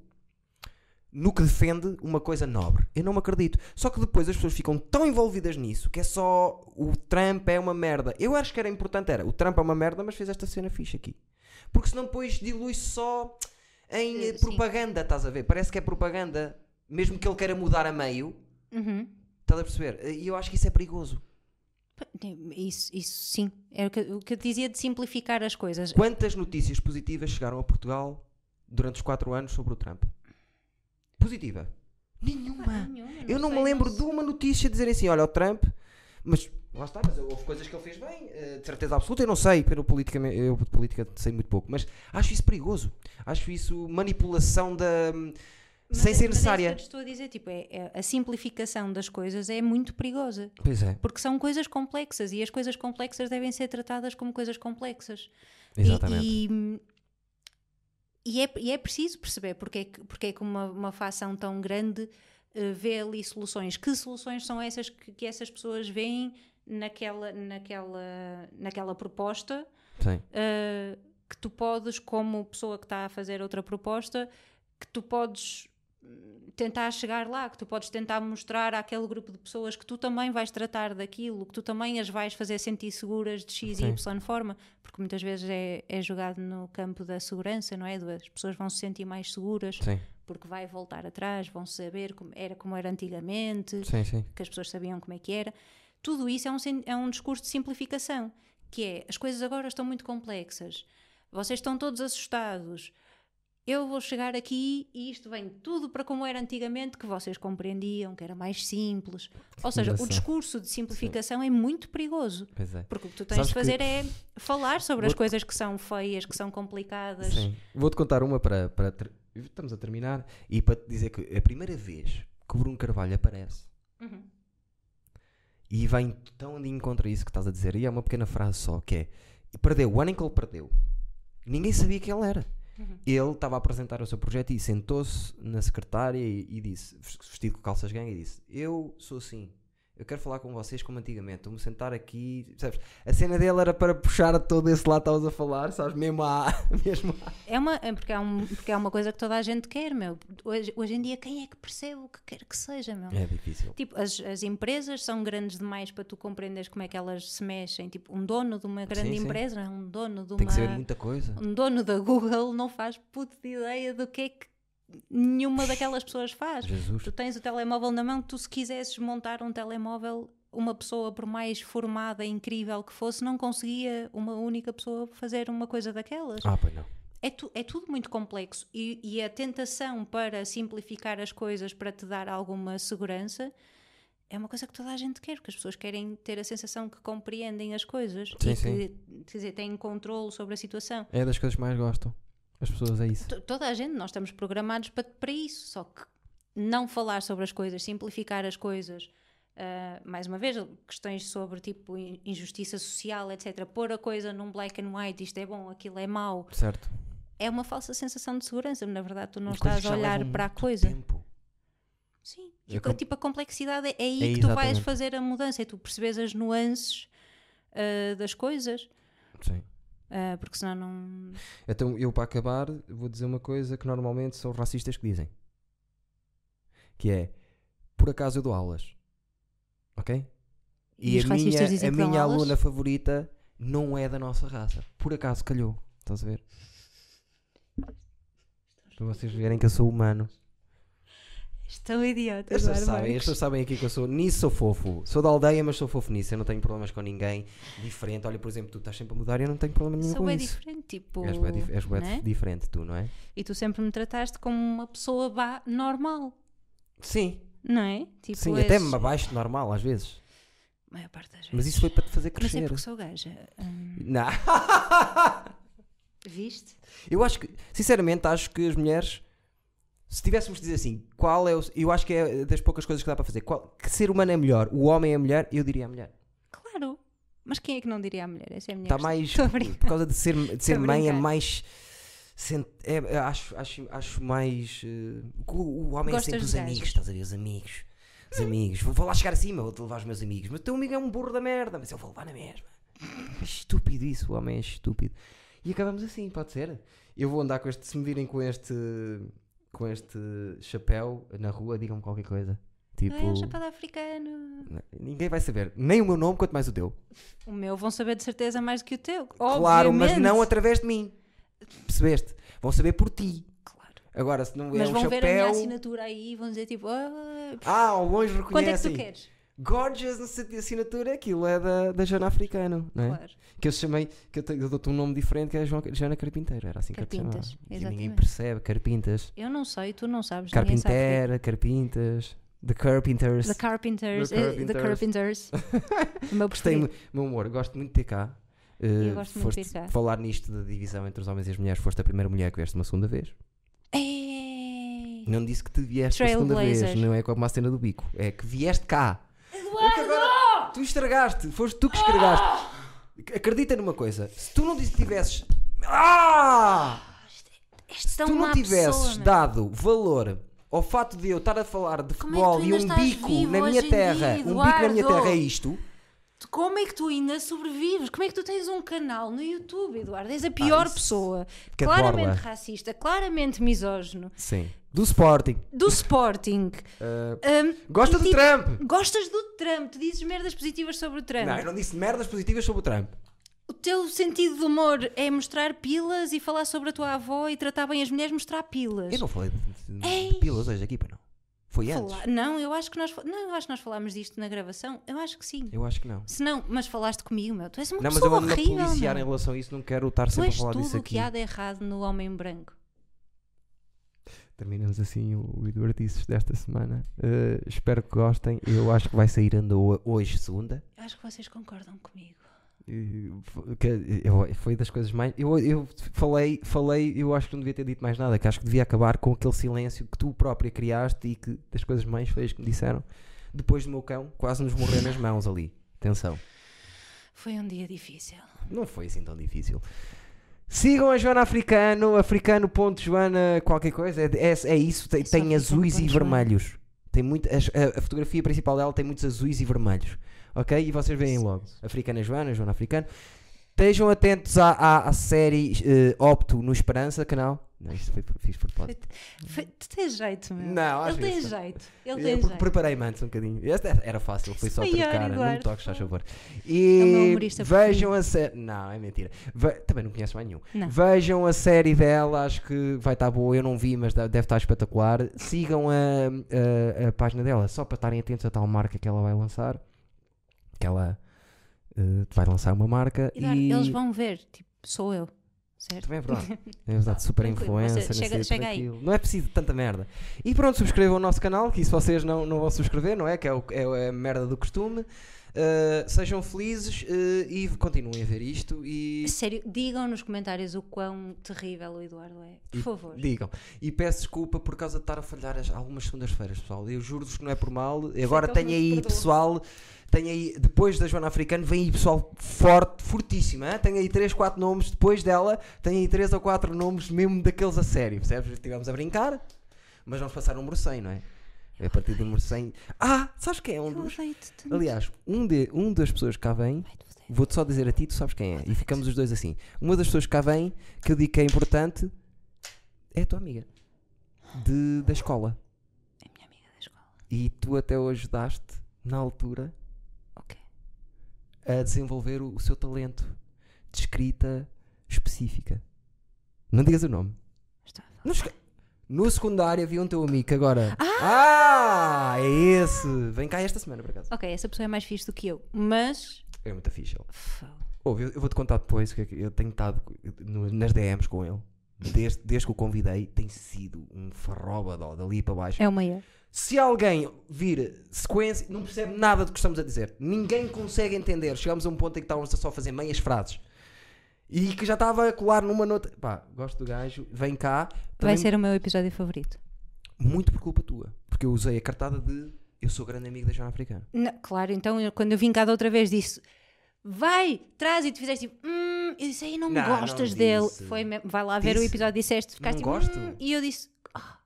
no que defende uma coisa nobre. Eu não me acredito. Só que depois as pessoas ficam tão envolvidas nisso que é só o Trump é uma merda. Eu acho que era importante, era o Trump é uma merda, mas fez esta cena fixe aqui. Porque senão depois dilui-se só em eh,
Sim.
propaganda, estás a ver? Parece que é propaganda, mesmo que ele queira mudar a meio,
Uhum.
estás a perceber? E eu acho que isso é perigoso.
Isso, isso sim, era o que, o que eu dizia de simplificar as coisas.
Quantas notícias positivas chegaram a Portugal durante os 4 anos sobre o Trump? Positiva? Nenhuma.
Nenhuma,
Eu não me
sei,
lembro
sei.
de uma notícia dizer assim: olha, o Trump, mas lá está, mas houve coisas que ele fez bem, eh, de certeza absoluta. Eu não sei, pelo politica, eu de política sei muito pouco, mas acho isso perigoso. Acho isso manipulação da.
Mas
sem
é- mas
ser
é isso que eu
necessária.
te estou a dizer, tipo, é, é- a simplificação das coisas é muito perigosa.
Pois é,
Porque são coisas complexas e as coisas complexas devem ser tratadas como coisas complexas. E-
exatamente.
E, e é, e é preciso perceber porque é que, porque é que uma, uma facção tão grande eh, vê ali soluções. Que soluções são essas que, que essas pessoas veem naquela, naquela, naquela proposta
Sim.
eh, que tu podes, como pessoa que está a fazer outra proposta, que tu podes hum, tentar chegar lá, que tu podes tentar mostrar àquele grupo de pessoas que tu também vais tratar daquilo, que tu também as vais fazer sentir seguras de X e
Sim.
Y forma, porque muitas vezes é, é jogado no campo da segurança, não é? Do- As pessoas vão se sentir mais seguras
Sim,
porque vai voltar atrás, vão saber como era como era antigamente,
sim, sim.
que as pessoas sabiam como é que era. Tudo isso é um, sen- é um discurso de simplificação, que é as coisas agora estão muito complexas, vocês estão todos assustados. Eu vou chegar aqui e isto vem tudo para como era antigamente, que vocês compreendiam, que era mais simples. Ou seja, o
Engraçado.
discurso de simplificação é muito perigoso.
Pois é.
Porque o que tu tens
Sabes
de
que-
fazer é falar sobre as
Vou-te-
coisas que são feias, que são complicadas.
Sim. Vou-te contar uma para. para ter- Estamos a terminar e para te dizer que é a primeira vez que o Bruno Carvalho aparece
Uhum.
e vem tão de encontro a isso que estás a dizer, e é uma pequena frase só que é: e perdeu, o ano em que ele perdeu, ninguém sabia quem ele era. Ele estava a apresentar o seu projeto e sentou-se na secretária e, e disse, ves- vestido com calças gangue, e disse: Eu sou assim. Eu quero falar com vocês como antigamente. Vou-me sentar aqui. Percebes? A cena dele era para puxar a todo esse lado que estavas a falar, sabes? Mesmo à. Mesmo à...
É uma, é porque, é um- porque é uma coisa que toda a gente quer, meu. Hoje, hoje em dia, quem é que percebe o que quer que seja, meu?
É difícil.
Tipo, as, as empresas são grandes demais para tu compreenderes como é que elas se mexem. Tipo, um dono de uma grande
Sim, sim.
empresa, um dono de
Tem que
uma.
saber muita coisa.
Um dono da Google não faz puta de ideia do que é que nenhuma daquelas pessoas faz.
Jesus.
Tu tens o telemóvel na mão, tu se quisesses montar um telemóvel, uma pessoa, por mais formada, incrível que fosse, não conseguia uma única pessoa fazer uma coisa daquelas
Ah, pois não.
é, tu- é tudo muito complexo e, e a tentação para simplificar as coisas para te dar alguma segurança é uma coisa que toda a gente quer, porque as pessoas querem ter a sensação que compreendem as coisas
Sim,
e
sim.
que quer dizer, têm controle sobre a situação.
É das coisas que mais gostam. As pessoas é isso.
To- Toda a gente, nós estamos programados para, para isso, só que não falar sobre as coisas, simplificar as coisas, ah, mais uma vez, questões sobre tipo in- injustiça social, etc. Pôr a coisa num black and white, isto é bom, aquilo é mau,
Certo.
é uma falsa sensação de segurança. Na verdade, tu não
Mas coisas
estás
que
a
já
olhar
levam
para a
muito
coisa.
tempo.
Sim,
Eu
e co-
comp-
tipo a complexidade é aí
É
que tu vais
exatamente.
fazer a mudança, é tu percebes as nuances ah, das coisas,
Sim.
ah, porque senão não.
Então, eu para acabar, vou dizer uma coisa que normalmente são racistas que dizem. Que é, por acaso eu dou aulas. Ok?
E os
a
racistas
minha,
dizem
a
que dão
minha
aulas?
aluna favorita não é da nossa raça. Por acaso calhou. Estás a ver? Para vocês verem que eu sou humano.
Estão
As
idiotas,
pessoas sabem, as pessoas sabem aqui que eu sou, nisso sou fofo. Sou da aldeia, mas sou fofo nisso. Eu não tenho problemas com ninguém diferente. Olha, por exemplo, tu estás sempre a mudar e eu não tenho problema nenhum
Sou
com
bem
isso.
diferente, tipo.
És bué dif- És bué
né?
diferente, tu, não é?
E tu sempre me trataste como uma pessoa vá normal,
Sim,
não é? Tipo,
sim,
és-
até abaixo de normal às vezes.
a maior parte das vezes.
Mas isso foi para te fazer
Mas é
crescer.
porque sou gaja. Hum,
Não.
viste?
Eu acho que, sinceramente, acho que as mulheres, se tivéssemos de dizer assim, qual é o. Eu acho que é das poucas coisas que dá para fazer. Qual, que ser humano é melhor? O homem é a mulher? Eu diria a mulher.
Claro. Mas quem é que não diria à mulher? Essa é a minha
Está
questão.
Tá mais.
Tô a brincar.
Por causa de ser, de ser
Tô a
mãe, é
brincar.
mais. sent- é- é- acho, acho, acho mais. eh, o, o homem
Gostas
é sempre
de
os
gajos.
amigos, estás a ver? Os amigos. Os amigos. Vou, vou lá chegar acima, vou-te levar os meus amigos. Mas o teu amigo é um burro da merda, mas eu vou levar na mesma. É estúpido isso, o homem é estúpido. E acabamos assim, pode ser? Eu vou andar com este. Se me virem com este. com este chapéu na rua, digam-me qualquer coisa. Tipo.
Ah, é um chapéu africano.
Ninguém vai saber. Nem o meu nome, quanto mais o teu.
O meu vão saber de certeza mais que o teu.
Claro, mas
obviamente.
não através de mim. Percebeste? Vão saber por ti.
Claro.
Agora, se não
Mas
é um
vão ver a minha
chapéu.
assinatura aí e vão dizer tipo, "Ah,
Ah, ao longe
quanto é que tu
reconhecem.
queres?
Gorgeous, não sei de assinatura, aquilo é da, da Jana Africano, não é?
Claro.
Que eu chamei, que eu, te- eu dou-te um nome diferente que é Joana, Jana Carpinteiro, era assim que eu te
Carpintas,
chamava. E ninguém
exatamente.
percebe, Carpintas.
Eu não sei, tu não sabes. ninguém sabe. é.
Carpintera, Carpintas, The Carpinters.
The Carpenters.
The
eh, The Carpenters. o meu
Gostei,
preferido.
mu- meu amor, gosto muito de ter cá. Uh,
Eu gosto muito de
foste
ter cá.
falar nisto da divisão entre os homens e as mulheres, foste a primeira mulher que vieste uma segunda vez.
Ei!
Não disse que te vieste a segunda vez,
Trailblazer.
não é como a cena do bico, é que vieste cá. É que
Eduardo!
agora tu estragaste, foste tu que estragaste. Acredita numa coisa, se tu não disse que tivesses. Ah!
És
Se tu
tão
não
má
tivesses
pessoa, meu.
dado valor ao fato de eu estar a falar de
Como é que tu
futebol e
ainda
um
estás
bico
vivo
na minha
hoje em
terra,
dia,
um bico na minha
Eduardo?
terra é isto.
Como é que tu ainda sobrevives? Como é que tu tens um canal no YouTube, Eduardo? És a pior
Ah, isso-
pessoa.
que é
claramente
borla.
racista, claramente misógino.
Sim. Do Sporting.
Do Sporting.
Ah,
Ahm,
gosta
e
do
tipo,
Trump!
Gostas do Trump, tu dizes merdas positivas sobre o Trump.
Não, eu não disse merdas positivas sobre o Trump.
O teu sentido de humor é mostrar pilas e falar sobre a tua avó e tratar bem as mulheres, mostrar pilas.
Eu não falei de, de- de
Ei.
pilas hoje aqui, para não. Foi antes.
Fala- Não, eu acho que nós fa- não, eu acho que nós falámos disto na gravação. Eu acho que sim.
Eu acho que não.
Se não, mas falaste comigo, meu. Tu és uma
Não, mas
pessoa
eu ando a
horrível.
policiar em
meu.
relação a isso, não quero estar
Tu
sempre a
és
falar disso
tudo o
aqui.
que há de errado no homem branco.
Terminamos assim o, o Eduardices desta semana. Eh, espero que gostem. Eu acho que vai sair ainda ho- hoje, segunda.
Eu Acho que vocês concordam comigo.
E fo- que- eh, eu- foi das coisas mais. Eu, eu falei, falei, eu acho que não devia ter dito mais nada, que acho que devia acabar com aquele silêncio que tu própria criaste e que das coisas mais feias que me disseram. Depois do meu cão, quase nos morrer nas mãos ali. Atenção.
Foi um dia difícil.
Não foi assim tão difícil. Sigam a Joana Africano, africano.joana qualquer coisa, é, é- é isso, tem,
É só
tem azuis e
africano ponto joana.
vermelhos. Tem muito, as- a, a fotografia principal dela tem muitos azuis e vermelhos, ok? E vocês veem logo, Africana Joana, Joana Africano. Estejam atentos à, à, à série eh, Opto no Esperança, canal. Não, isto foi, fiz por
Foi-
propósito.
Foi- tu tens jeito, meu.
Não, às
Ele tem
vezes.
jeito.
Eu
Ele tem
porque
jeito.
preparei-me antes um bocadinho. Esta era- era fácil, foi só
Maior,
trocar. Não me
Eduardo.
toques, faz favor.
Ele é um
E
humorista
vejam a série. Não, é mentira. Ve- Também não conheço mais nenhum.
Não.
Vejam a série dela, acho que vai estar boa. Eu não vi, mas deve estar espetacular. Sigam a, a- a página dela, só para estarem atentos a tal marca que ela vai lançar. Que ela eh, vai lançar uma marca.
Eduardo,
e
Eles vão ver, tipo, sou eu. certo?
Também é verdade. É verdade, super
tranquilo, mas,
influencer,
eh, chega-
não sei
chega aí.
aquilo. Não é preciso de tanta merda. E pronto, subscrevam o nosso canal, que isso vocês não, não vão subscrever, não é? Que é, o- é a merda do costume. Uh, sejam felizes uh, e continuem a ver isto e
Sério, digam nos comentários o quão terrível o Eduardo é. Por
E
favor.
digam. E peço desculpa por causa de estar a falhar as- algumas segundas-feiras, pessoal. Eu juro-vos que não é por mal. E Agora
que eles
tenho
não
aí,
perdoam.
pessoal, tenho aí, depois da Joana Africano, vem aí pessoal forte, fortíssimo. Hein? Tenho aí 3, 4 nomes depois dela, tenho aí 3 ou 4 nomes mesmo daqueles a sério, percebes? Estivemos a brincar, mas vamos passar o número 100, não é? É a partir do número 100. Ah, sabes quem é um
Eu
dos?
odeio-te tanto.
Aliás, um, de, um das pessoas que cá vem
Ai, tu odeio.
Vou-te só dizer a ti, tu sabes quem é. E ficamos os dois assim. Uma das pessoas que cá vem, que eu digo que é importante, é a tua amiga. De, da escola.
É minha amiga da escola.
E tu até o ajudaste, na altura,
Ok.
a desenvolver o, o seu talento de escrita específica. Não digas o nome.
Está a falar.
No, esca- no secundário havia um teu amigo que agora. Ah! É esse! Vem cá esta semana, por acaso.
Ok, essa pessoa é mais fixe do que eu, mas.
É muito fixe. ele.
Fô.
Ouve, eu, eu vou-te contar depois o que é que eu tenho estado no- nas DMs com ele. Desde, desde que o convidei, tem sido um farroba dó dali para baixo.
É o maior.
Se alguém vir sequência, não percebe nada do que estamos a dizer. Ninguém consegue entender. Chegamos a um ponto em que estávamos a só fazer meias frases. E que já estava a colar numa nota. Pá, gosto do gajo, vem cá.
Vai
Também
ser o meu episódio favorito.
Muito por culpa tua. Porque eu usei a cartada de eu sou grande amigo da Joana Africana.
Não, claro, então eu- quando eu vim cá da outra vez disse vai, traz e tu fizeste tipo, hum, eu disse aí não,
Não, não
gostas dele.
disse.
Foi mesmo, vai lá ver o
Disse.
episódio, disseste, ficaste
Não
tipo,
gosto. é
"Hum", e eu disse, "Ah".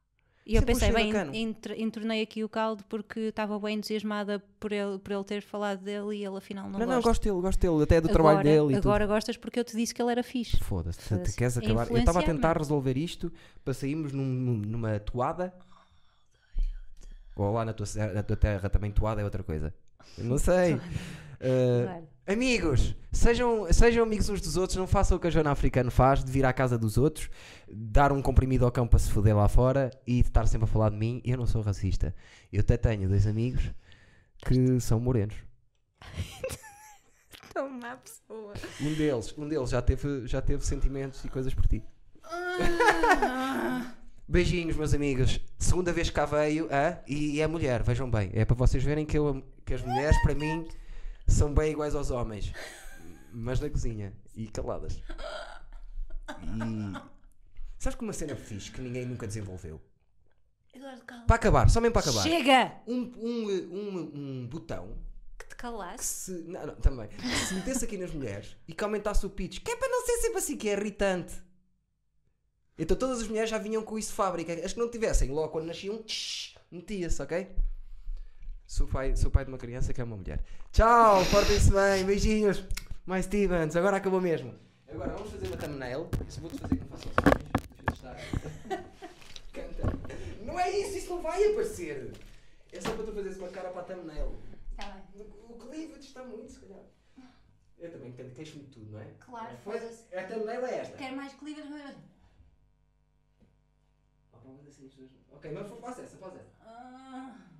e eu
Sempre
pensei,
gostei
bem,
do Cano.
entr- entornei aqui o caldo porque estava bem entusiasmada por ele, por ele ter falado dele e ele afinal não,
Não, não,
gosta.
gosto dele, gosto dele. Até do trabalho
agora,
dele e tudo.
agora gostas porque eu te disse que ele era fixe.
Foda-se, tu- tu
Foda-se.
queres
É
acabar. Eu estava a tentar
influenciar-me.
resolver isto para sairmos num- num- numa toada. Ou lá na tua, ser- na tua terra também toada é outra coisa. Eu não sei. Uh,
Claro.
amigos, sejam, sejam amigos uns dos outros, não façam o que a Joana Africano faz de vir à casa dos outros, dar um comprimido ao cão para se foder lá fora e de estar sempre a falar de mim. Eu não sou racista. Eu até tenho dois amigos que são morenos.
Tão má pessoa.
Um deles, um deles já teve, já teve sentimentos e coisas por ti. Beijinhos, meus amigos. Segunda vez que cá veio, hã? e é mulher, vejam bem. É para vocês verem que, eu, que as mulheres, para mim, são bem iguais aos homens. Mas na cozinha. E caladas. E. Sabes que uma cena fixe que ninguém nunca desenvolveu?
Eduardo, cala.
Para acabar, só mesmo para acabar.
Chega!
Um, um, eh, um, um botão
Que te
que
calaste.
se. Não, não, também. Que se metesse aqui nas mulheres e que aumentasse o pitch. Que é para não ser sempre assim, que é irritante. Então todas as mulheres já vinham com isso de fábrica. As que não tivessem, logo quando nasciam, tsh, metia-se, ok? Sou pai, sou pai de uma criança que é uma mulher. Tchau, portem-se bem, beijinhos. Mais Stevens, agora acabou mesmo. Agora vamos fazer uma thumbnail. Isso vou-te fazer como faço aos homens. Deixa eu testar. Canta. Não é isso, isso não vai aparecer. É só para tu fazeres uma cara para a thumbnail.
Tá bem.
O o Cleveland está muito, se calhar. Eu também entendo, queixo-me de tudo, não é?
Claro,
Foi-
foda-se.
A thumbnail é esta.
Quero mais Cleavers, mas.
assim Ok, mas faz essa, faz essa.
Ah.